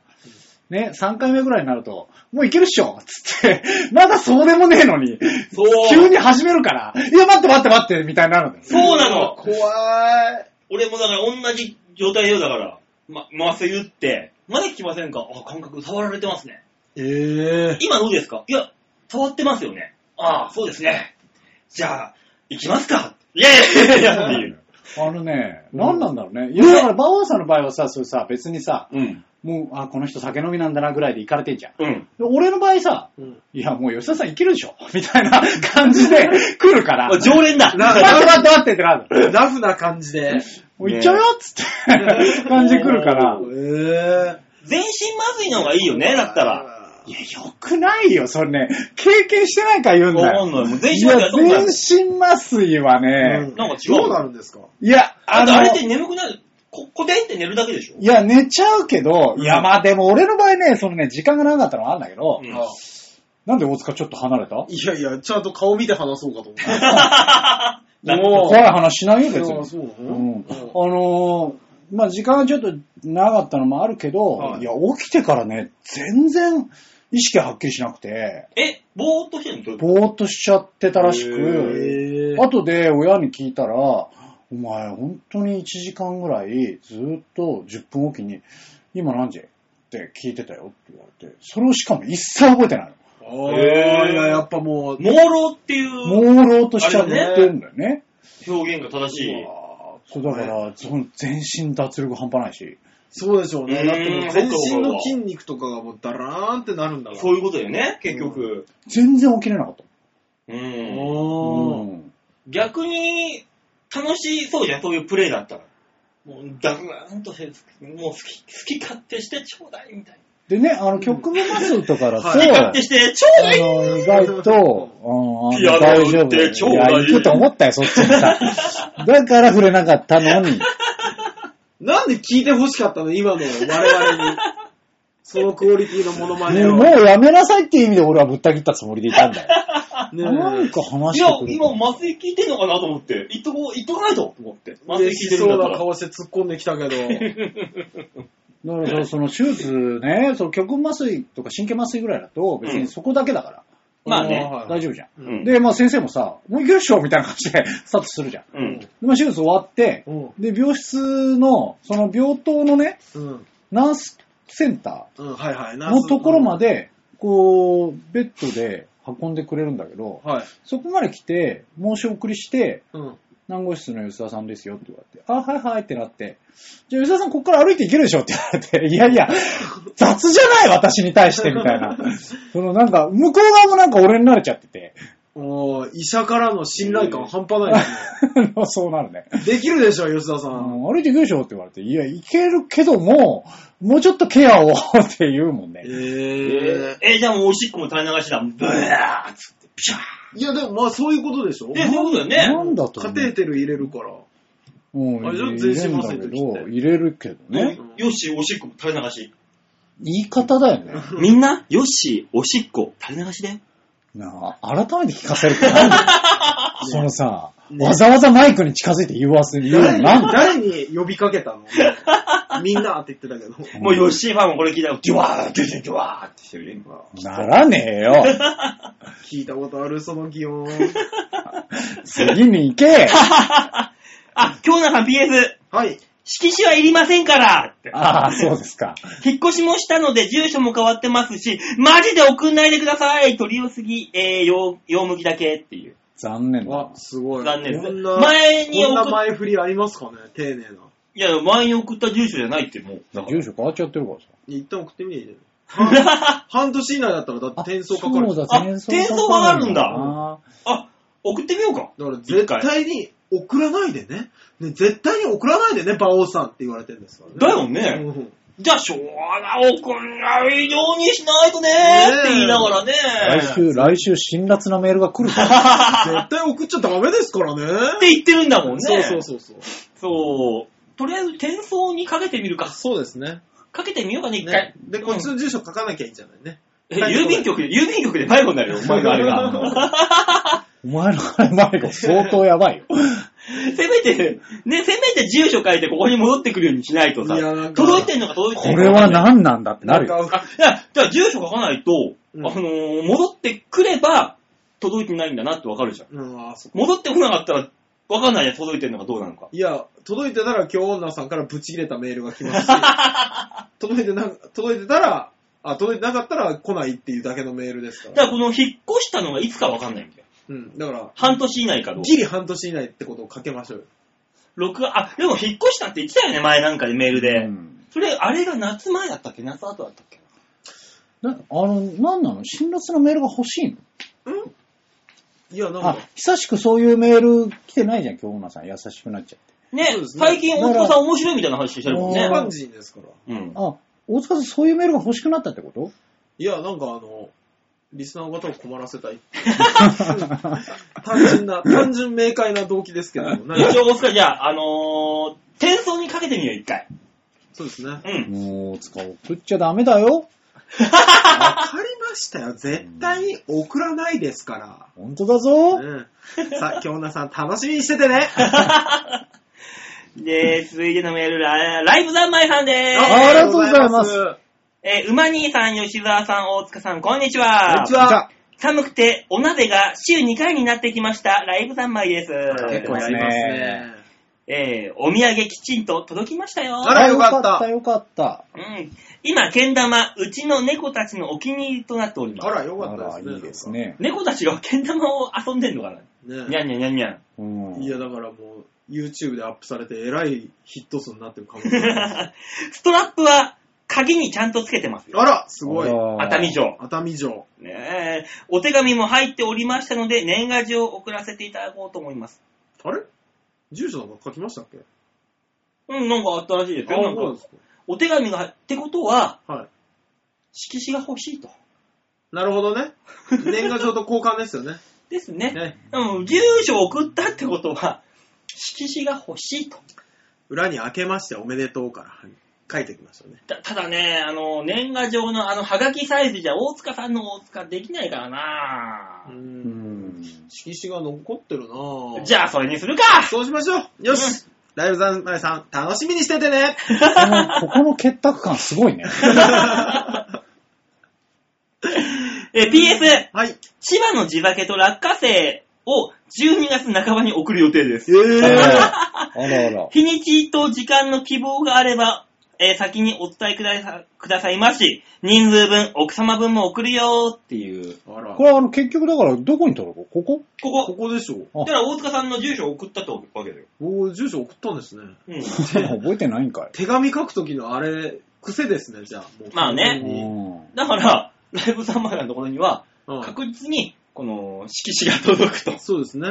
[SPEAKER 3] ね、3回目ぐらいになると、もういけるっしょつって、 まだそうでもねえのに、
[SPEAKER 1] そう。
[SPEAKER 3] 急に始めるから、いや、待って待って待って、みたいになるんだよ。
[SPEAKER 1] そうなの
[SPEAKER 2] 怖い。
[SPEAKER 1] 俺もだから同じ状態よ、だから。ま、麻酔打って、まだ効きませんかあ、感覚触られてますね。
[SPEAKER 2] えー。
[SPEAKER 1] 今どうですかいや、触ってますよね。ああ、そうですね。じゃあ、行きますかイェーイっていう。
[SPEAKER 3] あのね、何なんだろうね。いや、だから、馬王さんの場合はさ、それさ、別にさ、
[SPEAKER 1] うん。
[SPEAKER 3] もう、あ、この人酒飲みなんだなぐらいで行かれてんじゃん。
[SPEAKER 1] うん。
[SPEAKER 3] で俺の場合さ、
[SPEAKER 2] うん
[SPEAKER 3] いや、もう吉田さんいけるでしょみたいな感じで来るから。
[SPEAKER 1] あ常連だ。
[SPEAKER 2] な
[SPEAKER 3] 待って待って待ってってなる。
[SPEAKER 2] ラフな感じで。
[SPEAKER 3] もう行っちゃうよっつって感じで来るから
[SPEAKER 2] え。ー。
[SPEAKER 1] 全身麻酔の方がいいよね、だったら。
[SPEAKER 3] いや、よくないよ、それね。経験してないから言うんだ
[SPEAKER 1] わか
[SPEAKER 3] よ。
[SPEAKER 1] んない。もう全
[SPEAKER 3] い
[SPEAKER 1] 身麻酔や
[SPEAKER 3] や、
[SPEAKER 1] ったことない
[SPEAKER 3] 全。身麻酔はね、
[SPEAKER 1] なんか違う
[SPEAKER 2] どうなるんですか
[SPEAKER 3] いや、
[SPEAKER 1] あ
[SPEAKER 3] あ
[SPEAKER 1] と
[SPEAKER 3] の、
[SPEAKER 1] あれって眠くなる。こ、こてんって寝るだけでしょ
[SPEAKER 3] いや、寝ちゃうけど、
[SPEAKER 2] うん
[SPEAKER 3] いや、まあでも俺の場合ね、そのね、時間がなかったのはあるんだけど、
[SPEAKER 1] うん
[SPEAKER 2] あ
[SPEAKER 3] なんで大塚ちょっと離れた
[SPEAKER 2] いやいや、ちゃんと顔見て話そうかと思って。
[SPEAKER 3] 怖い話しないよ、別
[SPEAKER 2] あ
[SPEAKER 3] に。
[SPEAKER 2] そうな
[SPEAKER 3] う
[SPEAKER 2] の
[SPEAKER 3] ん。
[SPEAKER 2] うん
[SPEAKER 3] あのーまあ時間がちょっとなかったのもあるけど、
[SPEAKER 2] はい
[SPEAKER 3] い、や、起きてからね、全然意識はっきりしなくて、
[SPEAKER 1] え、ぼーっとしてるのどういうこ
[SPEAKER 3] ぼーっとしちゃってたらしく、
[SPEAKER 2] へー
[SPEAKER 3] 後で親に聞いたら、お前、本当に1時間ぐらいずっと10分おきに、今何時って聞いてたよって言われて、それをしかも一切覚えてないの。
[SPEAKER 2] あー
[SPEAKER 1] へー
[SPEAKER 2] いや、やっぱもう
[SPEAKER 1] と、朦朧ってい
[SPEAKER 3] 朦
[SPEAKER 1] う
[SPEAKER 3] 朧としちゃってんだよね。
[SPEAKER 1] 表現が正しい。
[SPEAKER 3] そうだから、その全身脱力半端ないし。
[SPEAKER 2] そうでしょう
[SPEAKER 1] う
[SPEAKER 2] ね。
[SPEAKER 1] ん
[SPEAKER 2] だってもう全身の筋肉とかがもうダラーンってなるんだから。
[SPEAKER 1] そういうことだよね、結局。
[SPEAKER 3] 全然起きれなかった。
[SPEAKER 1] うん。
[SPEAKER 2] おー
[SPEAKER 3] ん。
[SPEAKER 1] 逆に、楽しそうじゃん、そういうプレイだったら。もう、だらーんとせず、もう好き、好き勝手してちょうだいみたい
[SPEAKER 3] でね、あの、局部麻酔とかだと、
[SPEAKER 1] な。
[SPEAKER 2] そ
[SPEAKER 1] 好き
[SPEAKER 2] う
[SPEAKER 3] あ
[SPEAKER 1] 勝手してちょうだい
[SPEAKER 3] の、意外と、うん、
[SPEAKER 1] ピアノ
[SPEAKER 3] 大丈夫。
[SPEAKER 1] 打ってちょうだい
[SPEAKER 3] や、行くと思ったよ、そっちに さ。だから触れなかったのに。
[SPEAKER 2] なんで聞いて欲しかったの今の我 々に。そのクオリティのモノマネを。
[SPEAKER 3] もう
[SPEAKER 2] ね
[SPEAKER 3] やめなさいっていう意味で俺はぶった切ったつもりでいたんだよ。
[SPEAKER 2] え
[SPEAKER 3] なんか
[SPEAKER 1] い
[SPEAKER 3] 話
[SPEAKER 1] や
[SPEAKER 3] してく、る
[SPEAKER 1] 今麻酔効いてんのかなと思って、言っとこう、言っとかないとと思って。麻酔効
[SPEAKER 2] 嬉
[SPEAKER 1] い
[SPEAKER 2] して
[SPEAKER 1] る
[SPEAKER 2] そ
[SPEAKER 1] んだ
[SPEAKER 2] う
[SPEAKER 1] か
[SPEAKER 2] な
[SPEAKER 1] ら。
[SPEAKER 2] 顔して突っ込んできたけど。
[SPEAKER 3] だからそのその手術ね、その局部麻酔とか神経麻酔ぐらいだと、別にそこだけだから、
[SPEAKER 1] まあね。
[SPEAKER 2] はい
[SPEAKER 3] 大丈夫じゃん。
[SPEAKER 1] うん。
[SPEAKER 3] で、まあ先生もさ、もう行けるっしょみたいな感じで スタートするじゃん。
[SPEAKER 1] うん。
[SPEAKER 3] で、まあ手術終わって、
[SPEAKER 2] うん
[SPEAKER 3] で、病室の、その病棟のね、
[SPEAKER 2] うん。
[SPEAKER 3] ナースセンタ
[SPEAKER 2] うん、はいはい。
[SPEAKER 3] ーのところま
[SPEAKER 2] で。
[SPEAKER 3] で、こう、ベッドで運んでくれるんだけど、
[SPEAKER 2] はい。
[SPEAKER 3] そこまで来て、申し送りして、
[SPEAKER 2] うん。
[SPEAKER 3] 何号室の吉田さんですよって言われて、あ、はいはいってなって、じゃあ吉田さんここから歩いていけるでしょって言われて、い やいや、雑じゃない私に対してみたいな。そのなんか、向こう側もなんか俺に慣れちゃってて、
[SPEAKER 2] おー医者からの信頼感半端ないですね。
[SPEAKER 3] そうなるね。
[SPEAKER 2] できるでしょ、吉田さ
[SPEAKER 3] あ
[SPEAKER 2] ん。
[SPEAKER 3] の歩いていくでしょって言われて、いや、いけるけども、もうちょっとケアを って言うもん
[SPEAKER 2] え
[SPEAKER 3] ね。
[SPEAKER 2] ー
[SPEAKER 1] え、ーじゃあもうおしっこも垂れ流しだ。ブワーっつって、ピシャー
[SPEAKER 2] いや、でもまあそういうことでしょ
[SPEAKER 1] え、そういうことだよ
[SPEAKER 3] な
[SPEAKER 1] ね。
[SPEAKER 3] んだと
[SPEAKER 2] カ
[SPEAKER 3] 思
[SPEAKER 2] テーテル入れるから。
[SPEAKER 3] う。うん、
[SPEAKER 2] あれじゃ
[SPEAKER 3] 入
[SPEAKER 2] ん
[SPEAKER 3] れ
[SPEAKER 2] 全身
[SPEAKER 3] るん
[SPEAKER 2] 麻
[SPEAKER 3] だ
[SPEAKER 2] 酔と
[SPEAKER 3] け
[SPEAKER 2] 切って
[SPEAKER 3] ど、入れるけどね。
[SPEAKER 2] うん
[SPEAKER 1] よし、おしっこも垂れ流し。
[SPEAKER 3] 言い方だよね。
[SPEAKER 1] みんな、よし、おしっこ、垂れ流しで。
[SPEAKER 3] なあ、改めて聞かせるってな んだよそのさ、
[SPEAKER 2] ね
[SPEAKER 3] わざわざマイクに近づいて言わせる言う
[SPEAKER 2] 誰
[SPEAKER 3] の
[SPEAKER 2] に
[SPEAKER 3] なんだ
[SPEAKER 2] 誰に呼びかけた のみんなって言ってたけど。
[SPEAKER 1] もうよし、ファンもこれ聞いたら、ギュワー、ギュギュギュワーってしてるね。
[SPEAKER 3] ならねえよ。
[SPEAKER 2] 聞いたことある、その擬音。
[SPEAKER 3] 次に行け。
[SPEAKER 1] あ、京奈さん PS、
[SPEAKER 2] はい。
[SPEAKER 1] 色紙はいりませんからって
[SPEAKER 3] ああ、そうですか。
[SPEAKER 1] 引っ越しもしたので、住所も変わってますし、マジで送んないでください取り寄せぎ、えー、用、用向きだけっていう。
[SPEAKER 3] 残念だ
[SPEAKER 2] あ。、すごい。
[SPEAKER 1] 残念
[SPEAKER 2] こ
[SPEAKER 1] です
[SPEAKER 2] ん
[SPEAKER 1] ね
[SPEAKER 2] な、
[SPEAKER 1] 前に
[SPEAKER 2] こんな
[SPEAKER 1] 送っ、
[SPEAKER 2] 前振りありますかね丁寧な。
[SPEAKER 1] いや、前に送った住所じゃないってもう。だから
[SPEAKER 3] 住所変わっちゃってるからさ。
[SPEAKER 2] 一旦送ってみりゃいいじ ゃない 半半年以内だったらだって転送かかる
[SPEAKER 3] そ
[SPEAKER 2] じゃ。
[SPEAKER 3] うんだ、
[SPEAKER 1] あ
[SPEAKER 3] 転送
[SPEAKER 1] 転送があるんだ
[SPEAKER 3] あ
[SPEAKER 1] あ、送ってみようか。
[SPEAKER 2] だから絶対に送らないでね。ね絶対に送らないでね、馬王さんって言われてるんですからね。
[SPEAKER 1] だよね
[SPEAKER 2] うん
[SPEAKER 1] じゃあ、しょうがない送んないようにしないとねーって言いながらね。
[SPEAKER 3] ー来週、来週、辛辣なメールが来る から。
[SPEAKER 2] 絶対送っちゃダメですからね。
[SPEAKER 1] って言ってるんだもんね。
[SPEAKER 2] そうそうそうそう。
[SPEAKER 1] そう。とりあえず転送にかけてみるか。
[SPEAKER 2] そうですね。
[SPEAKER 1] かけてみようかね、一
[SPEAKER 2] ね
[SPEAKER 1] 回。
[SPEAKER 2] で、こっちの住所書かなきゃいいんじゃないね。
[SPEAKER 1] え郵便局で、郵便局で迷子になるよ、お前のあれが。
[SPEAKER 3] お前のアルバイト相当や ばいよ。
[SPEAKER 1] せめて、ね、せめて住所書いてここに戻ってくるようにしないとさ
[SPEAKER 2] いやなん、か
[SPEAKER 1] 届いてんのか届いて
[SPEAKER 3] こ
[SPEAKER 1] んのか。
[SPEAKER 3] れは何なんだってなる
[SPEAKER 2] んか
[SPEAKER 3] よ。
[SPEAKER 1] あ、いや、じゃあ住所書かないと、
[SPEAKER 2] うん
[SPEAKER 1] あのー戻ってくれば、届いてないんだなってわかるじゃん。
[SPEAKER 2] うん、あそっか
[SPEAKER 1] 戻ってこなかったら、わかんないで届いてんのかどうなのか。
[SPEAKER 2] いや、届いてたら今日女さんからブチ切れたメールが来ますし、 届いてな、届いてたら、あ、届いてなかったら来ないっていうだけのメールですか。
[SPEAKER 1] だかららこの引っ越したのがいつかわかんないんだよ。
[SPEAKER 2] うん、だから、
[SPEAKER 1] 半年以内かどうか
[SPEAKER 2] ギ。リ半年以内ってことをかけましょうよ。
[SPEAKER 1] 録画、あ、でも引っ越したって言ってたよね、前なんかでメールで。
[SPEAKER 3] うん
[SPEAKER 1] それ、あれが夏前だったっけ夏後だったっけ
[SPEAKER 3] なあの、なんなの辛辣なメールが欲しいの
[SPEAKER 2] いや、なん
[SPEAKER 3] あ
[SPEAKER 2] か、、
[SPEAKER 3] 久しくそういうメール来てないじゃん、京女さん。優しくなっちゃって。
[SPEAKER 1] ね
[SPEAKER 2] そうですね
[SPEAKER 1] 最近大久保さん面白いみたいな話してるもんね
[SPEAKER 3] あ。
[SPEAKER 2] パンジーですから。
[SPEAKER 1] うん。
[SPEAKER 3] あ、大塚さん、そういうメールが欲しくなったってこと
[SPEAKER 2] いや、なんかあの、リスナーの方を困らせたい。単純な、単純明快な動機ですけども、なん
[SPEAKER 1] 一
[SPEAKER 2] か
[SPEAKER 1] 応、大塚じゃあ、あのー、転送にかけてみよう、一回。
[SPEAKER 2] そうですね。
[SPEAKER 1] うん。
[SPEAKER 3] もう、大塚送っちゃダメだよ。
[SPEAKER 2] わかりましたよ。絶対に送らないですか
[SPEAKER 3] ほんとだ
[SPEAKER 2] ら。
[SPEAKER 3] ぞ。
[SPEAKER 2] うん。さあ、京奈さん楽しみにしててね。
[SPEAKER 1] で、続いてのメール、ラライブ三昧さんで
[SPEAKER 3] ああ
[SPEAKER 1] ーす。
[SPEAKER 3] りがとうございます
[SPEAKER 1] えー、馬兄さん、吉沢さん、大塚さん、こんにちは。
[SPEAKER 2] こんにちは
[SPEAKER 3] じゃあ
[SPEAKER 1] 寒くて、お鍋が週2回になってきました。ライブ三昧です。
[SPEAKER 2] 結構や
[SPEAKER 3] や
[SPEAKER 2] り
[SPEAKER 3] り
[SPEAKER 2] ま
[SPEAKER 3] ますす
[SPEAKER 2] ね
[SPEAKER 3] ね。
[SPEAKER 1] えー、お土産きちんと届きましたよ。
[SPEAKER 2] あらよかった
[SPEAKER 3] よかった。
[SPEAKER 1] うん。今、けん玉、うちの猫たちのお気に入りとなっております。
[SPEAKER 2] あら、よ
[SPEAKER 3] よ
[SPEAKER 2] か
[SPEAKER 3] か
[SPEAKER 2] っ
[SPEAKER 3] ったた
[SPEAKER 2] ですね。
[SPEAKER 3] いいですね。
[SPEAKER 1] 猫たちがけん玉を遊んでんのかな
[SPEAKER 2] ね
[SPEAKER 1] にゃんにゃんにゃんにゃん。
[SPEAKER 3] うん。
[SPEAKER 2] いや、だからもう、YouTube でアップされて、えらいヒット数になってるかもしれない。
[SPEAKER 1] ストラップは鍵にちゃんとつけてますよ。
[SPEAKER 2] あら、すごい。
[SPEAKER 3] あら
[SPEAKER 1] 熱海城。
[SPEAKER 2] 熱海城。
[SPEAKER 1] ねえ。お手紙も入っておりましたので、年賀状を送らせていただこうと思います。
[SPEAKER 2] あれ住所なんか書きましたっけ
[SPEAKER 1] うん、なんかあったらしいです
[SPEAKER 2] あ
[SPEAKER 1] よ。なん
[SPEAKER 2] そうなん
[SPEAKER 1] か
[SPEAKER 2] です
[SPEAKER 1] お手紙が入ってことは、
[SPEAKER 2] か。はい。
[SPEAKER 1] 色紙が欲しいと。
[SPEAKER 2] なるほどね。年賀状と交換ですよね。
[SPEAKER 1] ですね。
[SPEAKER 2] ね
[SPEAKER 1] うん、住所を送ったってことは、色紙が欲しいと。
[SPEAKER 2] 裏に開けましておめでとうから書いてきましたね。
[SPEAKER 1] たただね、あの、年賀状のあの、はがきサイズじゃ大塚さんの大塚できないからな
[SPEAKER 2] う。
[SPEAKER 3] うんん。
[SPEAKER 2] 色紙が残ってるなぁ。
[SPEAKER 1] じゃあ、それにするか
[SPEAKER 2] そうしましょう。よし。ライブ三昧さん、楽しみにしててね。
[SPEAKER 3] このここの結託感すごいね。
[SPEAKER 1] え、PS、
[SPEAKER 2] はい。
[SPEAKER 1] 千葉の地酒と落花生を12月半ばに送る予定です。
[SPEAKER 3] えー、 あらあら。
[SPEAKER 1] 日にちと時間の希望があれば、えー先にお伝えくださくださいまし、人数分、奥様分も送るよーっていう。
[SPEAKER 2] あら
[SPEAKER 3] こ。れあの結局だからどこに届くここ
[SPEAKER 1] こ
[SPEAKER 2] こ
[SPEAKER 1] こ、
[SPEAKER 2] こでしょ。
[SPEAKER 1] だから大塚さんの住所を送ったってわけだよ。
[SPEAKER 2] おー住所送ったんですね。
[SPEAKER 1] うん。
[SPEAKER 3] 覚えてないん かい。
[SPEAKER 2] 手紙書くときのあれ、癖ですね、じゃあ。もう
[SPEAKER 1] まあね
[SPEAKER 2] 完全に
[SPEAKER 1] だから、ライブ三昧のところには、
[SPEAKER 2] うん
[SPEAKER 1] 確実に、この、色紙が届くと。
[SPEAKER 2] そうですね。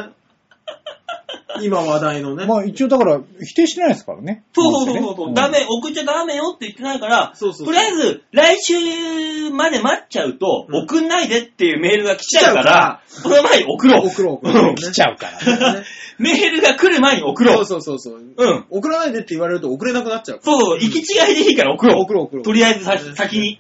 [SPEAKER 2] 今話題のね。
[SPEAKER 3] まあ一応だから否定してないですからね。
[SPEAKER 1] そうそうそうそう、
[SPEAKER 3] ん
[SPEAKER 1] ダ。メ、送っちゃダメよって言ってないから、
[SPEAKER 2] そうそうそう
[SPEAKER 1] とりあえず、来週まで待っちゃうと、
[SPEAKER 2] うん
[SPEAKER 1] 送んないでっていうメールが来ちゃうか
[SPEAKER 2] 来ちゃ
[SPEAKER 1] ら、その前に送ろう。
[SPEAKER 2] 送ろう、送ろう。
[SPEAKER 3] 来ちゃうからね。
[SPEAKER 2] ね。
[SPEAKER 1] メールが来る前に送ろ。
[SPEAKER 2] そうう
[SPEAKER 1] そ
[SPEAKER 2] そうそうそう。
[SPEAKER 1] う
[SPEAKER 2] 送らないでって言われると送れなくなっちゃう。
[SPEAKER 1] うそう、行き違いでいいから送ろう。
[SPEAKER 2] 送ろう送ろう
[SPEAKER 1] とりあえずさ
[SPEAKER 2] うん
[SPEAKER 1] 先に。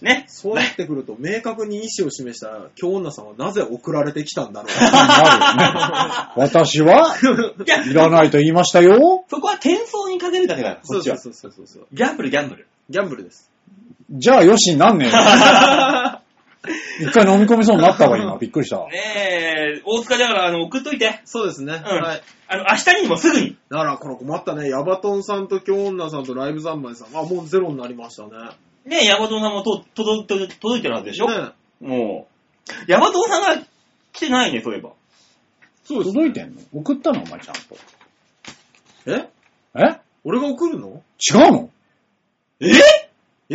[SPEAKER 1] ね。
[SPEAKER 2] そうなってくると、明確に意思を示した京女さんはなぜ送られてきたん だろ
[SPEAKER 3] なるよね私は、
[SPEAKER 2] う。
[SPEAKER 1] じゃあ
[SPEAKER 3] いらないと言いましたよ。
[SPEAKER 1] そこは転送にかけるだけだから、
[SPEAKER 2] そ
[SPEAKER 1] こっ
[SPEAKER 2] う
[SPEAKER 1] ち
[SPEAKER 2] そ
[SPEAKER 1] は
[SPEAKER 2] う。そうそうそうそう。
[SPEAKER 1] ギャンブル、ギャンブ ル。
[SPEAKER 2] ギャンブルです。
[SPEAKER 3] じゃあよしになんねえよ。一回飲み込みそうになったわ、今。びっくりした。
[SPEAKER 1] ねえ、大塚だから、あの、送っといて。
[SPEAKER 2] そうですね。
[SPEAKER 1] うん
[SPEAKER 2] はい。
[SPEAKER 1] あの、明日にでもすぐに。
[SPEAKER 2] だから、これ困ったね。ヤバトンさんと京女さんとライブ三昧さんが、あもうゼロになりましたね。
[SPEAKER 1] ねえ、ヤバトンさんもと届届届いてるはずでしょ、
[SPEAKER 2] ね
[SPEAKER 1] もう。ヤバトンさんが来てないね、そういえば。
[SPEAKER 2] そうです、ね。
[SPEAKER 3] 届いてんの送ったのお前ちゃんと。
[SPEAKER 2] え
[SPEAKER 3] え
[SPEAKER 2] 俺が送るの
[SPEAKER 3] 違うの
[SPEAKER 1] え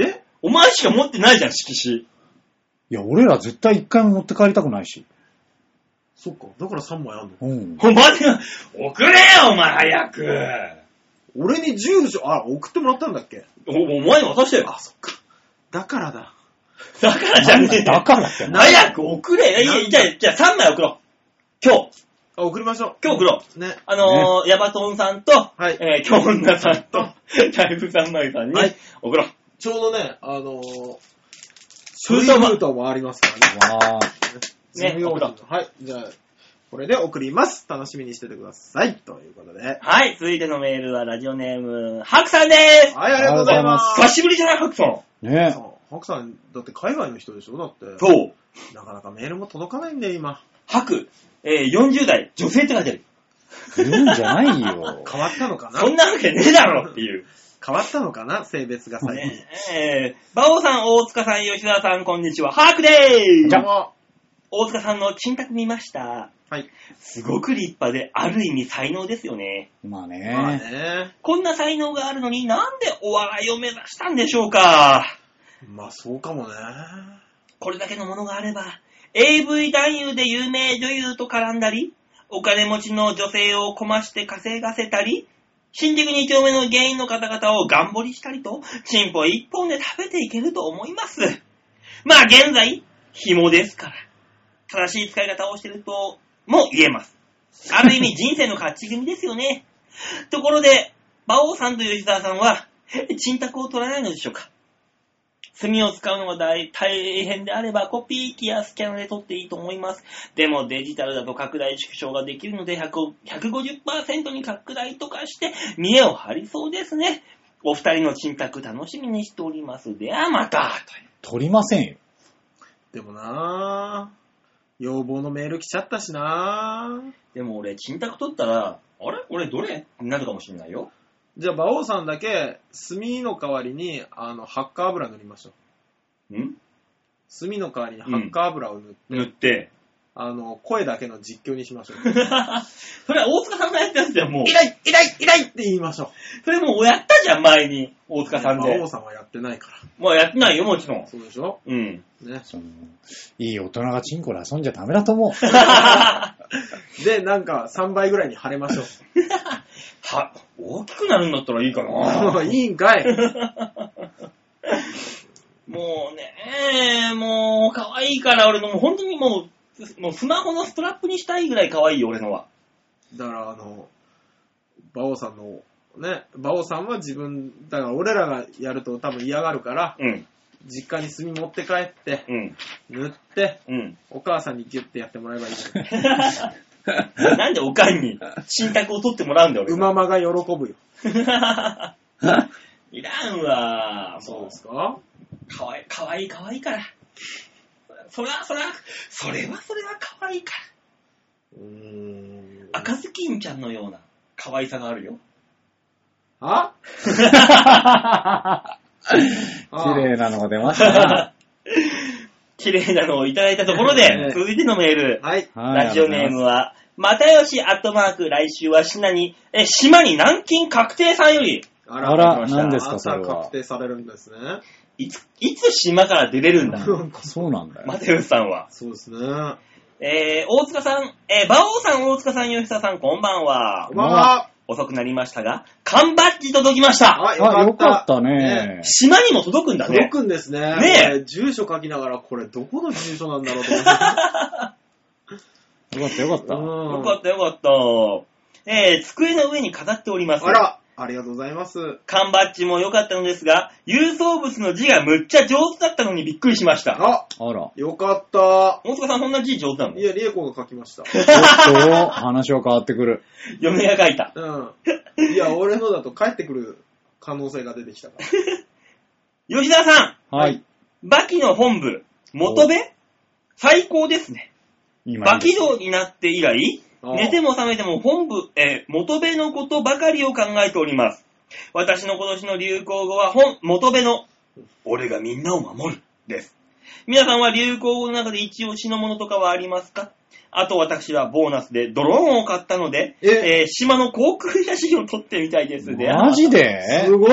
[SPEAKER 2] え
[SPEAKER 1] お前しか持ってないじゃん、色紙。
[SPEAKER 3] いや、俺ら絶対一回も持って帰りたくないし。
[SPEAKER 2] そっか。だから3枚あんの
[SPEAKER 3] うん。
[SPEAKER 1] お前が、送れよ、お前、早く。
[SPEAKER 2] 俺に住所、あ、送ってもらったんだっけ
[SPEAKER 1] おお前に渡してよ。
[SPEAKER 2] あ、そっか。だからだ。
[SPEAKER 1] だからじゃねえよ
[SPEAKER 3] だからっ てな。
[SPEAKER 1] 早く送れ。いやいや、じゃあ、じゃあ3枚送ろう。今日、
[SPEAKER 2] あ、送りましょ
[SPEAKER 1] 今日送ろう。
[SPEAKER 2] う。ね。
[SPEAKER 1] あのー、ヤバトンさんと、
[SPEAKER 2] はい
[SPEAKER 1] えー、京女さんと、ライブ三昧さんに
[SPEAKER 2] はい
[SPEAKER 1] 送ろう。
[SPEAKER 2] ちょうどね、あのー、
[SPEAKER 1] 封
[SPEAKER 2] 封
[SPEAKER 1] 筒も
[SPEAKER 2] 筒もありますからね。
[SPEAKER 3] わあ
[SPEAKER 2] 事務用品の
[SPEAKER 1] ね
[SPEAKER 2] はい。じゃあ、これで送ります。楽しみにしててください。ということで。はい、
[SPEAKER 1] はい、続いてのメールはラジオネーム、ハクさんで
[SPEAKER 2] ありがとうございますす。
[SPEAKER 1] 久しぶりじゃない、ハクさん
[SPEAKER 3] ね
[SPEAKER 2] そうハクさん、だって海外の人でしょだって。
[SPEAKER 1] そう。
[SPEAKER 2] なかなかメールも届かないんだよ、今。
[SPEAKER 1] ハク、えー、40代、女性って書いてある。
[SPEAKER 3] え。言うんじゃない よ。
[SPEAKER 2] 変わったのかな
[SPEAKER 1] そんなわけねえだろっていう。
[SPEAKER 2] 変わったのかな性別が最近。
[SPEAKER 1] ねえー、馬王さん、大塚さん、吉沢さん、こんにちは。ハクでー
[SPEAKER 3] じ
[SPEAKER 1] す
[SPEAKER 3] ゃ
[SPEAKER 1] 大塚さんの金閣見ました。
[SPEAKER 2] はい。
[SPEAKER 1] すごく立派で、ある意味才能ですよね。
[SPEAKER 3] まあ
[SPEAKER 2] まあ
[SPEAKER 3] ね。
[SPEAKER 2] ね。
[SPEAKER 1] こんな才能があるのになんでお笑いを目指したんでしょうか
[SPEAKER 2] まあそうかもね。
[SPEAKER 1] これだけのものがあれば、AV 男優で有名女優と絡んだり、お金持ちの女性をこまして稼がせたり、新宿2丁目の芸人の方々を頑張りしたりと、チンポ一本で食べていけると思います。まあ現在、紐ですから。正しい使い方をしてるとも言えます。ある意味人生の勝ち組ですよね。ところで、馬王さんと吉沢さんは、沈託を取らないのでしょうか墨を使うのが大大変であれば、コピー機やスキャナで取っていいと思います。でもデジタルだと拡大縮小ができるので、100 150%に拡大とかして、見栄を張りそうですね。お二人の沈託楽しみにしております。ではまた。
[SPEAKER 3] 取りませんよ。
[SPEAKER 2] でもな要望のメール来ちゃったしな
[SPEAKER 1] でも俺、沈託取ったら、あれ俺どれになるかもしれないよ。
[SPEAKER 2] じゃあ、馬王さんだけ、炭の代わりに、あの、ハッカー油塗りましょう。
[SPEAKER 1] ん
[SPEAKER 2] 炭の代わりにハッカー油を塗って、
[SPEAKER 1] 塗って。
[SPEAKER 2] あの、声だけの実況にしましょう。
[SPEAKER 1] それは大塚さんがやったやつだよ、もう。
[SPEAKER 2] 痛 い痛い痛いって言いましょう。
[SPEAKER 1] それもうやったじゃん、前に。大塚さん
[SPEAKER 2] 馬
[SPEAKER 1] で
[SPEAKER 2] 王。さんはやってないか
[SPEAKER 1] もうやってないよ、もちろん
[SPEAKER 2] ら。。そうでしょ
[SPEAKER 1] うん。
[SPEAKER 2] ね。
[SPEAKER 3] そのいい大人がチンコで遊んじゃダメだと思う。
[SPEAKER 2] で、なんか、3倍ぐらいに腫れましょ
[SPEAKER 1] は、大きくなるんだったらいい かな。
[SPEAKER 2] う。い いんかい。
[SPEAKER 1] もうね、もう、可愛いから、俺の、もう本当にもう、もうスマホのストラップにしたいぐらい可愛いよ、俺のは。
[SPEAKER 2] だから、あの、馬王さんの、ね、馬王さんは自分、だから俺らがやると多分嫌がるから、
[SPEAKER 1] うん、
[SPEAKER 2] 実家に炭持って帰って、
[SPEAKER 1] うん、
[SPEAKER 2] 塗って、
[SPEAKER 1] うん。
[SPEAKER 2] お母さんにギュッてやってもらえばいいじゃない。
[SPEAKER 1] なんでおかんに、信託を取ってもらうんだよ、俺
[SPEAKER 2] う
[SPEAKER 1] が。
[SPEAKER 2] ままが喜ぶよ。
[SPEAKER 1] いらんわ。
[SPEAKER 2] そう
[SPEAKER 1] も
[SPEAKER 2] ですか
[SPEAKER 1] う、かわい、かわいい、かわいいから。それは、それは、それは、それは可愛いか
[SPEAKER 2] うーん。
[SPEAKER 1] ら。赤ずきんちゃんのような可愛さがあるよ。
[SPEAKER 2] あ
[SPEAKER 3] 綺麗なのが出ま したな。
[SPEAKER 1] 綺麗なのをいただいたところで、続いてのメール。
[SPEAKER 2] はい。
[SPEAKER 3] はい
[SPEAKER 1] ラジオネーム。は、またよしアットマーク、来週は島に、え、島に南京確定さんより、
[SPEAKER 2] あ
[SPEAKER 3] あら
[SPEAKER 2] 来ました
[SPEAKER 3] 何ですかそれは
[SPEAKER 2] 朝確定されるんですね。
[SPEAKER 1] いつ、いつ島から出れるんだ
[SPEAKER 3] ありが、とうございますそうなんだ
[SPEAKER 1] ま
[SPEAKER 3] よ。
[SPEAKER 1] たよしさんは。
[SPEAKER 2] そうですね。ま
[SPEAKER 1] えー、大塚さん、えー、馬王さん、大塚さん、吉田さん、こんばんは。
[SPEAKER 2] あ、
[SPEAKER 1] 遅くなりましたが、缶バッジ届きました。
[SPEAKER 2] あ、
[SPEAKER 3] あ、よ
[SPEAKER 2] よ
[SPEAKER 3] か
[SPEAKER 2] かっ。
[SPEAKER 3] ったたね。
[SPEAKER 1] 島にも届くんだ
[SPEAKER 2] 届
[SPEAKER 1] ね。
[SPEAKER 2] くんですね。
[SPEAKER 1] ねえ
[SPEAKER 2] これ住所書きながら、これどこの住所なんだろうと思って。
[SPEAKER 3] よかったよかった。
[SPEAKER 1] よ
[SPEAKER 2] よ
[SPEAKER 1] かったよかった。えー、机の上に飾っております。
[SPEAKER 2] あら、ありがとうございます。
[SPEAKER 1] 缶バッジも良かったのですが、郵送物の字がむっちゃ上手だったのにびっくりしました。
[SPEAKER 2] あ、
[SPEAKER 3] あら。
[SPEAKER 2] よかった。
[SPEAKER 1] 大塚さん、そんな字上手なの
[SPEAKER 2] いや、リエコが書きました。
[SPEAKER 3] おっと、話は変わって くる。
[SPEAKER 1] 嫁が書いた。
[SPEAKER 2] うん。いや、俺のだと帰ってくる可能性が出てきたから。
[SPEAKER 1] 吉沢さん、
[SPEAKER 3] はい。
[SPEAKER 1] バキの本部、元部最高ですね。
[SPEAKER 3] 今
[SPEAKER 1] バ
[SPEAKER 3] いいで
[SPEAKER 1] キ
[SPEAKER 3] す。
[SPEAKER 1] 道になって以来、
[SPEAKER 2] ああ
[SPEAKER 1] 寝ても覚めても本部、えー元部のことばかりを考えております。私の今年の流行語は本、元部の、俺がみんなを守る、です。皆さんは流行語の中で一押しのものとかはありますかあと私はボーナスでドローンを買ったので、え
[SPEAKER 2] え
[SPEAKER 1] ー島の航空写真を撮ってみたいです。で
[SPEAKER 3] マジ
[SPEAKER 2] す
[SPEAKER 3] です
[SPEAKER 2] ごい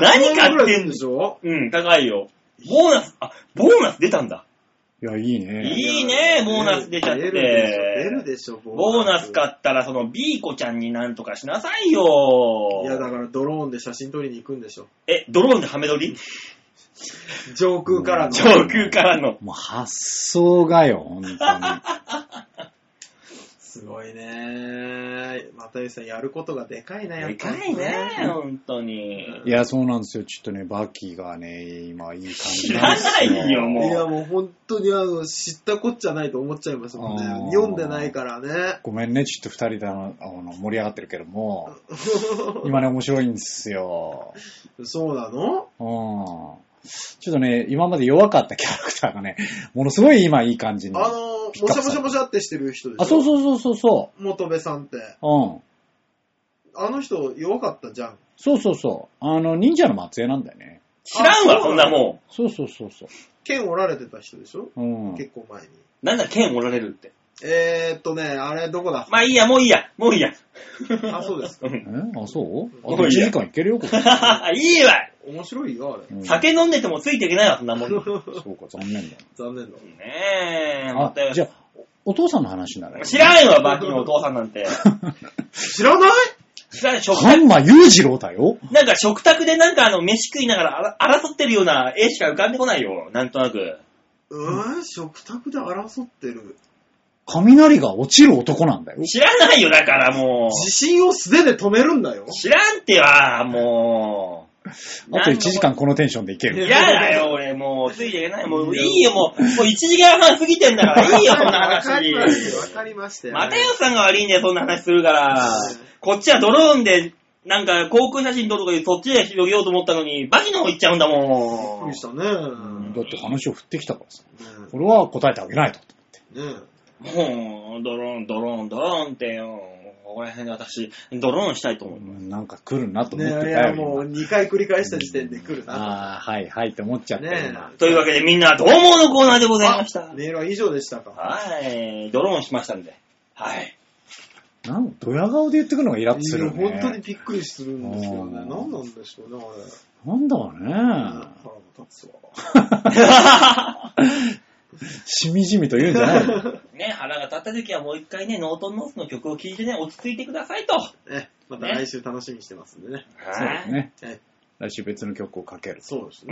[SPEAKER 1] 何買ってんの
[SPEAKER 2] でしょ
[SPEAKER 1] うん、高いよ。ボーナス、あ、ボーナス出たんだ。
[SPEAKER 3] いや、いいね。
[SPEAKER 1] いいね、ボーナス出ちゃって。
[SPEAKER 2] 出るでしょ、出るでしょ、
[SPEAKER 1] ボーナス買ったら、その、ビーコちゃんになんとかしなさいよ
[SPEAKER 2] いや、だからドローンで写真撮りに行くんでしょ。
[SPEAKER 1] え、ドローンでハメ撮り
[SPEAKER 2] 上空からの。
[SPEAKER 1] 上空からの。
[SPEAKER 3] もう発想がよ、本当に。
[SPEAKER 2] すごいね。又吉さん、やることがでかいね。やっ
[SPEAKER 1] で
[SPEAKER 2] ぱ
[SPEAKER 1] か
[SPEAKER 2] り
[SPEAKER 1] いね、本当に。
[SPEAKER 3] いや、そうなんですよ。ちょっとね、バッキーがね、今いい感じ
[SPEAKER 1] 知ら
[SPEAKER 3] です
[SPEAKER 1] ないよ、
[SPEAKER 2] いや、
[SPEAKER 1] も
[SPEAKER 2] もう本当にあの、知ったこっちゃないと思っちゃいますもん
[SPEAKER 3] あー
[SPEAKER 2] ね。読んでないからね。
[SPEAKER 3] ごめんね、ちょっと二人であのあの盛り上がってるけ ども、今ね、面白いんですよ。
[SPEAKER 2] そうなの
[SPEAKER 3] うん。ちょっとね、今まで弱かったキャラクターがね、ものすごい今いい感じに。
[SPEAKER 2] あの、も
[SPEAKER 3] ピ
[SPEAKER 2] し
[SPEAKER 3] ッカ
[SPEAKER 2] ゃ
[SPEAKER 3] ピカ
[SPEAKER 2] もしゃもしゃってしてる人でしょ
[SPEAKER 3] あそう
[SPEAKER 2] う。
[SPEAKER 3] そうそうそうそ
[SPEAKER 2] 元部さんって。
[SPEAKER 3] う。うん。
[SPEAKER 2] あの人弱かったじゃん。
[SPEAKER 3] そうそうそう。あの、忍者の末裔なんだよね。
[SPEAKER 1] う。知らん
[SPEAKER 2] あ
[SPEAKER 1] わ、
[SPEAKER 2] そう
[SPEAKER 1] そんなも
[SPEAKER 3] そうそうそうそ
[SPEAKER 2] 剣折られてた人でしょ、
[SPEAKER 3] う。うん。
[SPEAKER 2] 結構前に。
[SPEAKER 1] ん。なんだ、剣おられるって。
[SPEAKER 2] えーっとね、あれどこだ
[SPEAKER 1] まあいいや、もういいや、もういいや。
[SPEAKER 2] あ、そうですか。
[SPEAKER 1] うん
[SPEAKER 3] えあ、そうあ
[SPEAKER 1] も
[SPEAKER 3] と
[SPEAKER 1] う
[SPEAKER 3] 1
[SPEAKER 1] いいや
[SPEAKER 3] 時間いけるよ、こ れ。
[SPEAKER 1] いいわ
[SPEAKER 2] 面白いよ、あれ。
[SPEAKER 3] うん
[SPEAKER 1] 酒飲んでてもついていけないわ、そんなもん。ね
[SPEAKER 3] そうか、残念だ。
[SPEAKER 2] 残念だ。
[SPEAKER 1] え、ま
[SPEAKER 3] あ
[SPEAKER 1] た、
[SPEAKER 3] じゃあ、おお父さんの話なら
[SPEAKER 1] 知らんわ、バッキーのお父さんなん て。
[SPEAKER 2] 知らない
[SPEAKER 1] 知らん、食
[SPEAKER 3] ハ
[SPEAKER 1] 卓
[SPEAKER 3] ン、マ裕次郎だよ。
[SPEAKER 1] なんか食卓でなんかあの、飯食いながらあら争ってるような絵しか浮かんでこないよ、なんとなく。
[SPEAKER 2] うーん、食卓で争ってる。
[SPEAKER 3] 雷が落ちる男なんだよ。
[SPEAKER 1] 知らないよ、だからも
[SPEAKER 2] 地震を素手で止めるんだよ
[SPEAKER 1] う。。知らんっては、もう。
[SPEAKER 3] あと1時間このテンションでいけ
[SPEAKER 1] 嫌
[SPEAKER 3] る。
[SPEAKER 1] だよ、 俺、もう、ついていけない。もう、いいよ、もう、もう1時間半過ぎてんだから、 いいよ、そんな
[SPEAKER 2] わ
[SPEAKER 1] 話
[SPEAKER 2] か。りましたよわかりましたよ。
[SPEAKER 1] 又吉さんが悪いんだよ、そんな話するから。こっちはドローンで、なんか、航空写真撮るとかいう、そっちで広げようと思ったのに、バキの方行っちゃうんだ
[SPEAKER 2] びっく
[SPEAKER 1] もん
[SPEAKER 2] りし。たね。
[SPEAKER 3] だって話を振ってきたからさ。
[SPEAKER 2] ね
[SPEAKER 3] これは答えてあげないと。
[SPEAKER 2] ね
[SPEAKER 1] もう、ドローン、ドローン、ドローンってよ。ここら辺で私、ドローンしたいと思う。
[SPEAKER 3] なんか来るなと思って
[SPEAKER 2] ね
[SPEAKER 3] た
[SPEAKER 2] い
[SPEAKER 3] よ。
[SPEAKER 2] や、
[SPEAKER 3] 今
[SPEAKER 2] もう2回繰り返した時点で来るな。
[SPEAKER 3] ああ、はいはいって思っちゃったよ、
[SPEAKER 2] ね
[SPEAKER 3] 今。
[SPEAKER 1] というわけで、みんな、どうものコーナーでございました
[SPEAKER 2] あ。メールは以上でしたか。
[SPEAKER 1] はい、ドローンしましたんで。 はい。
[SPEAKER 3] なんドヤ顔で言ってくるのがイラッとするよ
[SPEAKER 2] いや本当に
[SPEAKER 3] ね。
[SPEAKER 2] びっくりするんですけどね。
[SPEAKER 3] うん
[SPEAKER 2] 何なんでしょうね、あれ。
[SPEAKER 3] なんだろうね。
[SPEAKER 2] 腹が立つわ。
[SPEAKER 3] しみじみと言うんじゃないの
[SPEAKER 1] ね、腹が立った時はもう一回ね、ノートンノースの曲を聴いてね、落ち着いてくださいと。
[SPEAKER 2] え、また来週楽しみにしてますんでね。
[SPEAKER 3] そうですね
[SPEAKER 2] はい。
[SPEAKER 3] 来週別の曲をかける。
[SPEAKER 2] そうです
[SPEAKER 1] う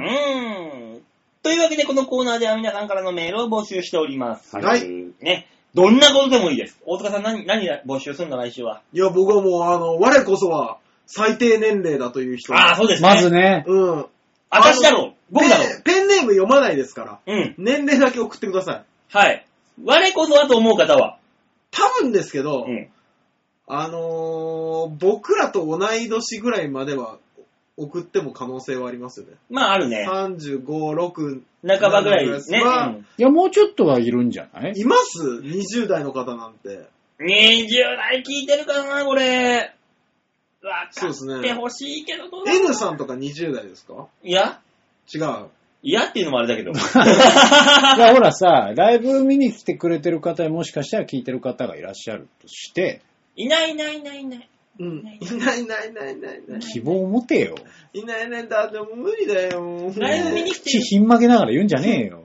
[SPEAKER 1] ー
[SPEAKER 2] ね。
[SPEAKER 1] ん。というわけで、このコーナーでは皆さんからのメールを募集しております。
[SPEAKER 2] はい
[SPEAKER 1] ね。どんなことでもいいです。大塚さん何、何募集するの来週は。
[SPEAKER 2] いや、僕はもう、あの、我こそは最低年齢だという人。
[SPEAKER 1] ああ、そうですね。
[SPEAKER 3] ま ず。ね、
[SPEAKER 2] うん。
[SPEAKER 1] 私だろう。僕だろ
[SPEAKER 2] ペンペンネーム読まないですから、
[SPEAKER 1] う。うん。
[SPEAKER 2] 年齢だけ送ってください。
[SPEAKER 1] はい。我こそはと思う方は。
[SPEAKER 2] 多分ですけど、
[SPEAKER 1] うん。
[SPEAKER 2] あのー、僕らと同い年ぐらいまでは送っても可能性はありますよね。
[SPEAKER 1] まあ、あるね。
[SPEAKER 2] 35、6、
[SPEAKER 1] 半ばぐらいですね。う
[SPEAKER 2] まあ
[SPEAKER 1] ん
[SPEAKER 3] いや、もうちょっとはいるんじゃない
[SPEAKER 2] います ?20 代の方なんて。
[SPEAKER 1] 20代聞いてるかな、これ。わ
[SPEAKER 2] そ
[SPEAKER 1] か
[SPEAKER 2] うですね
[SPEAKER 1] ってほしいけど、どうだろう
[SPEAKER 2] N さんとか20代ですか
[SPEAKER 1] いや、
[SPEAKER 2] 違う。
[SPEAKER 1] いやっていうのもあれだけど。
[SPEAKER 3] いや、ほらさ、ライブ見に来てくれてる方やもしかしたら聞いてる方がいらっしゃるとして、
[SPEAKER 1] いないいないいないいない。
[SPEAKER 2] うん。いないいないいないいないいない。
[SPEAKER 3] 希望を持てよ。
[SPEAKER 2] いないいないだ、でも無理だよ。
[SPEAKER 1] ライブ見に来て
[SPEAKER 3] 口ひん曲げながら言うんじゃねえよ。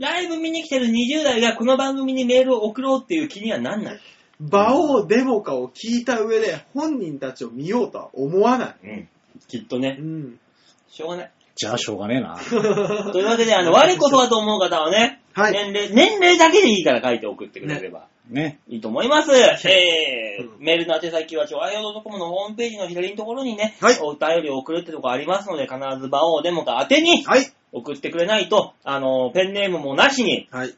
[SPEAKER 1] ライブ見に来てる20代がこの番組にメールを送ろうっていう気にはなんない。
[SPEAKER 2] 馬王デモカを聞いた上で本人たちを見ようとは思わな
[SPEAKER 1] うん。きっと
[SPEAKER 2] い。
[SPEAKER 1] ね
[SPEAKER 2] う。ん。
[SPEAKER 1] しょうがない。
[SPEAKER 3] じゃあしょうがねえな。
[SPEAKER 1] というわけで、あの、我こそはと思う方はね、
[SPEAKER 2] はい
[SPEAKER 1] 年齢、年齢だけでいいから書いて送ってくれれば。
[SPEAKER 3] ね。
[SPEAKER 1] いいと思います。えー
[SPEAKER 2] うん
[SPEAKER 1] メールの宛先は、ちょあやドットコムのホームページの左のところにね、
[SPEAKER 2] はい
[SPEAKER 1] お便りを送るってとこありますので、必ず場をデモか宛てに
[SPEAKER 2] はい。
[SPEAKER 1] 送ってくれないと、あの、ペンネームもなしに、
[SPEAKER 2] はい。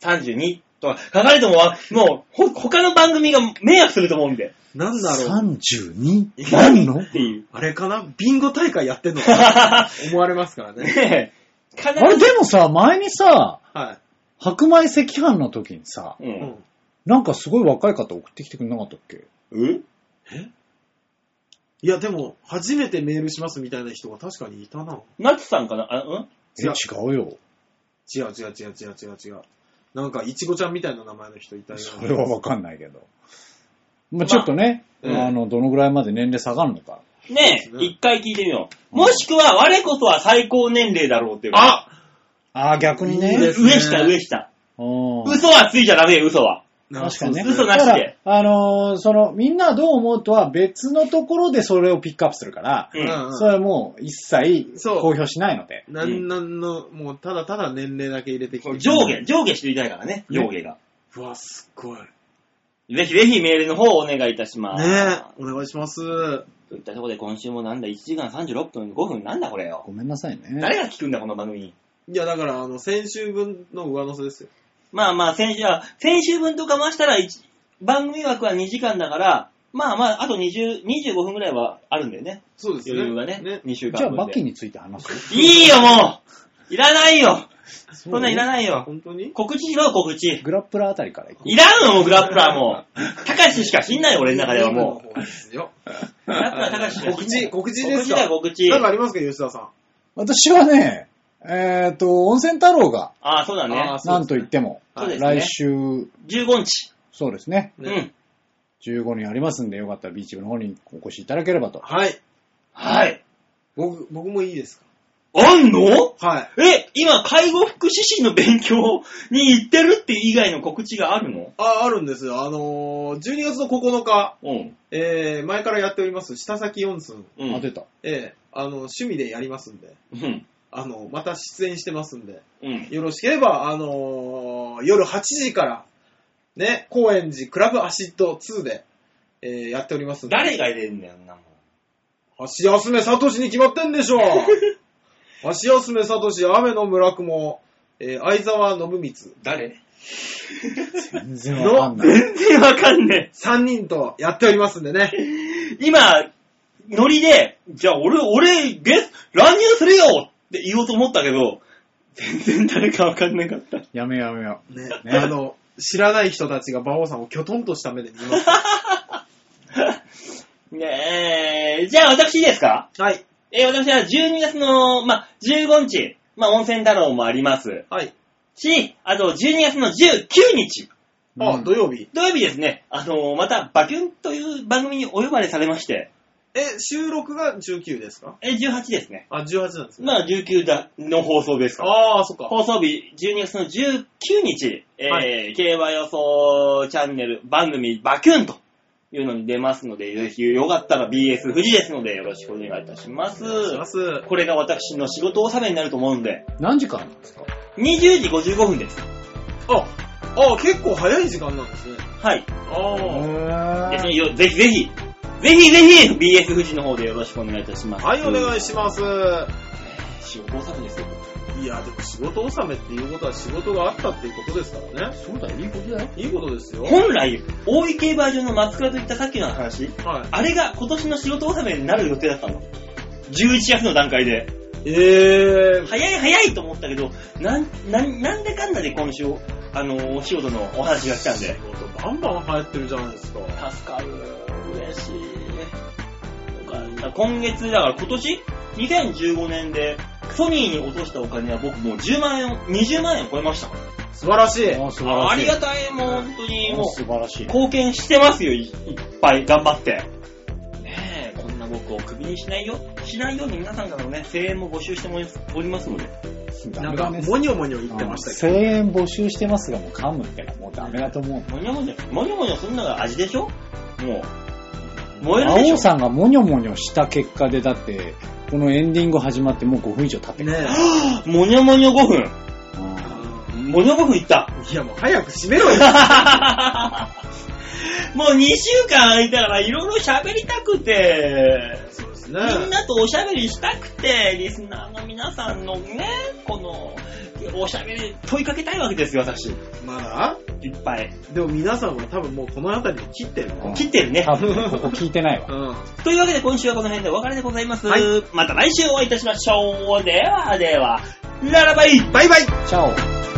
[SPEAKER 1] 32とか書かれてもわ、もう、ほ他の番組が迷惑すると思うんで。
[SPEAKER 2] なんだろう。
[SPEAKER 3] 32? 何の
[SPEAKER 1] っていう。
[SPEAKER 2] あれかなビンゴ大会やってんのかな 思われますからね。
[SPEAKER 1] ねえ。必
[SPEAKER 3] あれでもさ、前にさ、
[SPEAKER 2] は
[SPEAKER 3] 白米赤飯の時にさ、
[SPEAKER 1] う。
[SPEAKER 2] い。うんん。
[SPEAKER 3] なんかすごい若い方送ってきてくれなかったっけ
[SPEAKER 1] うん
[SPEAKER 2] いや、でも、初めてメールしますみたいな人が確かにいたな。
[SPEAKER 1] ナツさんかなあ、うん
[SPEAKER 3] え、違うよ。
[SPEAKER 2] 違う違う違う違う違う違う。なんか、いちごちゃんみたいな名前の人いたよ。
[SPEAKER 3] それはわかんないけど。まあ、ちょっとね、
[SPEAKER 2] まあ
[SPEAKER 3] あ、の、どのぐらいまで年齢下がるのか。
[SPEAKER 1] ねえ
[SPEAKER 2] そうです、ね
[SPEAKER 1] 一回聞いてみよう。もしくは、我こそは最高年齢だろうっていう。
[SPEAKER 2] あ
[SPEAKER 3] ああ、逆にね。
[SPEAKER 2] いいですね
[SPEAKER 1] 上下上下。
[SPEAKER 3] うん
[SPEAKER 1] 嘘はついちゃダメよ、嘘は。
[SPEAKER 3] 確かにね。
[SPEAKER 1] 嘘なしで
[SPEAKER 3] ただ。あのーその、みんなはどう思うとは別のところでそれをピックアップするから、
[SPEAKER 1] うん。
[SPEAKER 3] それはもう一切
[SPEAKER 2] そう
[SPEAKER 3] 公表しないので。
[SPEAKER 2] なんなんの、もうただただ年齢だけ入れてき
[SPEAKER 1] これ
[SPEAKER 2] て。
[SPEAKER 1] 上下、上下していたいからね、
[SPEAKER 3] ね
[SPEAKER 1] 上下が。
[SPEAKER 2] うわ、すっごい。
[SPEAKER 1] ぜひぜひメールの方をお願いいたします。
[SPEAKER 2] ねえ、お願いします。
[SPEAKER 1] といったところで今週もなんだ、1時間36分、5分なんだこれよ。
[SPEAKER 3] ごめんなさいね。
[SPEAKER 1] 誰が聞くんだこの番組。
[SPEAKER 2] いや、だから、あの、先週分の上乗せですよ。
[SPEAKER 1] まあまあ、先週、あ先週分とかましたら、一番組枠は2時間だから、まあまあ、あと20 25分ぐらいはあるんだよね。
[SPEAKER 2] そうですね。
[SPEAKER 1] 余裕がね。2週間
[SPEAKER 3] じゃあ、
[SPEAKER 1] 分
[SPEAKER 3] バッキー
[SPEAKER 1] で。
[SPEAKER 3] について話す
[SPEAKER 1] いいよ、もういらないよそんなんいらないよ
[SPEAKER 2] 本当に
[SPEAKER 1] 告知しろよ、告知
[SPEAKER 3] グラップラーあたりから行く。
[SPEAKER 1] いらんのもうグラップラーもう。たかししか死んないよ、俺の中ではもう。
[SPEAKER 2] う。ですよ。
[SPEAKER 1] グラップラーたかししか
[SPEAKER 2] 告知、告知で
[SPEAKER 1] 告
[SPEAKER 2] す
[SPEAKER 1] 知だ
[SPEAKER 2] か
[SPEAKER 1] よ、告知
[SPEAKER 2] なん。かありますか、吉田さん。
[SPEAKER 3] 私はね、えっ、と、温泉太郎が、
[SPEAKER 1] ああ、そうだね
[SPEAKER 2] あ。
[SPEAKER 3] なんと言っても、
[SPEAKER 1] そうですね
[SPEAKER 3] 来週、
[SPEAKER 1] 15日。
[SPEAKER 3] そうですね、
[SPEAKER 1] う
[SPEAKER 2] ね
[SPEAKER 1] ん。
[SPEAKER 3] 15人ありますんで、よかったらビーチ部の方にお越しいただければと。
[SPEAKER 2] はい。
[SPEAKER 1] はい。
[SPEAKER 2] 僕、僕もいいです
[SPEAKER 1] あんの
[SPEAKER 2] かはい。
[SPEAKER 1] え、今、介護福祉士の勉強に行ってるって以外の告知があるの
[SPEAKER 2] あ、あるんですよ。あのー、12月の9日、
[SPEAKER 1] うん。
[SPEAKER 2] えー、前からやっております、下崎温泉、
[SPEAKER 1] うん。
[SPEAKER 3] 当てた。
[SPEAKER 2] えー、あの、趣味でやりますんで、
[SPEAKER 1] うん。
[SPEAKER 2] あの、また出演してますんで、
[SPEAKER 1] うん。
[SPEAKER 2] よろしければ、あのー夜8時から、ね、高円寺クラブアシッド2で、えーやっておりますんで。
[SPEAKER 1] 誰が入れるんだよ、そんなもん。
[SPEAKER 2] 橋休め聡に決まってんでし ょ橋休め聡、雨の村雲、えー相沢信光、
[SPEAKER 1] 誰
[SPEAKER 3] 全然わかんない。
[SPEAKER 1] 全然わかんね
[SPEAKER 2] 3人とやっておりますんでね。
[SPEAKER 1] え。今、ノリで、じゃあ俺、俺、ゲス、乱入するよって言おうと思ったけど、全然誰かわかんなかった。
[SPEAKER 3] やめようやめよ う。
[SPEAKER 2] ね、あの、知らない人たちが馬王さんをキョトンとした目で見ます。
[SPEAKER 1] ねえ、じゃあ私いいですか
[SPEAKER 2] はい。
[SPEAKER 1] えー私は12月の、まあ、15日、まあ、温泉太郎もあります。
[SPEAKER 2] はい。
[SPEAKER 1] し、あと12月の19日、
[SPEAKER 2] あ、
[SPEAKER 3] うん
[SPEAKER 2] 土曜日。
[SPEAKER 1] 土曜日ですね、あのーまた、バキュンという番組にお呼ばれされまして、
[SPEAKER 2] え、収録が19ですか
[SPEAKER 1] えー18ですね。
[SPEAKER 2] あ、18なんですね。
[SPEAKER 1] まあ、19だの放送ですから。
[SPEAKER 2] ああ、そっか。
[SPEAKER 1] 放送日、12月の19日、えー
[SPEAKER 2] は
[SPEAKER 1] 競馬予想チャンネル番組バキュンというのに出ますので、ぜひよかったら BS 富士ですので、よろしくお願いいたします。
[SPEAKER 2] お願いします。
[SPEAKER 1] これが私の仕事納めになると思うんで、
[SPEAKER 3] 何時からなんですか
[SPEAKER 1] 20時55分です。
[SPEAKER 2] あ、あ、結構早い時間なんですね。
[SPEAKER 1] はい。
[SPEAKER 2] ああ。
[SPEAKER 1] ですねよぜひぜひ、ぜひぜひ、BS 富士の方でよろしくお願いいたします。
[SPEAKER 2] はい、お願
[SPEAKER 1] い。
[SPEAKER 2] いします。
[SPEAKER 1] 仕事納めですよ。
[SPEAKER 2] いや、でも仕事納めっていうことは仕事があったっていうことですからね。
[SPEAKER 3] そうだよ、いいことだよ。
[SPEAKER 2] いいことですよ。
[SPEAKER 1] 本来、大井競馬場の松倉といったさっきの話、
[SPEAKER 2] はい。
[SPEAKER 1] あれが今年の仕事納めになる予定だったの。11月の段階で。
[SPEAKER 2] えー、
[SPEAKER 1] 早い早いと思ったけど、なん、なん、なんでかんだで今週、あの、お仕事のお話が来たんで。
[SPEAKER 2] バンバン流行ってるじゃないですか。
[SPEAKER 1] 助かる。嬉しい。よかった今月、だから今年 ?2015 年で、ソニーに落としたお金は僕もう10万円を、20万円を超えました。
[SPEAKER 2] 素晴らしい。
[SPEAKER 3] あ、素晴
[SPEAKER 1] あ
[SPEAKER 3] らし
[SPEAKER 1] り
[SPEAKER 3] い。
[SPEAKER 1] がたい、もう本当に、もう、
[SPEAKER 3] 素晴らしい。
[SPEAKER 1] 貢献してますよ、いいっぱい、頑張って。ねえ、こんな僕をクビにしないよ、しないように皆さんからのね、声援も募集してもおりますので。
[SPEAKER 2] なんか、モニョモニョ言ってましたけ
[SPEAKER 3] 1000円募集してますが、もう噛むってのはもうダメだと思う。
[SPEAKER 1] もにょもにょ、もにょもにょすんのが味でしょもう、燃えるでし
[SPEAKER 3] 青
[SPEAKER 1] ょ
[SPEAKER 3] さんがモニョモニョした結果で、だって、このエンディング始まってもう5分以上経って
[SPEAKER 2] ど。
[SPEAKER 3] る。
[SPEAKER 2] ね
[SPEAKER 1] もにょもにょ5分。
[SPEAKER 2] え。
[SPEAKER 1] もにょ5分いった。
[SPEAKER 2] いや、もう早く閉めろよ。
[SPEAKER 1] もう2週間空いたからいろいろ喋りたくて、
[SPEAKER 2] そうですね。
[SPEAKER 1] みんなとおしゃべりしたくて、リスナーの皆さんのね、この、おしゃべり問いかけたいわけですよ、私。
[SPEAKER 2] まだ
[SPEAKER 1] いっぱい。
[SPEAKER 2] でも皆さんは多分もうこの辺りで切ってる
[SPEAKER 3] うん
[SPEAKER 2] ね。
[SPEAKER 1] 切ってるね。
[SPEAKER 3] 多分、ここ聞いてないわ。
[SPEAKER 2] うん。
[SPEAKER 1] というわけで今週はこの辺でお別れでございます。
[SPEAKER 2] はい
[SPEAKER 1] また来週お会いいたしましょう。ではでは、ならばい
[SPEAKER 2] バイバイ
[SPEAKER 3] チャオ。